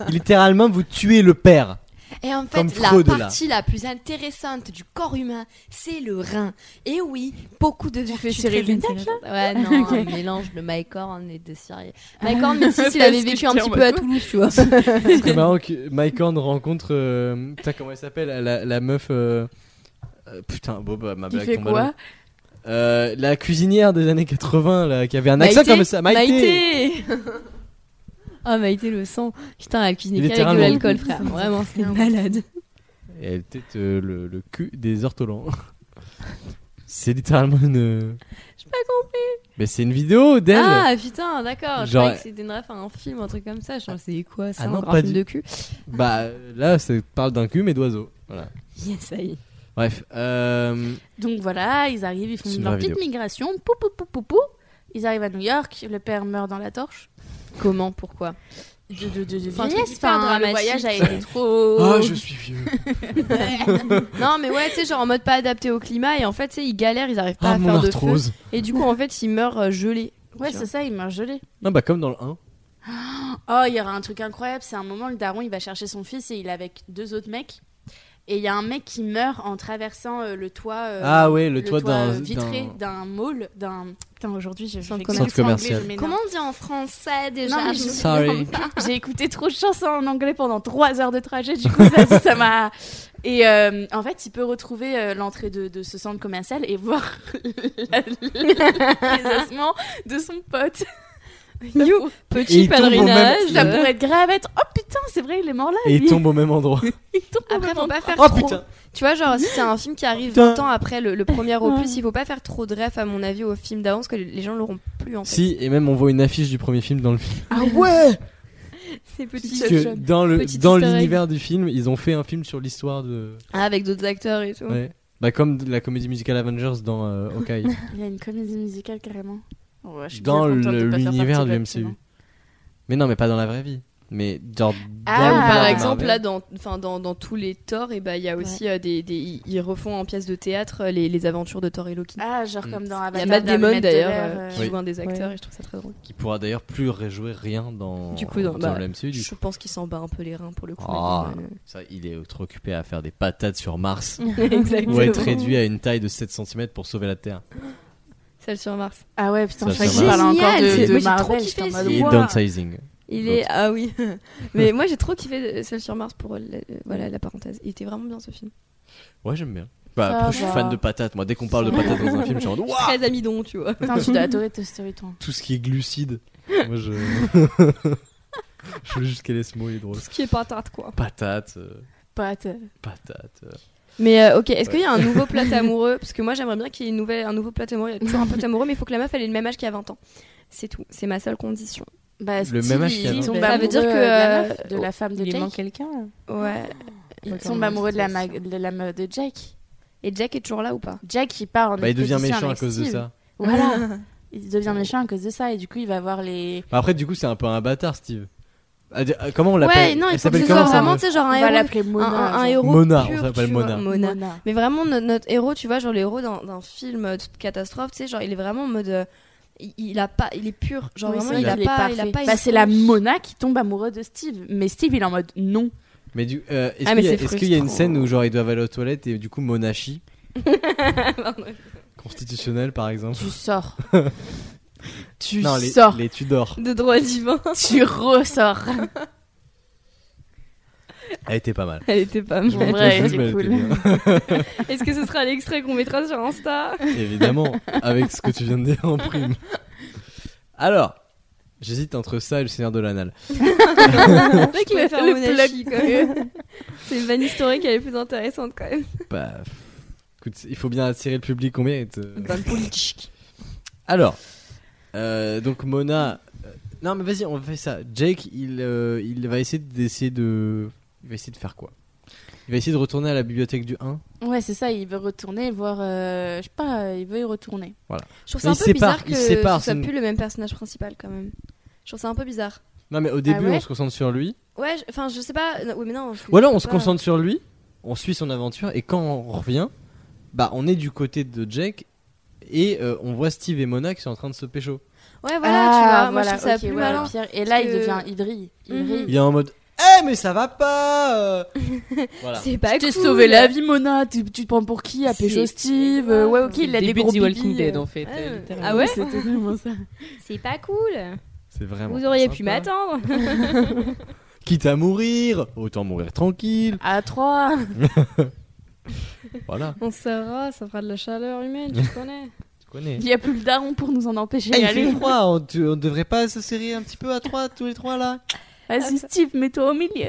littéralement, vous tuez le père. Et en fait, Comme la Freud, là. partie la plus intéressante du corps humain, c'est le rein. Et oui, beaucoup de tu fais Cyril [LAUGHS] Ouais, non, un mélange de Mike Horn et de Cyril. Mike Horn, [LAUGHS] même si s'il avait Parce que vécu j'étais un en petit peu mode- à Toulouse, tu vois. [LAUGHS] C'est très marrant que Mike Horn rencontre. euh, putain, comment elle s'appelle la, la meuf. euh, euh, putain, bon, bah, ma Qui blague fait tombe à l'eau. quoi Euh, La cuisinière des années 80, là, qui avait un accent comme ça. Maïté, [LAUGHS] Ah, Maïté le sang. Putain, elle cuisinait Il qu'avec de littéralement. l'alcool, frère. Vraiment, c'est malade. Et elle était euh, le, le cul des ortolans. [LAUGHS] c'est littéralement une. J'ai pas compris. Mais c'est une vidéo d'elle. Ah, putain, d'accord. Je Genre- croyais que c'était une ref à un film, un truc comme ça. Je pensais, c'est quoi ça Ah non, encore pas un film du- de cul Bah là, ça parle d'un cul mais d'oiseau. Voilà. Yes, ça y est. Bref. euh, Donc voilà, ils arrivent, ils font C'est une leur vraie petite vidéo. migration. Pou, pou, pou, pou, pou. Ils arrivent à New York, le père meurt dans la torche. Comment Pourquoi De, de, de, de Enfin, un truc vieillesse, hyper enfin, le dramatique. voyage a [LAUGHS] été trop. Oh. Ah, [LAUGHS] je suis vieux. Non, mais ouais, tu sais, genre en mode pas adapté au climat, et en fait, tu sais, ils galèrent, ils arrivent pas Ah, à mon faire de feu. arthrose. Et du coup, en fait, ils meurent euh, gelés. Ouais, c'est ça, il meurt gelé. Non, bah comme dans le 1. Oh, il y aura un truc incroyable. C'est un moment, le daron, il va chercher son fils et il est avec deux autres mecs. Et il y a un mec qui meurt en traversant euh, le toit. euh, ah ouais, le, toit, euh, d'un. vitré d'un- d'un mall, d'un. Putain, aujourd'hui, j'ai Centre fait commercial. Centre commercial. Comment on dit en français déjà Non, mais Je- je- Sorry. J'ai écouté trop de chansons en anglais pendant trois heures de trajet, du coup ça ça m'a... Et euh, en fait, il peut retrouver euh, l'entrée de, de ce centre commercial et voir [LAUGHS] la- les ossements de son pote. You, Et petit il tombe au même- pèlerinage. Ça pourrait être grave être... Oh putain, c'est vrai, il est mort là. Et il lui. tombe au même endroit. Il tombe au Après, moment- faut pas faire Oh trop. putain. Tu vois, genre, si c'est un film qui arrive Putain. 20 ans après le, le premier opus, il faut pas faire trop de ref, à mon avis, au film d'avance, que les gens l'auront plus en fait. Si, et même on voit une affiche du premier film dans le film. Ah ouais C'est petit Parce que dans le Petit dans easter egg. l'univers du film, ils ont fait un film sur l'histoire de. Ah, avec d'autres acteurs et tout. Ouais. Bah comme de la comédie musicale Avengers dans [LAUGHS] euh, Hawkeye. Il y a une comédie musicale carrément. Ouais, je suis dans bien contente de le- pas faire l'univers partie du de la MCU. team, hein. mais non, mais pas dans la vraie vie. Mais dans, Ah, dans Ou l'univers par de exemple, Marvel. là, dans, enfin, dans, dans tous les Thor, et bah, il y a aussi euh, des, des- ils- ils refont en pièce de théâtre euh, les, les aventures de Thor et Loki. Ah, genre Mm. comme dans il y Avatar. a Matt dans le Damon Maître de d'ailleurs l'air, euh, euh, qui joue un des acteurs et je trouve ça très drôle. qui pourra d'ailleurs plus réjouir rien dans Du coup, dans- dans bah, le MCU. Du Je pense qu'il s'en bat un peu les reins pour le coup. Ah. mais bon, euh, Ça, il est trop occupé à faire des patates sur [LAUGHS] Mars [LAUGHS] Exactement. ou à être réduit à une taille de 7 cm pour sauver la Terre. Celle sur Mars. Ah ouais, Ça, putain, je crois ça qu'il va. parlait encore Génial, de, c'est- de moi, j'ai trop Marvel. kiffé j'étais en ce mode, Et film. waouh. downsizing. Il L'autre. est ah oui. [LAUGHS] Mais moi j'ai trop kiffé euh, Celle sur Mars pour euh, la- euh, voilà la parenthèse. Il était vraiment bien ce film. Ouais, j'aime bien. Bah, Ça après, je suis va. fan de patates. Moi, dès qu'on parle de patates dans un film, je suis en mode, Ouah Très amidon, tu vois. Putain, tu dois [LAUGHS] adorer Toy Story, toi. Tout ce qui est glucide. Moi, [LAUGHS] je. je voulais juste qu'elle ait ce mot, il est drôle. Tout ce qui est patate quoi. Patate, euh, Pâte. patate. euh. Mais euh, ok, est-ce qu'il y a un [LAUGHS] nouveau plot amoureux Parce que moi j'aimerais bien qu'il y ait une nouvelle, un nouveau plot amoureux. Il y a toujours un plot amoureux, mais il faut que la meuf elle ait le même âge qu'il y a 20 ans. C'est tout, c'est ma seule condition. Bah, Le même âge qu'il y a ils vingt tombent ans. Ça veut dire amoureux que, de la meuf, euh, de la femme de Il manque Jake. quelqu'un. Ouais. Ils Attends, tombent amoureux de la, ma- c'est de la meuf de Jake. Et Jack est toujours là ou pas Jake, il part en Bah, il devient méchant expédition à avec cause de Steve. ça. Voilà. Il devient méchant à cause de ça et du coup, il va voir les. Bah, après, du coup, c'est un peu un bâtard, Steve. Ah, d- euh, Comment on l'appelle Ouais, non, Elle il faut que s'appelle ce soit comment, sa vraiment, meuf tu sais, genre On un va héros. l'appeler Un, Mona. un- un genre. héros. Mona, pur, on s'appelle tu vois, Mona. Mona. Mais vraiment, no- notre héros, tu vois, genre le héros d'un d'un film euh, de catastrophe, tu sais, genre il est vraiment en mode. euh, il, il a pas, il est pur. Genre Oui, vraiment, c'est il, vrai a qu'il est pas, il a parfait. pas. une Bah, c'est la fausse- [LAUGHS] Mona qui tombe amoureuse de Steve. Mais Steve, il est en mode non. Mais du, euh, est-ce Ah, mais qu'il y, a- c'est est-ce qu'il y a une frustrant. scène où genre ils doivent aller aux toilettes et du coup Monachi Ah, constitutionnel par exemple Tu sors. tu Non, les, sors. les Tudors. de droit divin. [LAUGHS] [LAUGHS] Tu ressors. Elle était pas mal. Elle était pas Je En l'ai mal. vrai, pas elle vue, mais était elle était Est-ce que ce sera l'extrait qu'on mettra sur [LAUGHS] Insta bien. Évidemment, avec ce que tu viens de dire en [LAUGHS] prime. Alors, j'hésite entre ça et le Seigneur de l'Anal. Avec le, faire le Monachi, quand même. [LAUGHS] C'est une vanne historique, elle est plus intéressante quand même. Bah, pff, écoute, il faut bien attirer le public qu'on mérite. euh. politique. Alors, euh, donc Mona. euh, non, mais vas-y, on fait ça. Jake, il, euh, il va essayer d'essayer de. Il va essayer de faire quoi Il va essayer de retourner à la bibliothèque du 1. [LAUGHS] Ouais, c'est ça. Il veut retourner voir. euh, je sais pas. euh, Il veut y retourner. Je trouve Mais ça un il peu sépare, bizarre il que sépare, ça c'est une- pue le même personnage principal quand même. Je trouve ça un peu bizarre. Non, mais au Ah début, ouais on se concentre sur lui. Ouais, je- enfin, je sais pas. non, Oui, mais non. je- Ou alors, on je se sais pas. concentre sur lui, on suit son aventure, et quand on revient, bah, on est du côté de Jake. Et euh, on voit Steve et Mona qui sont en train de se pécho. Ouais, Ah, voilà, tu vois. Moi, je trouve ça Ah, ok, plus ouais, malin. Pierre. Et là, Parce il que- devient. Il brille. Il Mhm. brille. Il est en mode Eh, mais ça va pas [LAUGHS] euh. Voilà. C'est pas T'es cool. sauvé la vie, Mona. Tu, tu te prends pour qui À C'est- pécho Steve. euh, ouais, ok, C'est il a des début gros du Walking pipis, Dead euh. en fait. Ah, euh, ouais. littéralement. Ah ouais C'était vraiment ça. C'est pas cool. Ah C'est vraiment. Vous auriez sympa. pu m'attendre. Quitte à mourir, autant mourir tranquille. [LAUGHS] À 3 Voilà, On saura, ça fera de la chaleur humaine, [LAUGHS] tu connais. tu connais. [LAUGHS] Eh, Il y a plus le daron pour nous en empêcher Eh, d'y il aller. fait froid, on, tu- on devrait pas se serrer un petit peu à trois, tous les trois là Vas-y, Steve, mets-toi au milieu.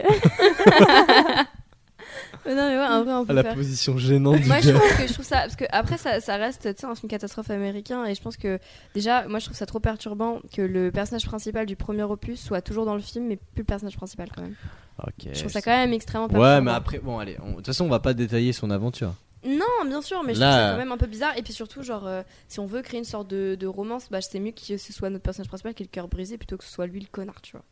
Mais non, mais ouais, en vrai, on peut faire. position gênante Moi, [LAUGHS] je trouve que je trouve ça parce que après ça, ça reste tu sais un film catastrophe américain et je pense que déjà moi je trouve ça trop perturbant que le personnage principal du premier opus soit toujours dans le film mais plus le personnage principal quand même. Je trouve ça quand même extrêmement perturbant. Euh, Ouais, mais après, bon, allez, on- de toute façon, on va pas détailler son aventure. Non, bien sûr, mais je Là- trouve ça quand même un peu bizarre. Et puis surtout, genre, euh, si on veut créer une sorte de, de romance, bah, c'est mieux que ce soit notre personnage principal qui ait le cœur brisé plutôt que ce soit lui le connard, tu vois.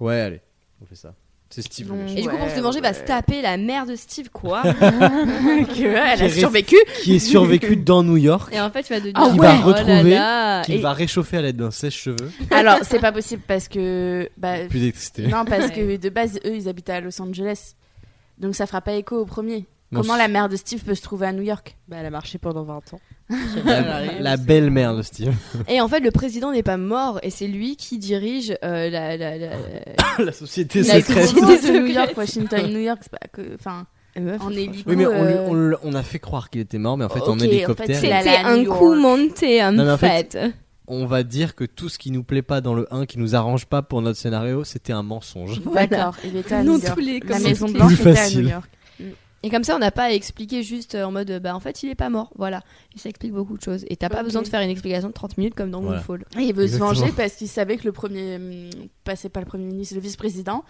Ouais, allez, on fait ça. C'est Steve le Bon. Et méchant. du coup, pour se venger, va se taper la mère de Steve, [LAUGHS] quoi. [LAUGHS] que elle a reste- survécu. Qui est [LAUGHS] survécu dans New York, et en fait, tu vas devenir. Ah Qui va ouais. Oh là retrouver- là. qui Et- va réchauffer à l'aide d'un sèche-cheveux. Alors, c'est pas possible parce que. Bah, Euh, Plus d'électricité. non, parce que de base, eux, ils habitent à Los Angeles. Donc, ça fera pas écho au premier. Non, Comment c'est- la mère de Steve peut se trouver à [LAUGHS] New York Bah, elle a marché pendant 20 ans. La, la belle-mère de [LAUGHS] Steve. [LAUGHS] Et en fait, le président n'est pas mort et c'est lui qui dirige euh, la. la, la- la- la société La secrète. société- Comment de secrète. New York, Washington, New York, c'est pas que. Enfin, La meuf. en hélico. Oui, mais on, lui- euh, on le- on a fait croire qu'il était mort, mais en fait, en Ok, en fait, hélicoptère, c'est la- C'était la un New coup York. monté, en, Non, mais en fait- fait. on va dire que tout ce qui nous plaît pas dans le 1, qui nous arrange pas pour notre scénario, c'était un mensonge. [LAUGHS] Voilà. D'accord, il était à Non, New York. tous les La comme- Maison Plus Blanche était à facile. New York. Et comme ça, on n'a pas à expliquer juste euh, en mode euh, bah en fait il est pas mort, voilà. Et ça explique beaucoup de choses. Et t'as pas Ok. besoin de faire une explication de 30 minutes comme dans Voilà. Moonfall. Et il veut Exactement. se venger parce qu'il savait que le premier, hum, pas c'est pas le premier ministre, le vice-président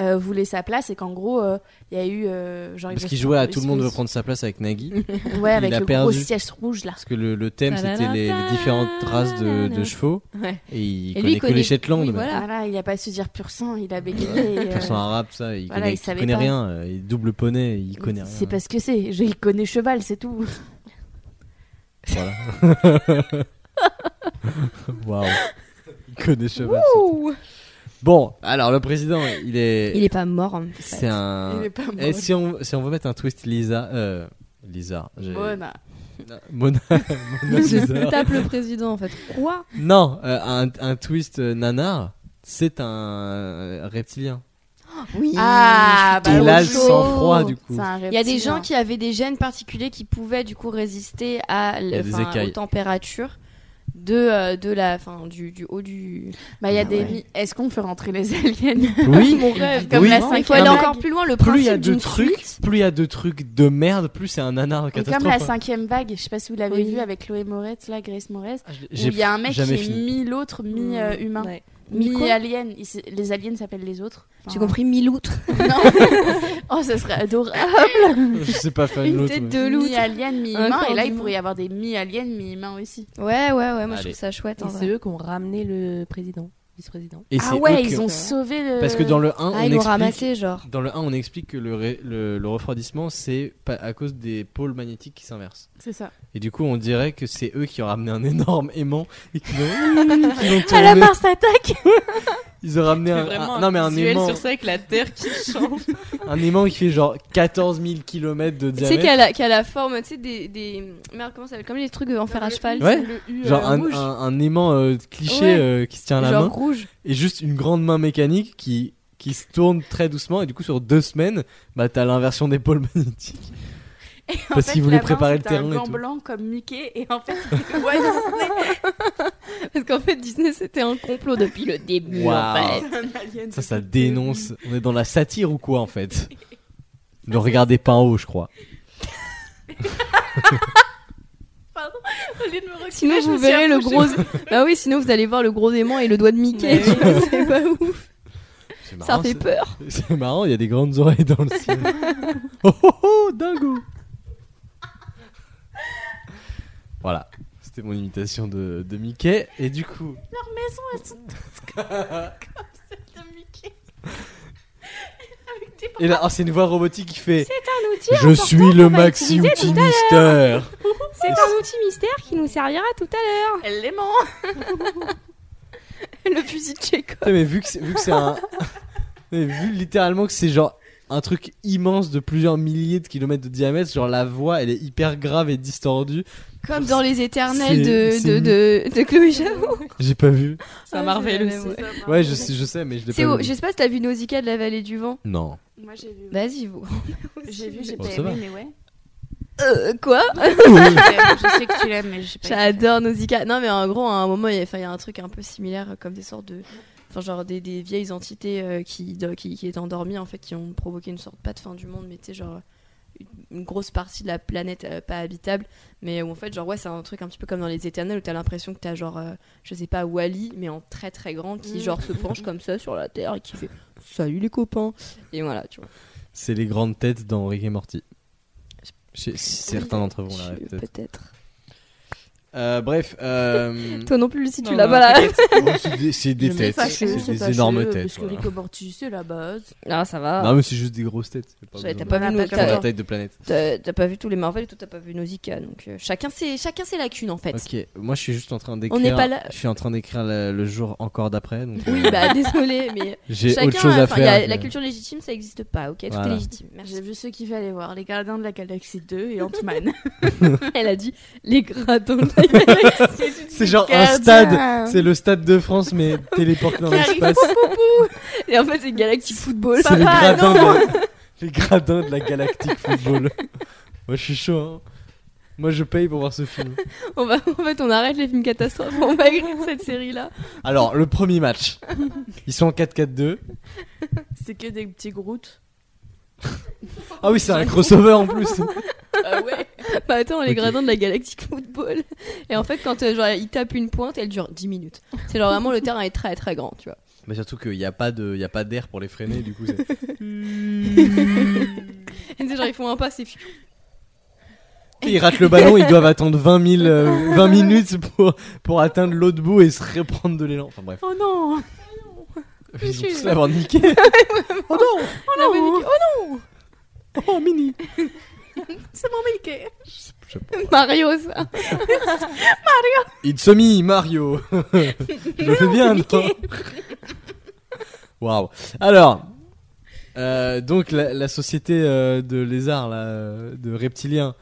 euh, voulait sa place et qu'en gros euh, il y a eu euh, genre il Parce veut qu'il se- jouait à il tout le se monde veut pose- prendre sa place avec Nagui. [LAUGHS] [LAUGHS] ouais avec a le gros perdu. siège rouge là. Parce que le, le thème c'était les, les différentes races de, de chevaux. Ouais. Et il Et lui, connaît il que connaît- les Shetland. oui, mais Voilà. Voilà. il a pas su dire pur sang, il a bégayé. et, euh, Pour son arabe, ça, il Voilà, connaît, il il savait connaît pas. rien. euh, Il double poney, il connaît rien. C'est pas ce que c'est. Je- Il connaît cheval, c'est tout. Voilà. Waouh. Il connaît cheval. c'est- Bon, alors le président, il est. Il est pas mort. en fait. [LAUGHS] C'est un. Il est pas mort. Et si on, si on veut mettre un twist Lisa. Euh, Lisa. j'ai- Mona. Mona. [LAUGHS] Mona Lisa. [LAUGHS] Je tape le président en fait. Quoi Non, euh, un, un twist euh, nanar, c'est un euh, reptilien. Oui. Ah, bah, il au a le chaud. sang-froid du coup. C'est un Il y a des reptilien. gens qui avaient des gènes particuliers qui pouvaient du coup résister à y a des enfin, aux écailles. températures de, euh, de la, enfin, du, du haut du. Bah, il y a Ah des. ouais. mi- Est-ce qu'on peut rentrer [LAUGHS] les aliens Oui, Mon rêve, Comme Oui. la Non, Il faut aller cinquième Non, mais- encore vague. plus loin. Le plus il y a principe de d'une trucs, fuite. plus il y a de trucs de merde, plus c'est un nanar Et Comme la catastrophe. hein. cinquième vague, je sais pas si vous l'avez Oui. vu avec Chloé Moretz, là, Grace Moretz, Ah, je l'ai- où il y a un mec qui jamais est fini. mi-l'autre, euh, mi-humain, Ouais. Mi-quoi mi-alien. Il s- Les euh, aliens s'appellent les autres. J'ai compris mille outres. [LAUGHS] Oh, ça serait adorable. [LAUGHS] Je sais pas faire une Une autre. tête mais- de loutre. Mi-alien, Un mi-humain. corps Et là, il d'humain. pourrait y avoir des mi-aliens, mi-humains aussi. Ouais, ouais, ouais. Moi, Allez. je trouve ça chouette. en Et vrai. c'est eux qui ont ramené le président, vice-président. Et Ah c'est ouais, eux qui ils ont- ont sauvé le. Parce que dans le 1, on Ah, ils l'ont explique... ramassé, genre. Dans le 1, on explique que le, ré- le- le refroidissement, c'est pas- à cause des pôles magnétiques qui s'inversent. C'est ça. Et du coup, on dirait que c'est eux qui ont ramené un [LAUGHS] énorme aimant et qui l'ont qui l'ont Ah, la tourné. Mars attaque Ils ont ramené un, vraiment un- Euh, ah, non mais un visuel aimant, sur ça avec la terre [LAUGHS] qui change. un aimant qui fait genre 14 000 km de Tu sais diamètre. qu'elle a, qu'elle a forme, tu sais, des, des. Merde, comment ça s'appelle Comme les trucs euh, en fer à cheval. Ouais. Genre euh, un, rouge. un- un aimant euh, cliché Ouais. euh, qui se tient à la genre main rouge. et juste une grande main mécanique qui qui se tourne très doucement et du coup sur deux semaines bah t'as l'inversion des pôles magnétiques En parce fait, qu'ils voulaient là-bas, préparer le c'était terrain un et gant tout. blanc comme Mickey et en fait c'était [LAUGHS] Walt Disney, Parce qu'en fait, Disney, c'était un complot depuis le début, en Waouh. fait. un alien. ça ça dénonce on est dans la satire ou quoi en [LAUGHS] fait ne regardez pas en haut je crois [LAUGHS] Sinon, vous verrez le gros. [LAUGHS] Bah oui, sinon, vous allez voir le gros aimant et le doigt de Mickey. Mais [LAUGHS] c'est pas ouf. C'est Ça marrant, fait c'est- peur. [LAUGHS] c'est marrant il y a des grandes oreilles dans le ciel oh oh oh dingo voilà c'était mon imitation de, de Mickey et du coup Leur maison elles sont comme celle de Mickey. Avec des Et là, oh, c'est une voix robotique qui fait outil Je suis le qu'on va maxi utiliser outil mystère. C'est un outil mystère qui nous servira tout à l'heure. Elle hein. l'aimant. Le fusil de Chekhov. Putain, mais vu que c'est, vu que c'est un. mais vu littéralement que c'est genre un truc immense de plusieurs milliers de kilomètres de diamètre, genre la voix elle est hyper grave et distordue. Comme dans Les Éternels C'est- de, de, c'est- de, de Chloé Zhao. J'ai pas vu. C'est un Marvel aussi. Ouais, je sais, je sais mais je l'ai C'est pas au- vu. Je sais pas si t'as vu Nausicaa de la vallée du vent. Non. Moi j'ai vu. Vas-y, vous. Bah, J'ai vu, j'ai Bon, pas ça va. aimé [LAUGHS] mais ouais. Euh, quoi je sais que tu l'aimes mais j'ai pas. J'adore Nausicaa. Non, mais en gros, à un moment, il y a, enfin, il y a un truc un peu similaire, euh, comme des sortes de. Enfin, genre des, des vieilles entités euh, qui, de- qui, qui étaient endormies, en fait, qui ont provoqué une sorte, pas de fin du monde, mais tu sais, genre une, une grosse partie de la planète euh, pas habitable. Mais où, en fait, genre, ouais, c'est un truc un petit peu comme dans Les Éternels, où t'as l'impression que t'as, genre, euh, je sais pas, Wally, mais en très très grand, qui, Mhm. genre, se penche comme ça sur la Terre et qui fait Salut les copains Et voilà, tu vois. C'est les grandes têtes dans Rick et Morty. Je sais- si certains d'entre vous Je- là, peut-être. Peut-être. Euh, bref, euh, [LAUGHS] Toi non plus, Lucie, tu Non, l'as non, pas [LAUGHS] là. t'inquiète. bon, c'est des, c'est des têtes, fâcheux, c'est des énormes têtes. Parce que voilà. Rico Morty c'est la base. Ah, ça va. Non mais c'est juste des grosses têtes. c'est pas J'avais- T'as besoin de- pas vu On nos- appelle Sur t'as- la taille de planète. T'as t'as pas vu tous les Marvel et toi t'as pas vu Nausicaa, donc euh, chacun ses chacun ses lacunes en fait. Ok, moi je suis juste en train d'écrire. On n'est pas là. Je suis en train d'écrire le, le jour encore d'après. donc, Oui euh, [LAUGHS] bah désolé mais j'ai chacun autre chose à enfin, il y a- faire. mais- la culture légitime ça existe pas ok tout Voilà. est légitime. J'ai Merci. vu ceux qu'il fallait voir, les gardiens de la galaxie 2 et [LAUGHS] Ant-Man. Elle a dit les gradins. de la- C'est genre un stade. C'est le stade de France mais téléporté dans l'espace. et en fait c'est Galactic Football. C'est les gradins. De... Les gradins de la Galactic Football. Moi je suis chaud. hein. Moi je paye pour voir ce film. On va en fait on arrête les films catastrophes on va écrire cette série là. Alors le premier match. Ils sont en 4-4-2. C'est que des petits groutes. Ah oui, c'est un crossover en plus. Ah [LAUGHS] ouais. Bah attends, les Ok. gradins de la Galactic Football. Et en fait, quand euh, genre, il tape une pointe, elle dure 10 minutes. C'est genre vraiment le terrain est très très grand, tu vois. Mais surtout qu'il n'y a pas de, il y a pas d'air pour les freiner, du coup. c'est- Et c'est genre, ils font un pas, c'est fini. Ils ratent le ballon, ils doivent attendre 20, 000, euh, 20 minutes pour, pour atteindre l'autre bout et se reprendre de l'élan. Enfin bref, Oh non ils vont suis- tous l'avoir niqué. oh non Oh non Oh mini [LAUGHS] C'est mon Mickey je sais pas. Mario, ça It's a me, Mario [LAUGHS] Je le fais bien, non Waouh Alors, euh, donc la, la société euh, de lézards, là, euh, de reptiliens,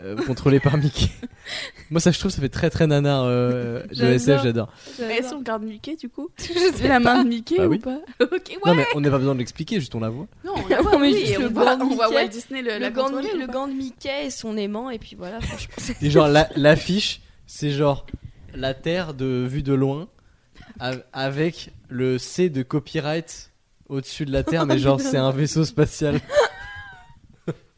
euh, contrôlée par Mickey. [LAUGHS] Moi, ça, je trouve, ça fait très très nanar euh, de SF, J'adore. j'adore. Mais si on garde Mickey du [LAUGHS] coup Je sais La main de Mickey Bah ou [LAUGHS] oui. pas Ok, ouais. Non, mais on n'a pas besoin de l'expliquer, juste on la voit. Non, [LAUGHS] la voit, oui, juste on le voit- gant on on voit voit Walt Walt Disney le, le gant, de, Mi- le gant de Mickey et son aimant, et puis voilà, franchement. c'est- Et genre, la- l'affiche, c'est genre la Terre de vue de loin, a- avec le C de copyright au-dessus de la Terre, mais genre, c'est un vaisseau spatial. [LAUGHS]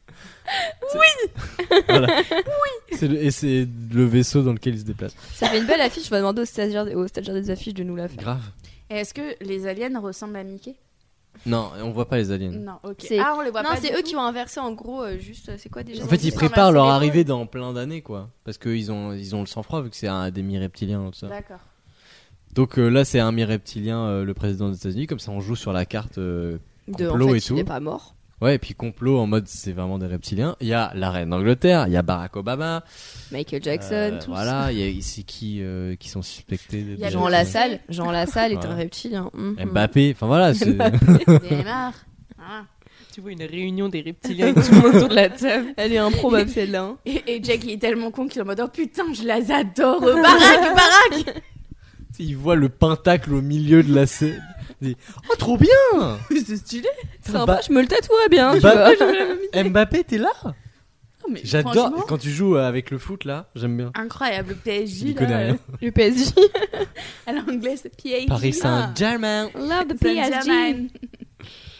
Oui Voilà. Oui Et c'est le vaisseau dans lequel il se déplace. Ça fait une belle affiche, je vais demander au stagiaire, au stagiaire des affiches de nous la faire. Grave. Est-ce que les aliens ressemblent à Mickey Non, on voit pas les aliens. Non, ok. C'est- Ah, on les voit Non, pas. c'est du eux tout. qui ont inversé en gros, euh, juste, euh, c'est quoi déjà En fait, ils Ils sont préparent là, leur c'est les arrivée dans plein d'années, quoi. Parce qu'ils ont, ils ont le sang-froid, vu que c'est un demi-reptilien, tout ça. D'accord. Donc euh, là, c'est un mi-reptilien, euh, le président des États-Unis. Comme ça, on joue sur la carte. euh, De, en complot fait, et tout. il est pas mort. Ouais, et puis complot en mode c'est vraiment des reptiliens. Il y a la reine d'Angleterre, il y a Barack Obama. Michael Jackson, euh, tout ça. Voilà, il y a ici qui, euh, qui sont suspectés. de- Il y a de- Jean Jean Lassalle, [LAUGHS] Lassalle. Jean Lassalle est un Voilà. reptilien. mhm. Mbappé, enfin voilà. c'est- Mbappé. [LAUGHS] [LAUGHS] Neymar. Ah. Tu vois une réunion des reptiliens avec tout le monde autour de la table. [LAUGHS] Elle est improbable [LAUGHS] celle-là. hein. Et, et Jack, il est tellement con qu'il est en mode Oh putain, je les adore, euh, Barack, [LAUGHS] Barack il voit le pentacle au milieu de la scène. Il dit, oh, trop bien C'est stylé Sympa, Bah- je me le tatouerais bien. tu Bah- vois. [LAUGHS] Mbappé, t'es là Non, Oh, mais J'adore. franchement, Quand tu joues euh, avec le foot, là, j'aime bien. Incroyable, le Il PSG, connaît là, rien. euh, Le PSG. [LAUGHS] à l'anglais, c'est PSG. Paris Saint-Germain. Love the PSG. Saint-Germain. [LAUGHS]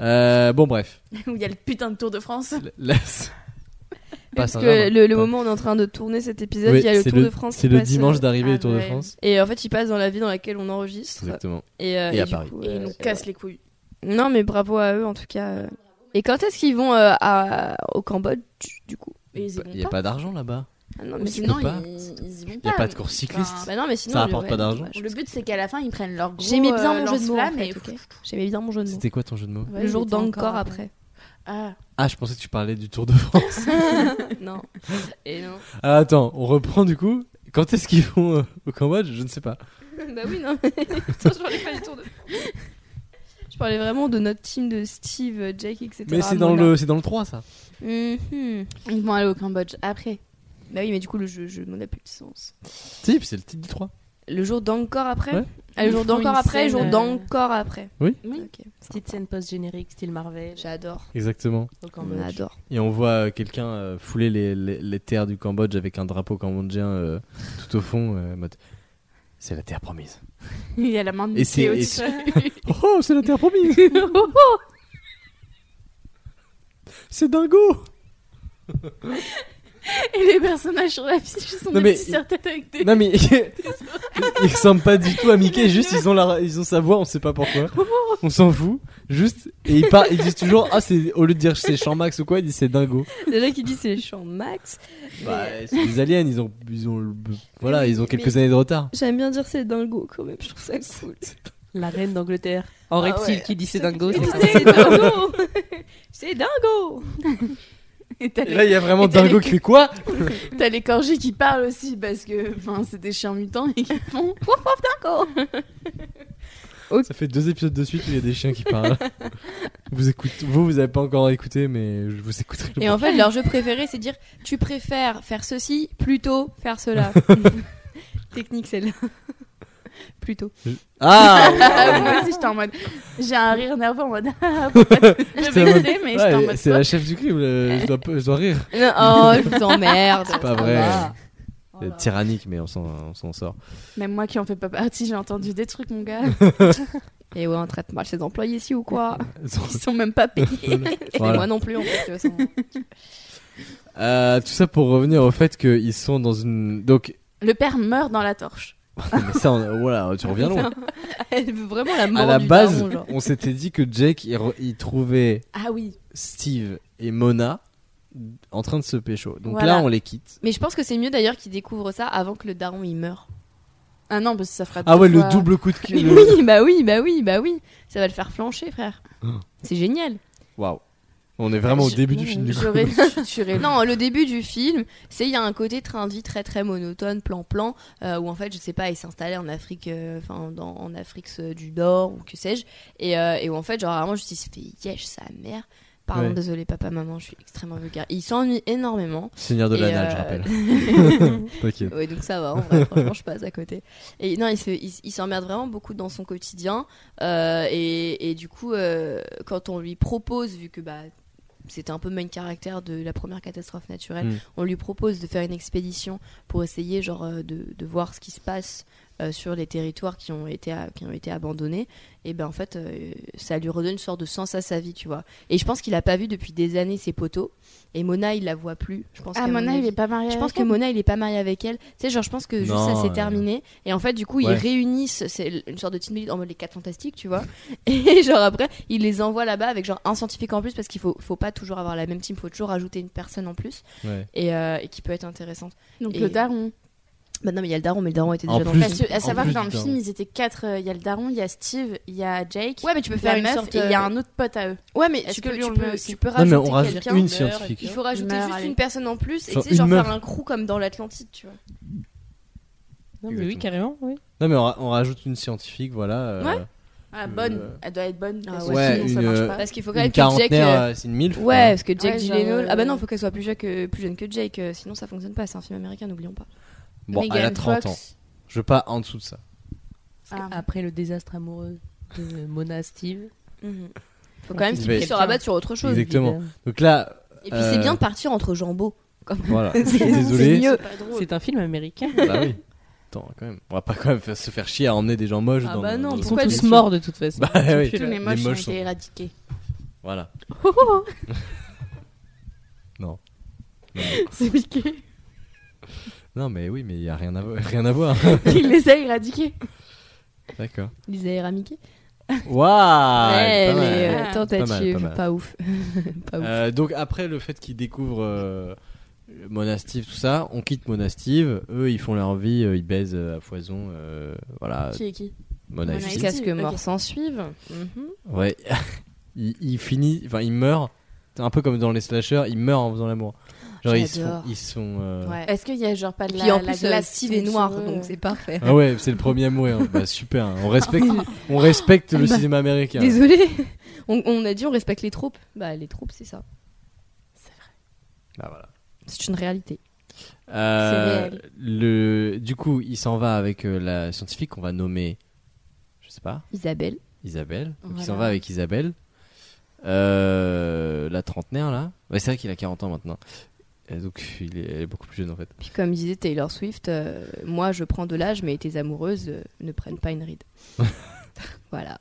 Euh, bon, bref. Où il y a le putain de Tour de France. La- la- Pas Parce que Saint-Germain. le, le moment où on est en train de tourner cet épisode, Oui, il y a le c'est Tour de France. C'est qui le passe, dimanche euh, d'arrivée ah du Tour de ouais. France. Et en fait, il passe dans la ville dans laquelle on enregistre. Exactement. Et, euh, Et à du Paris. coup, Et euh, il nous casse les couilles. Non, mais bravo à eux en tout cas. euh. Et quand est-ce qu'ils vont euh, à- au Cambodge du coup Et ils y Il n'y a vont pas. pas Ah, d'argent là-bas. Ah non, Ou mais tu sinon, peux pas. ils, ils y vont pas. Il n'y a pas de mais- course cycliste. Enfin, Bah non, mais sinon, Ça le- apporte ouais, pas d'argent. dommage. Le but, c'est qu'à la fin, ils prennent leur gros J'aimais bien euh, mon jeu de mots. en lance-flamme fait, et- ok J'aimais bien mon jeu de mots. C'était quoi ton jeu de mots Ouais, le jour ils étaient d'encore après. [LAUGHS] [LAUGHS] Ah, Ah, je pensais que tu parlais du Tour de [LAUGHS] France. non. Et non. Ah, attends, on reprend du coup. Quand est-ce qu'ils vont euh, au Cambodge Je ne sais pas. bah oui, non. [LAUGHS] mais- Attends, je parlais pas du tour de. Je parlais vraiment de notre team de Steve, euh, Jake, etc. Mais c'est dans, Moulin. le, c'est dans le 3, ça. Mhm. ils vont aller au Cambodge après. Bah oui, mais du coup, le jeu, jeu n'a plus de sens. Si, puis c'est le titre du 3. Le jour d'encore après Ouais. Ah, le Ils jour font d'encore une après, le jour scène, euh, d'encore après. Oui. Ok. Petite scène post-générique, style Marvel. J'adore. Exactement. au Cambodge. On adore. Et on voit euh, quelqu'un euh, fouler les, les- les terres du Cambodge avec un drapeau cambodgien euh, tout au fond. euh, en mode, c'est la terre promise. Il y a la main de Et c'est- Mickey et au-dessus. Oh, oh, c'est la terre [LAUGHS] promise C'est dingo [LAUGHS] Et les personnages sur la fiche sont Non, des mais- petits serre-têtes avec [LAUGHS] des. Non mais [LAUGHS] ils ressemblent pas du tout à Mickey, juste ils ont leur- ils ont sa voix, on sait pas [LAUGHS] pourquoi. On s'en fout, juste et ils par- ils disent toujours ah c'est au lieu de dire c'est Champ Max ou quoi, ils disent c'est dingo. Déjà qui dit c'est champ max. Bah c'est des aliens, ils ont ils ont le- voilà, ils ont quelques Mais- années de retard. J'aime bien dire c'est dingo quand même, je trouve ça cool. La reine d'Angleterre. En Ah reptile ouais. qui dit c'est dingo. c'est ça. c'est dingo [LAUGHS] C'est dingo Et t'as Et les- là il y a vraiment Et t'as dingo les- qui fait quoi Mm. t'as les corgis qui parlent aussi parce que enfin, c'est des chiens mutants et qui font. Dingo Ça fait deux épisodes de suite où il y a des chiens qui [LAUGHS] parlent. Vous écoutez vous vous avez pas encore écouté mais je vous écouterai. le Et en fait, leur jeu préféré, c'est dire tu préfères faire ceci plutôt faire [LAUGHS] cela. Technique celle-là. [LAUGHS] plutôt. Ah [LAUGHS] Ah, moi aussi, j'étais en mode. J'ai un rire nerveux en mode. Ah, faut pas [LAUGHS] te- Je J'étais en mode- sais, [LAUGHS] mais Ouais, j'étais en mode. c'est la chef du crime, euh, je dois, je dois rire. Non, oh, je vous emmerde. C'est pas vrai. Oh euh, tyrannique, mais on s'en on s'en [LAUGHS] sort. Même moi qui en fais pas partie, j'ai entendu des trucs, mon gars. [LAUGHS] Et ouais, on traite mal ses employés ici ou quoi Ils sont même pas payés. [LAUGHS] Voilà. Et moi non plus, en fait. de toute façon. Euh, tout ça pour revenir au fait qu'ils sont dans une. Donc, [LAUGHS] Le père meurt dans la torche. mais ça, on- voilà, tu reviens [LAUGHS] loin. Ah, Elle veut vraiment [LAUGHS] la mort À la du base, daron, genre. on s'était dit que Jake, il, re- il trouvait Ah oui. Steve et Mona en train de se pécho. Donc Voilà. là, on les quitte. Mais je pense que c'est mieux d'ailleurs qu'ils découvrent ça avant que le daron il meure. Ah non, parce que ça fera Ah deux ouais, le fois- double [LAUGHS] coup de cul. Mais le- oui, bah oui, bah oui, bah oui. Ça va le faire flancher, frère. Oh. C'est génial. Waouh. On est vraiment au Je- début du film du coup. J'aurais suturé. Non, le début du film, c'est il y a un côté train de vie très très monotone, plan-plan, euh, où en fait, je sais pas, il s'installait en Afrique, euh, enfin dans- en Afrique euh, du Nord ou que sais-je, et, euh, et où en fait, genre vraiment, juste il se fait yesh sa mère. Pardon, Ouais. désolé papa, maman, je suis extrêmement vulgaire. Il s'ennuie énormément. Seigneur de Et, la euh, Nalle, je rappelle. [LAUGHS] [LAUGHS] T'inquiète. Ouais, donc ça va, en vrai, franchement, je passe à côté. Et non, il se- il s- il s'emmerde vraiment beaucoup dans son quotidien. euh, et, et du coup, euh, quand on lui propose, vu que bah, c'était un peu le main caractère de la première catastrophe naturelle, Mm. on lui propose de faire une expédition pour essayer genre, euh, de, de voir ce qui se passe euh, sur les territoires qui ont été, a- qui ont été abandonnés. Et ben en fait, euh, ça lui redonne une sorte de sens à sa vie, tu vois. Et je pense qu'il a pas vu depuis des années ses poteaux. Et Mona, il la voit plus. Je pense Ah, qu'à mon Mona, il avis- est pas marié. je avec pense que elle. Mona, il est pas marié avec elle. Tu sais, genre, je pense que juste Non, ça s'est euh. terminé. Et en fait, du coup, Ouais. ils réunissent, c'est une sorte de team lead en mode les quatre fantastiques, tu vois. [LAUGHS] Et genre, après, ils les envoient là-bas avec genre un scientifique en plus parce qu'il faut, faut pas toujours avoir la même team, faut toujours ajouter une personne en plus Ouais. et, euh, et qui peut être intéressante. Donc Et- le daron. Bah non, mais il y a le daron, mais le daron était En déjà dans plus- le Parce que, à en savoir plus que dans du le daron. film, ils étaient quatre. euh, Il y a le daron, il y a Steve, il y a Jake. Ouais, mais tu peux la faire une meuf, sorte. et il y a euh, un autre pote à eux. Ouais, mais Est-ce tu que peux, lui, tu on le met peux, aussi tu peux Non, mais on rajouter rajoute quelqu'un. une scientifique. Il faut rajouter Meurt, juste allez. une personne en plus et tu Genre sais, genre une faire meuf. un crew comme dans l'Atlantide, tu vois. Non, mais oui, Exactement. carrément, oui. Non, mais on, ra- on rajoute une scientifique, voilà. euh, Ouais. Ah, Euh, bonne. Elle doit être bonne. Ah parce que ouais, sinon, une, ça marche euh, pas. Parce qu'il faut quand Une même que Jack. quarantenaire, euh, euh, c'est une mille. Ouais, parce que Jack Ouais, Gyllenhaal. genre, Ah bah euh, non, faut qu'elle soit plus jeune que plus jeune que Jake. euh, sinon, ça fonctionne pas. C'est un film américain, n'oublions pas. Bon, elle a Megan 30 ans. Fox. Je veux pas en dessous de ça. Ah. Après le désastre amoureux de Mona Steve. Mhm. Faut quand même Il qu'il va puisse être se bien. rabattre sur autre chose. Exact- Exactement. Donc là, Et puis c'est Euh, bien de partir entre jambeaux. voilà. Je suis [LAUGHS] C'est- désolé. c'est mieux. C'est un film américain. Bah oui. Attends, quand même. On va pas quand même faire- se faire chier à emmener des gens moches Ah dans bah non, dans- Ils sont pourquoi tous des- morts de toute façon. Bah Ils oui. sont plus Tous là. les moches ont moches sont- été éradiqués. Voilà. [LAUGHS] non. [LAUGHS] C'est piqué. Non, mais oui, mais il y a rien à, vo- rien à [LAUGHS] voir. Il les a éradiqués. D'accord. Lisa et Ramiki. Waouh Ah, elle est pas mal. les mal. tentatives, Pas mal, pas mal. ouf. euh, pas ouf. Euh, donc après le fait qu'ils découvrent euh, Mona Steve, tout ça, on quitte Mona Steve. Eux, ils font leur vie, euh, ils baisent euh, à foison. euh, voilà, Qui est qui Mona Mona et Steve. Jusqu'à ce que ok. mort Mhm. s'en suive. Ouais. [LAUGHS] il, il finit, enfin, il meurt. C'est un peu comme dans les slashers, il meurt en faisant l'amour. Genre ils sont, J'adore. ils sont. euh, Ouais. Est-ce qu'il y a genre pas de la, Puis en la plus, euh, glace Steve est noir, sur eux, donc c'est parfait. Ah ouais, c'est le premier à mourir. Bah super, hein. on respecte, on respecte le Bah, cinéma américain. Désolé. [LAUGHS] On, on a dit on respecte les troupes. Bah les troupes, c'est ça. Bah, voilà. C'est une réalité. Euh, réel. le, du coup, il s'en va avec euh, la scientifique qu'on va nommer, je sais pas, Isabelle. Isabelle. Donc il Voilà. s'en va avec Isabelle. Euh, la trentenaire là. Ouais, c'est vrai qu'il a 40 ans maintenant. Et donc il est, elle est beaucoup plus jeune en fait. Puis comme disait Taylor Swift, euh, moi je prends de l'âge, mais tes amoureuses euh, ne prennent pas [LAUGHS] une ride. voilà.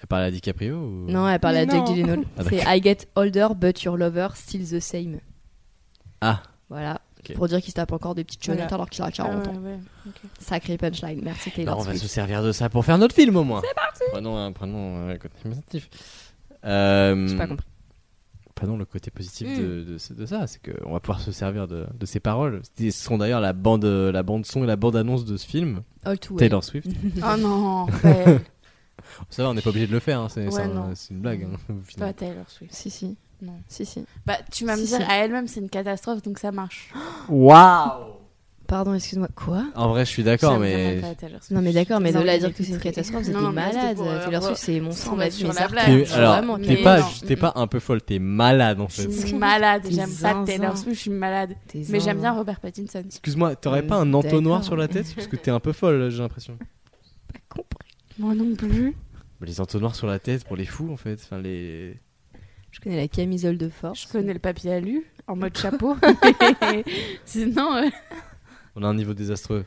Elle parle à DiCaprio ou... Non, elle parle à Mais Jack non. Gyllenhaal. Ah, C'est I get older, but your lover still the same. Ah. Voilà. Ok. Pour dire qu'il se tape encore des petites Voilà. chouettes alors qu'il a Ah 40 ouais, ans. [LAUGHS] ouais. Sacré punchline. Merci Non, Taylor on va se Swift. servir de ça pour faire notre film au moins. C'est parti. Prenons, un- prenons euh, le côté positif. Euh, Hmm. J'ai pas compris. prenons le côté positif Hmm. Mm. de, de ce- de ça, c'est qu'on va pouvoir se servir de, de ces paroles. Ce sont d'ailleurs la bande, la bande son et la bande annonce de ce film. All too well. Taylor Swift. Oh [LAUGHS] non, Raphaël. Ça va, on n'est pas obligé de le faire, hein, c'est Ouais, c'est un- non. c'est une blague. hein, au pas final. Taylor Swift. Si, si. Non. Si, si. Bah, tu vas me Si, dire, si. à elle-même, c'est une catastrophe, donc ça marche. Pardon, excuse-moi. Quoi En vrai, je suis d'accord, J'aime mais. vraiment pas Taylor Swift. Non, mais d'accord, mais de Désolée là à dire que d'écouter. c'est une catastrophe, c'est Non, non, des mais c'était malades. pour, euh, Taylor Swift, c'est mon sans sang, ma mettre vie, sur mes la artères. blague. T'es- alors, Vraiment, t'es mais pas, non. t'es pas un peu folle, t'es malade en fait. Je suis malade, T'es j'aime pas zinzin. Taylor Swift, je suis malade. t'es Mais j'aime zinzin. bien Robert Pattinson. Excuse-moi, t'aurais pas un entonnoir sur la tête Parce que t'es un peu folle, j'ai l'impression. Pas compris. Moi non plus. Mais Les entonnoirs sur la tête pour les fous en fait. Enfin, les... Je connais la camisole de force. [LAUGHS] Je connais le papier alu en mode chapeau. Sinon, euh, On a un niveau désastreux.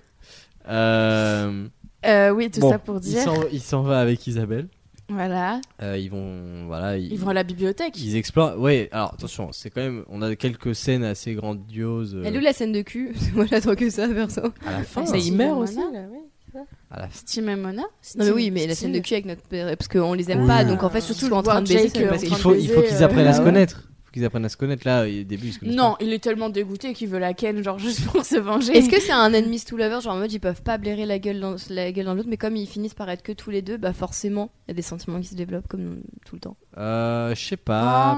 Euh, Euh, oui, tout bon, ça pour il dire. s'en- Il s'en va avec Isabelle. Voilà. Euh, ils vont. Voilà. Ils vont à la bibliothèque. Ils explorent. Ouais, alors attention, c'est quand même. On a quelques scènes assez grandioses. euh, Elle est où la scène de cul [LAUGHS] Moi j'attends que ça perso. à la Ah, fin. Ça, il Steve meurt Mona. aussi, là, ouais. À la fin. Steam et Mona Non mais Steam- oui, mais la Steam. scène de cul avec notre père, parce qu'on les aime Oui. pas, donc en fait surtout le en train de baiser, Jake, ça nous euh, Parce fait qu'il train de faut, il faut baiser, qu'ils euh, apprennent à se ouais. connaîent. Faut qu'ils apprennent à se connaître. Là, au début, ils se connaissent Non, il est tellement dégoûté qu'il veut la ken, genre juste pour se venger. Est-ce que c'est un enemies to lovers genre en mode ils peuvent pas blairer la gueule dans la gueule dans l'autre mais comme ils finissent par être que tous les deux bah forcément il y a des sentiments qui se développent comme tout le temps. pas. Euh, je sais Ah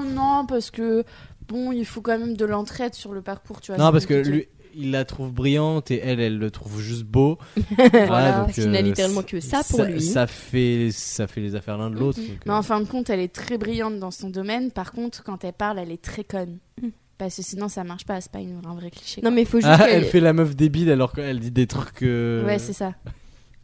pas. non, parce que bon, il faut quand même de l'entraide sur le parcours, tu vois. non, c'est parce que compliqué. lui, il la trouve brillante et elle, elle le trouve juste beau. Voilà. donc, Parce qu'il n'a euh, littéralement que ça pour lui. Ça fait, ça fait les affaires l'un de l'autre. donc, Mm-hmm. Mais euh, en fin de compte, elle est très brillante dans son domaine. Par contre, quand elle parle, elle est très conne. Mm. Parce que sinon, ça marche pas. C'est pas une- un vrai cliché. Non mais il faut juste ah, qu'elle- elle fait la meuf débile alors qu'elle dit des trucs. euh, Ouais, c'est ça.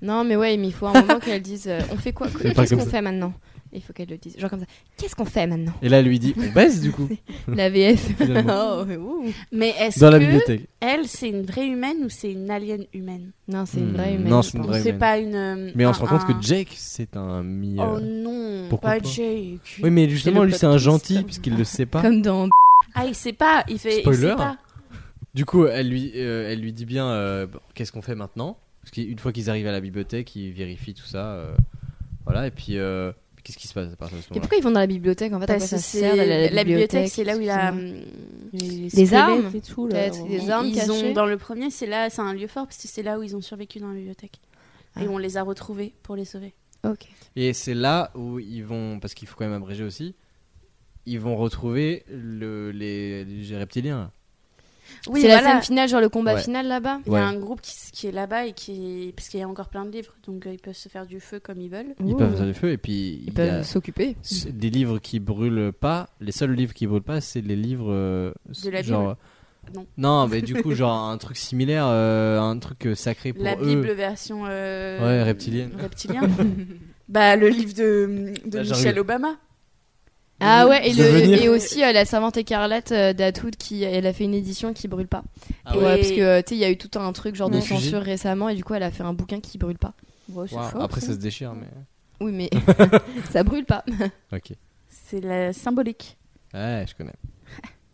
Non mais ouais, mais il faut un moment qu'elle dise euh, on fait quoi C'est pas Qu'est-ce comme qu'on ça. fait maintenant Il faut qu'elle le dise genre comme ça. Qu'est-ce qu'on [LAUGHS] fait maintenant Et là, elle lui dit On baisse du coup, La VF. finalement, [LAUGHS] Oh, ouh. Mais est-ce dans la que bibliothèque. elle, c'est une vraie humaine ou c'est une alien humaine Non, c'est une vraie Hmm, humaine. non, je c'est une pense. Vraie C'est humaine. pas une. euh, Mais on un- se rend compte un- que Jake, c'est un mi. euh, Oh non, pourquoi pas pas Jake. Oui, mais justement, le lui, plot c'est un twist. gentil puisqu'il le sait pas. Comme dans Ah, il sait pas. Il fait. il sait Spoiler. hein. pas. Du coup, elle lui, euh, elle lui dit bien euh, Bon, qu'est-ce qu'on fait maintenant Parce qu'une fois qu'ils arrivent à la bibliothèque, ils vérifient tout ça. euh, voilà, et puis euh, qu'est-ce qui se passe à partir de ce Et moment-là pourquoi ils vont dans la bibliothèque en fait à quoi Parce que ça c'est sert, d'aller à la bibliothèque, c'est là où il a. excusez-moi. hum, Les Des armes, squelettes et tout, là, peut-être, on- des armes ils cachées. ont dans le premier, c'est là, c'est un lieu fort parce que c'est là où ils ont survécu dans la bibliothèque. Et Ah. on les a retrouvés pour les sauver. Ok. Et c'est là où ils vont, parce qu'il faut quand même abréger aussi, ils vont retrouver le, les, les reptiliens. Oui, c'est voilà. la scène finale, genre le combat Ouais. final là-bas. Il y a Ouais. un groupe qui, s- qui est là-bas et qui, parce qu'il y a encore plein de livres, donc euh, ils peuvent se faire du feu comme ils veulent. Ils peuvent faire du feu et puis il y a s'occuper. s- des livres qui brûlent pas. Les seuls livres qui brûlent pas, c'est les livres euh, s- De la genre. Bible Non. mais du coup, genre un truc similaire, euh, un truc euh, sacré pour la eux. Bible version. euh, Ouais, reptilienne. [LAUGHS] reptilien. bah le livre de, de Là, j'ai Michelle rigolé. Obama. Ah ouais, et, le- Devenir. et aussi euh, la servante écarlate euh, d'Atwood qui elle a fait une édition qui brûle pas. Ah Et ouais. ouais, parce que euh, tu sais, il y a eu tout un truc genre de Des fusils. censure récemment et du coup elle a fait un bouquin qui brûle pas. Bon, c'est Waouh, fort, Après, ça. ça se déchire, mais. [LAUGHS] Oui, mais ça brûle pas. Ok. C'est la symbolique. Ouais, je connais.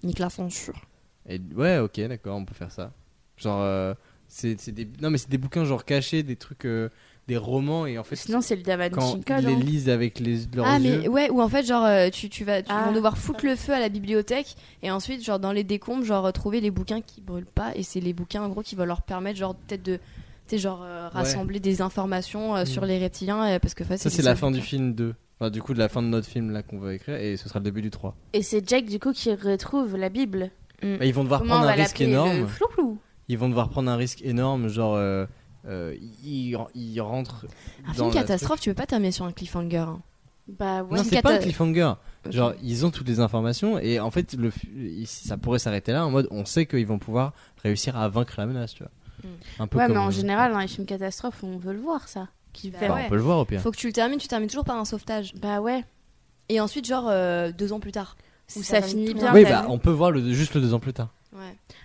Nique la censure. Et, ouais, ok, d'accord, on peut faire ça. Genre, euh, c'est c'est des. Non, mais c'est des bouquins genre cachés, des trucs. euh, des romans, et en fait. Sinon, c'est le Davan quand Chinkle, ils les hein. lisent avec les, leurs ah, yeux. mais ouais, ou en fait, genre, euh, tu, tu vas, tu Ah. vont devoir foutre le feu à la bibliothèque et ensuite, genre, dans les décombres, genre, retrouver les bouquins qui brûlent pas. Et c'est les bouquins, en gros, qui vont leur permettre, genre, peut-être de. Tu sais, genre, euh, rassembler des informations euh, sur les reptiliens euh, parce que face Mm. Ça, c'est la fin du film 2. Enfin, du coup, de la fin de notre film là qu'on va écrire, et ce sera le début du 3. Et c'est Jack du coup qui retrouve la Bible. Bah, ils vont devoir Comment on prendre un va risque l'appeler énorme. le flou Ils vont devoir prendre un risque énorme, genre. Euh, euh, ils, ils rentrent. Un dans film la- catastrophe, tu peux pas terminer sur un cliffhanger. hein. Bah ouais. Non, c'est Cata- pas un cliffhanger. Ok. Genre, ils ont toutes les informations, et en fait, le, f- ils- ça pourrait s'arrêter là en mode on sait qu'ils vont pouvoir réussir à vaincre la menace, tu vois. Mm. Un peu Ouais, comme, mais en euh, général, dans les films catastrophes, on veut le voir, ça. Qui Bah fait- bah, ouais. On peut le voir au pire. Faut que tu le termines, tu termines toujours par un sauvetage. Bah ouais. Et ensuite, genre, euh, deux ans plus tard. Où ça finit bien. Oui, bah, t'as vu. on peut voir le, juste le deux ans plus tard. Ouais.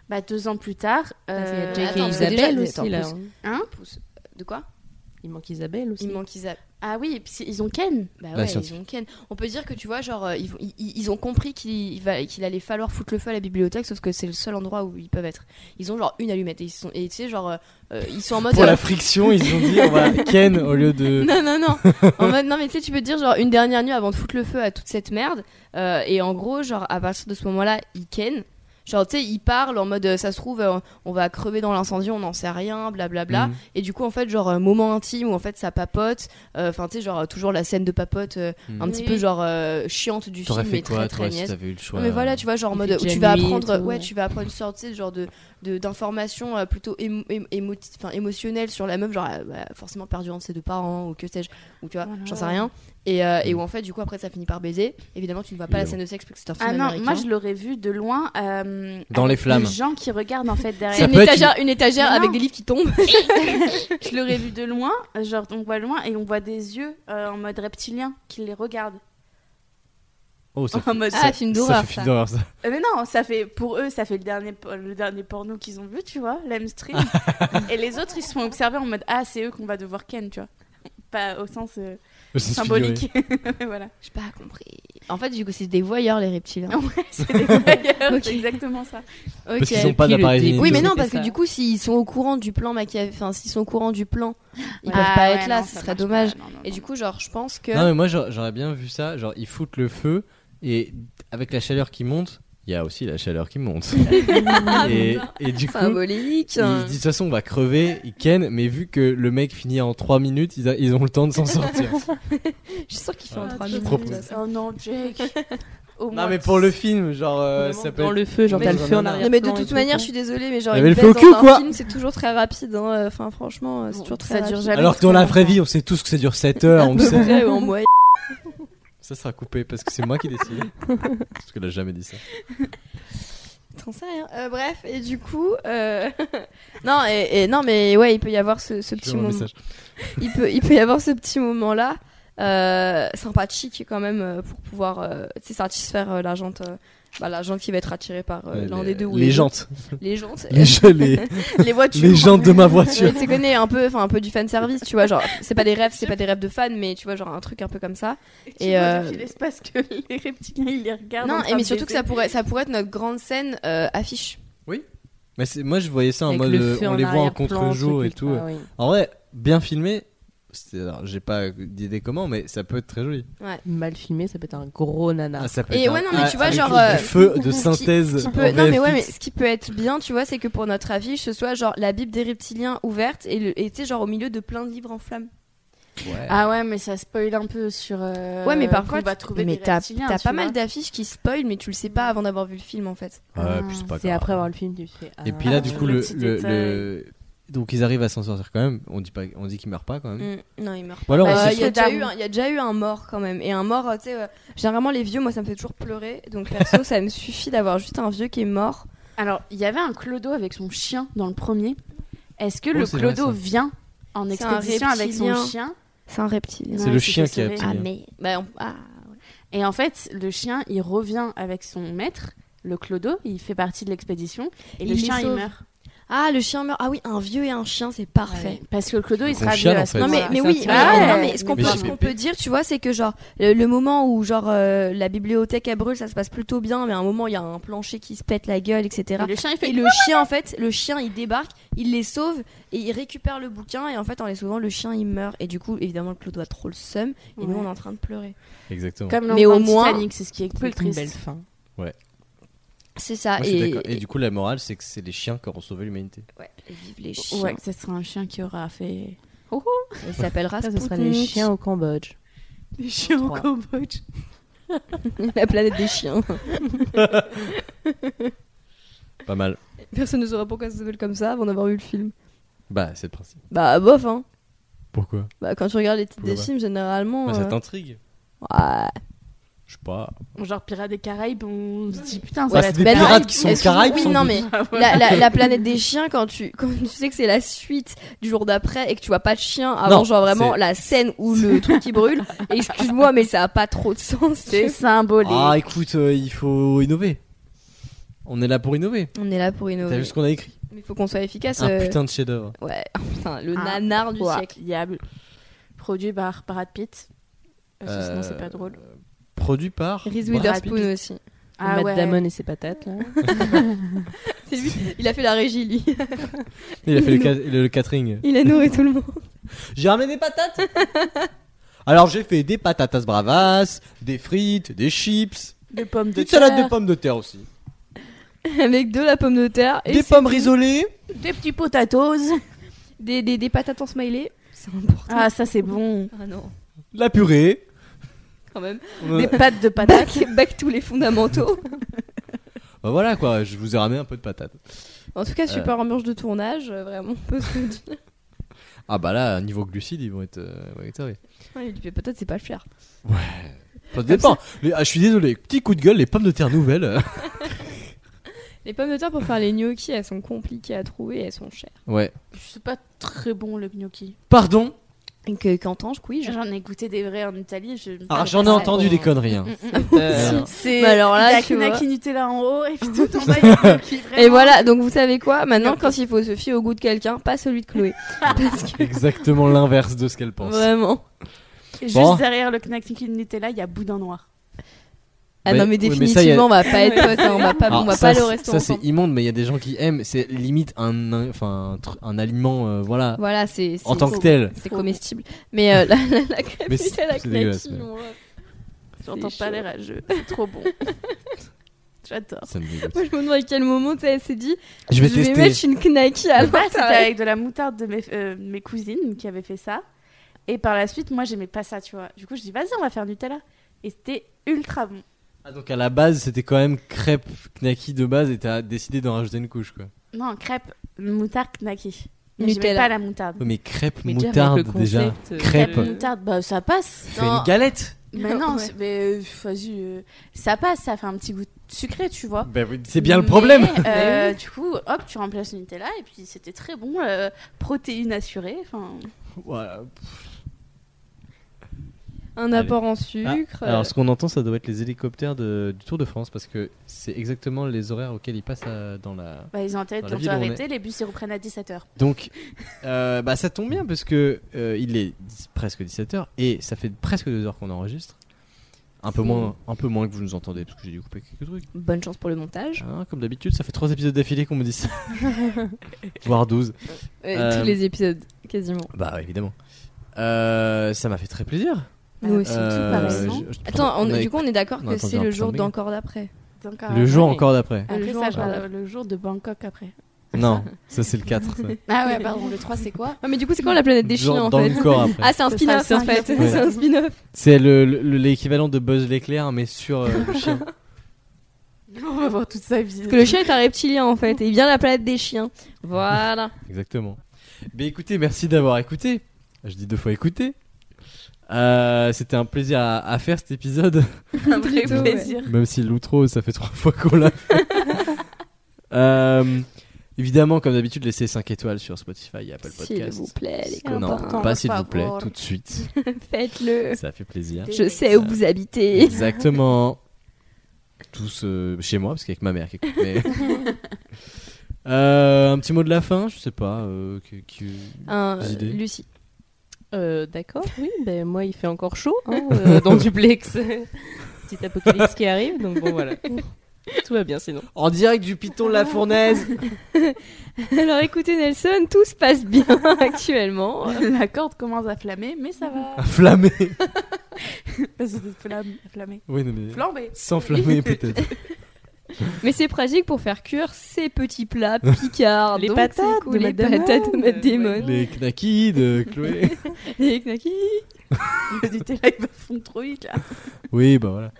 Bah deux ans plus tard. euh, Jake et Ah, Jake attends, parce que Isabelle déjà, aussi, attends, là. pousse. hein. Hein De quoi Il manque Isabelle aussi. Il manque Isabelle. Ah oui, et puis c'est- ils ont Ken. Bah La ouais, ils scientifique. ont Ken. On peut dire que tu vois, genre, euh, ils, vont- ils- ils- ils ont compris qu'il va- qu'il allait falloir foutre le feu à la bibliothèque, sauf que c'est le seul endroit où ils peuvent être. Ils ont genre une allumette et ils sont, et tu sais, genre, euh, euh, ils sont en mode. Pour euh, la friction, ils ont dit on [LAUGHS] va Ken au lieu de. Non, [LAUGHS] non, non. En mode, non, mais tu sais, tu peux te dire, genre, une dernière nuit avant de foutre le feu à toute cette merde. Euh, et en gros, genre, à partir de ce moment-là, ils ken. Genre, tu sais, ils parlent en mode, euh, ça se trouve, euh, on va crever dans l'incendie, on n'en sait rien, blablabla. Mm. Et du coup, en fait, genre, euh, moment intime où en fait, ça papote. Euh, Enfin, tu sais, genre, toujours la scène de papote euh, Mm. un petit Oui. peu, genre, euh, chiante du film, T'aurais fait mais quoi, très, toi, très si niaise. t'avais eu le choix Non, mais voilà, tu vois, genre en Il mode fait où tu Jamie vas et apprendre, tout, ouais, ouais. tu vas apprendre une sorte, tu sais, genre de de- d'informations euh, plutôt émo- émo- émoti- enfin, émotionnelles sur la meuf, genre euh, bah, forcément perdue entre ses deux parents ou que sais-je, ou tu vois, Voilà. j'en sais rien. Et, euh, et Mm. où en fait, du coup, après, ça finit par baiser. Évidemment, tu ne vois pas la scène de sexe parce que c'est un film Ah non, américain. moi je l'aurais vu de loin. euh, Dans les avec flammes. Les gens qui regardent en fait C'est Ça derrière. une peut être étagère, une étagère Mais avec non. des livres qui tombent. [LAUGHS] je l'aurais vu de loin. euh, Genre on voit loin et on voit des yeux euh, en mode reptilien qui les regardent. Oh, ça En mode. Ah, film ça d'horreur. fait film ça. d'horreur ça. Euh, Mais non, ça fait pour eux, ça fait le dernier, por- le dernier porno qu'ils ont vu, tu vois, [LAUGHS] l'Amstream. et les autres, ils se font observer en mode ah, c'est eux qu'on va devoir ken, tu vois. Pas au sens euh, C'est figuré. symbolique. [LAUGHS] voilà. J'ai pas compris. En fait, du coup, c'est des voyeurs, les reptiles. hein. Ouais, c'est [LAUGHS] des voyeurs, Ok. c'est exactement ça. Parce qu'ils Ok. ont pas puis le d'appareil dé- génital. Oui, mais non, C'est parce que ça. du coup, s'ils sont au courant du plan Machiavel, enfin, s'ils sont au courant du plan, ils Ouais. peuvent Ah pas ouais, être là, non, ce ça serait marche dommage. pas, non, non, Et non. du coup, genre, je pense que. Non, mais moi j'a- j'aurais bien vu ça. Genre, ils foutent le feu et avec la chaleur qui monte, il y a aussi la chaleur qui [LAUGHS] monte. Ah, et, et du coup, Symbolique. ils se disent de toute façon, on va crever, ils ken, mais vu que le mec finit en 3 minutes, ils, a- ils ont le temps de s'en sortir. Je suis sûre qu'il fait Ah, en 3 je minutes. propose. là, ça. Oh non, Jake. [LAUGHS] Au non, moins, mais pour le film, genre, euh, Vraiment ça peut dans être- le feu, genre Mais t'as le dans feu en un arbre. arrière. Non, mais de toute manière, je suis désolée, mais genre, Il y une avait le baisse feu au cul, dans quoi. un film, c'est toujours très rapide. hein. Enfin, franchement, c'est Bon, toujours très ça dure rapide. jamais. Alors que dans très la vraie longtemps. vie, on sait tous que ça dure 7 heures, on le De sait. [LAUGHS] vrai ou [LAUGHS] en moyenne. Ça sera coupé parce que c'est moi qui décide. Parce qu'elle a jamais dit ça. T'en sais rien. Euh, bref, et du coup, euh, [LAUGHS] non, et, et non, mais ouais, il peut y avoir ce, ce Je petit vois mon moment. message. Il peut, il peut y avoir ce petit moment là, euh, sympathique quand même euh, pour pouvoir, euh, tu sais, satisfaire euh, la jante, euh, bah, la jante qui va être attirée par euh, Ouais, l'un les- des deux ou les deux. jantes. les jantes, Les, jeux- les, [LAUGHS] les voitures. [LAUGHS] les jantes de ma voiture. Ouais, tu connais un peu, enfin un peu du fan service, tu vois, genre c'est pas des rêves, c'est pas des rêves de fans, mais tu vois genre un truc un peu comme ça. Et Et, tu vois, euh, qu'il laisse pas ce que les reptiliens ils les regardent. en Non, et train mais de surtout que baiser. ça pourrait, ça pourrait être notre grande scène euh, affiche. Mais c'est- moi, je voyais ça en Avec mode, le euh, feu on les voit en arrière-plan, contre-jour truc et tout. euh. Ah hein. ultra, oui. En vrai, bien filmé, c'est- alors, j'ai pas d'idée comment, mais ça peut être très joli. Mal filmé, ça peut être un gros nana. Ah, ça peut Et être ouais, un- non, mais ah, tu vois, avec genre, du euh, [LAUGHS] feu de qui- synthèse. qui en peut- non mais ouais mais VFX. ce qui peut être bien tu vois c'est que pour notre affiche ce soit genre la bible des reptiliens ouverte et le- et tu sais genre au milieu de plein de livres en flammes Ouais. Ah ouais, mais ça spoil un peu sur. euh, Ouais, mais par qu'on contre, va trouver mais des t'as reptiliens, t'as tu pas mal vois. d'affiches qui spoilent mais tu le sais pas avant d'avoir vu le film en fait Ouais, puis c'est pas C'est grave. après avoir le film, tu fais. Et ah, euh, puis là, Ah, du ouais. coup, Le le, petit le- détail. le- donc ils arrivent à s'en sortir quand même. On dit pas, on dit qu'ils meurent pas quand même. Mm, non il meurt Ou alors, Bah, on Euh, sait- il y, a surtout- déjà eu un- il y a déjà eu un mort quand même et un mort euh, tu sais euh, généralement les vieux moi ça me fait toujours pleurer donc [LAUGHS] perso ça me suffit d'avoir juste un vieux qui est mort Alors, il y avait un clodo avec son chien dans le premier. Est-ce que Oh, le c'est vrai, clodo ça. vient en C'est un expédition avec son reptilien. chien c'est un reptile c'est Ouais, le c'était chien qui est sauvé. reptilien. ah mais bah, on- ah, ouais. Et en fait, le chien, il revient avec son maître, le clodo, il fait partie de l'expédition et le Il les chien, il sauve. meurt. Ah, le chien meurt ah oui un vieux et un chien c'est parfait Ouais. Parce que le clodo, il Qu'on sera chiale, vieux en à fait. ce Non mais, moment-là. mais c'est oui, un mais- truc. non, mais ce qu'on Mais peut, c'est ce qu'on bébé. peut dire, tu vois, c'est que genre le, le moment où genre euh, la bibliothèque à brûle, ça se passe plutôt bien, mais à un moment il y a un plancher qui se pète la gueule, etc. Et le chien, il fait. Et le chien en fait, le chien il débarque, il les sauve et il récupère le bouquin et en fait en les sauvant le chien il meurt et du coup évidemment le clodo a trop le seum et nous Ouais. on est en train de pleurer. Exactement. Comme Mais au l'enfant de moins- Titanic, c'est ce qui est peut plus être une triste. belle fin. C'est Moi, ça je suis et, d'accord. et du coup, la morale, c'est que c'est les chiens qui auront sauvé l'humanité. ouais, et vive les chiens. Ouais, ce sera un chien qui aura fait. Il s'appellera Ça, ce sera les Spoutnik. chiens au Cambodge. Des chiens au Cambodge. [LAUGHS] la planète des chiens. Pas mal. [LAUGHS] Personne ne saura pourquoi ça s'appelle comme ça avant d'avoir vu le film. Bah, c'est le principe. Bah bof hein. Pourquoi Bah, quand tu regardes les titres Pourquoi des pas films, généralement. Bah, ça euh, t'intrigue. ouais. Je sais pas. Genre Pirates des Caraïbes, on se dit putain, ça Bah, va c'est être des Ben non, pirates qui sont aux excuse- Caraïbes. Oui, sans non, doute. mais la, [LAUGHS] la- la planète des chiens, quand tu, quand tu sais que c'est la suite du jour d'après et que tu vois pas de chien avant, Non, genre vraiment c'est- la scène [LAUGHS] où le truc qui brûle, excuse-moi, mais ça a pas trop de sens. tu C'est sais. symbolique. Ah, écoute, euh, il faut innover. On est là pour innover. On est là pour T'as innover. vu ce qu'on a écrit Mais il faut qu'on soit efficace. Un euh, putain de chef-d'œuvre. Ouais, [LAUGHS] putain, le Un nanar du siècle. Diable. Produit par Brad Pitt. Parce que sinon, c'est pas drôle. Euh, Produit par. Reese Brad Pitt. Witherspoon aussi. Ah Matt ouais. Damon et ses patates, là. C'est lui, il a fait la [LAUGHS] régie, lui. Il a fait le, [LAUGHS] ca- le- le catering. Il a nourri tout le monde. [LAUGHS] J'ai ramené des patates. [LAUGHS] Alors j'ai fait des patatas bravas, des frites, des chips, Des pommes de des salades terre. de pommes de terre aussi, Avec de la pomme de terre et des c'est pommes tout. rissolées. Des petits potatoes. [LAUGHS] Des, des, des patates en smiley. C'est important. Ah, ça, c'est bon. ah non. la purée. quand même. Des Euh, pâtes de patates. Back, back tous les fondamentaux. [LAUGHS] bah voilà quoi, je vous ai ramené un peu de patates. en tout cas, super ambiance de tournage, euh, vraiment. on peut se le dire. Ah bah là, niveau glucides, ils vont être, euh, vont être servis. Ouais, il dit, mais peut-être c'est pas cher. Ça dépend. Les- ah, je suis désolé, petit coup de gueule, les pommes de terre nouvelles. [LAUGHS] euh. Les pommes de terre pour faire les gnocchis, elles sont compliquées à trouver, elles sont chères. ouais. Je sais pas très bon le gnocchi. Pardon euh, Que- Qu'entends-je Oui, J'en ai goûté des vrais en Italie. Je... Ah, j'en ai entendu des conneries. hein. Mm, Euh, C'est Bah alors là, la tu vois. Kunaki Nutella en haut et puis tout en bas, [LAUGHS] il y a des coquilles, Et vraiment. voilà, donc vous savez quoi Maintenant, quand il faut se fier au goût de quelqu'un, pas celui de Chloé. Parce que Exactement l'inverse de ce qu'elle pense. vraiment. Et Juste Bon. derrière le Kunaki Nutella, il y a Boudin Noir. Ah Mais- non, mais oui, définitivement, ça, y a- on va pas être potes, hein, on va pas, Alors, on va ça, pas le c'est- rester Ça, c'est ensemble. immonde, mais il y a des gens qui aiment. C'est limite un, un- enfin, un, tr- un aliment, euh, voilà, Voilà, c'est. en c'est- tant que tel. C'est comestible. Mais euh, la, la, la crêpe Mais c'est- Nutella c'est dégueulasse, Knacky, mais- on va- J'entends C'est pas chaud. les rageux. C'est trop bon. [LAUGHS] J'adore. Ça me dégoûte. Moi, je me demande à quel moment, tu sais, elle s'est dit Je Je vais vais, tester. mettre une knacky à Le bas, c'était l'intérieur. avec de la moutarde de mes, euh, mes cousines qui avaient fait ça. Et par la suite, moi, j'aimais pas ça, tu vois. Du coup, je dis, vas-y, on va faire Nutella. Et c'était ultra bon. Ah, donc à la base, c'était quand même crêpe knacky de base et t'as décidé d'en rajouter une couche, quoi. Non, crêpe, moutarde, knacky. Mais j'aimais Nutella. pas la moutarde. Ouais, Mais crêpe Mais moutarde, déjà. crêpe. Crêpe, moutarde, bah ça passe. Fais une galette Mais non, Ouais. c'est- mais euh, vas-y, euh, ça passe, ça fait un petit goût sucré, tu vois. Bah oui, C'est bien le Mais, problème [LAUGHS] euh, Du coup, hop, tu remplaces le Nutella et puis c'était très bon, euh, protéines assurées. Enfin, Voilà. Un apport en sucre. euh, Ah, alors, ce qu'on entend, ça doit être les hélicoptères de- du Tour de France parce que c'est exactement les horaires auxquels ils passent à- dans la. bah, ils ont Dans intérêt la de ville où on arrêter, les bus ils reprennent à 17h. Donc, [LAUGHS] euh, bah, ça tombe bien parce que euh, il est dix- presque 17h et ça fait presque 2 heures qu'on enregistre. Un peu, moins, un peu moins que vous nous entendez parce que j'ai dû couper quelques trucs. Bonne chance pour le montage. Hein, comme d'habitude, ça fait 3 épisodes d'affilée qu'on me [LAUGHS] dit ça. Voire 12. Euh, Euh, Tous les épisodes, quasiment. Bah, évidemment. Euh, ça m'a fait très plaisir. Nous aussi. Euh, pareil, non je- je- Attends, on- on a- du coup, on est d'accord on a que entendu c'est un le putain jour de méga. d'encore d'après. Donc, le euh, jour ouais. encore d'après. Après Le ça, jour, je voilà. parle le jour de Bangkok après. [LAUGHS] Non, ça c'est le 4. ça. Ah [LAUGHS] ouais, pardon, le 3 c'est quoi Ah, mais du coup, c'est quand la planète des Genre chiens en dans fait le corps après. Ah, c'est un Ce spin-off sera en le fait. cinquième. C'est un spin-off. [LAUGHS] C'est le- le- l'équivalent de Buzz l'éclair, mais sur euh, le [LAUGHS] chien. On va voir toute sa vie. Parce que [LAUGHS] le chien est un reptilien en fait. Et il vient de la planète des chiens. Voilà. Exactement. Mais écoutez, merci d'avoir écouté. Je dis deux fois écouté. Euh, C'était un plaisir à, à faire cet épisode, Un vrai Plutôt, ouais. plaisir. [LAUGHS] même si l'outro, ça fait trois fois qu'on l'a fait. [LAUGHS] Euh, évidemment, comme d'habitude, laissez 5 étoiles sur Spotify et Apple S'il Podcast. vous plaît, les Non, copains. pas s'il vous Par plaît, favor. tout de suite. Faites-le. Ça fait plaisir. Je sais où vous habitez. [LAUGHS] Exactement. Tous euh, chez moi, parce qu'avec ma mère qui écoute. mais- [LAUGHS] Euh, un petit mot de la fin, je sais pas. euh, qui- qui- Un, Des idées Lucie. [LAUGHS] Euh, D'accord, oui, ben moi il fait encore chaud [LAUGHS] hein, euh, dans le duplex. [LAUGHS] Petit apocalypse qui arrive, donc bon voilà. Tout va bien sinon. En direct du Piton de la Fournaise. [LAUGHS] Alors écoutez Nelson, tout se passe bien [LAUGHS] actuellement. La corde commence à flammer, mais ça [LAUGHS] va. Flammé. Parce que flamme, [LAUGHS] flammer. Oui, non, mais. Flambé. S'enflammer peut-être. [LAUGHS] Mais c'est pratique pour faire cuire ces petits plats picards. Les donc patates c'est cool, de les Madame patates de Anne, Madame ouais. Damon. Les knackis de Chloé. Les knackis. Le Nutella il va fondre trop vite là. Oui, bah voilà.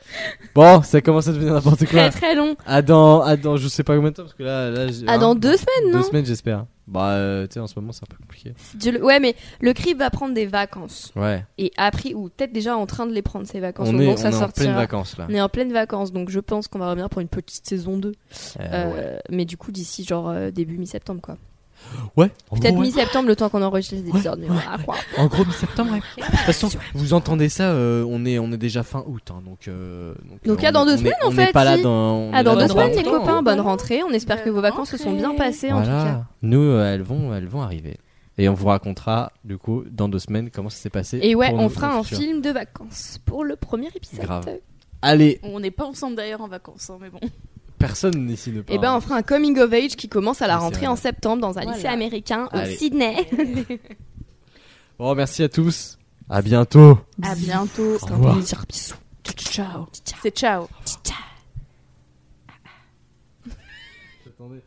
Bon, ça commence à devenir n'importe Très quoi. très long. À dans, à dans, je sais pas combien de temps, parce que là. là j'ai- Ah, hein, dans deux semaines, non Deux semaines, j'espère. Bah, euh, tu sais, en ce moment, c'est un peu compliqué. Je le- Ouais, mais le CRIP va prendre des vacances. Ouais. Et après, ou peut-être déjà en train de les prendre, ces vacances. au on est, moment on que ça est en sortira. pleine vacances là. On est en pleine vacances, donc je pense qu'on va revenir pour une petite saison 2. Euh, Euh, Mais du coup, d'ici genre euh, début mi-septembre, quoi. ouais. En Peut-être gros, ouais. mi-septembre, le temps qu'on enregistre les épisodes. mais voilà, quoi. En gros, mi-septembre, ouais. De toute façon, vous entendez ça, euh, on, est, on est déjà fin août. hein, donc, euh, Donc, euh, à dans on- deux on est- semaines, en on n'est fait, pas là si. dans. on Ah, est dans là deux pas semaines, les longtemps. copains, bonne rentrée. On espère que vos vacances se sont bien passées, en tout cas. Voilà. Nous, euh, elles vont, elles vont arriver. Et on vous racontera, du coup, dans deux semaines, comment ça s'est passé. Et ouais, pour on nous, fera dans le un futur. film de vacances pour le premier épisode. Grave. Allez, On n'est pas ensemble d'ailleurs en vacances, hein, mais bon. personne ici ne parle. Et ben, on fera un coming of age qui commence à la Oui, Oh. Ah, c'est rentrée vrai. en septembre dans un Voilà. lycée américain au Allez. Sydney. [LAUGHS] Bon, Oh, merci à tous. À bientôt. À bientôt. Au revoir. Bisous. Ciao. C'est ciao. Attendez.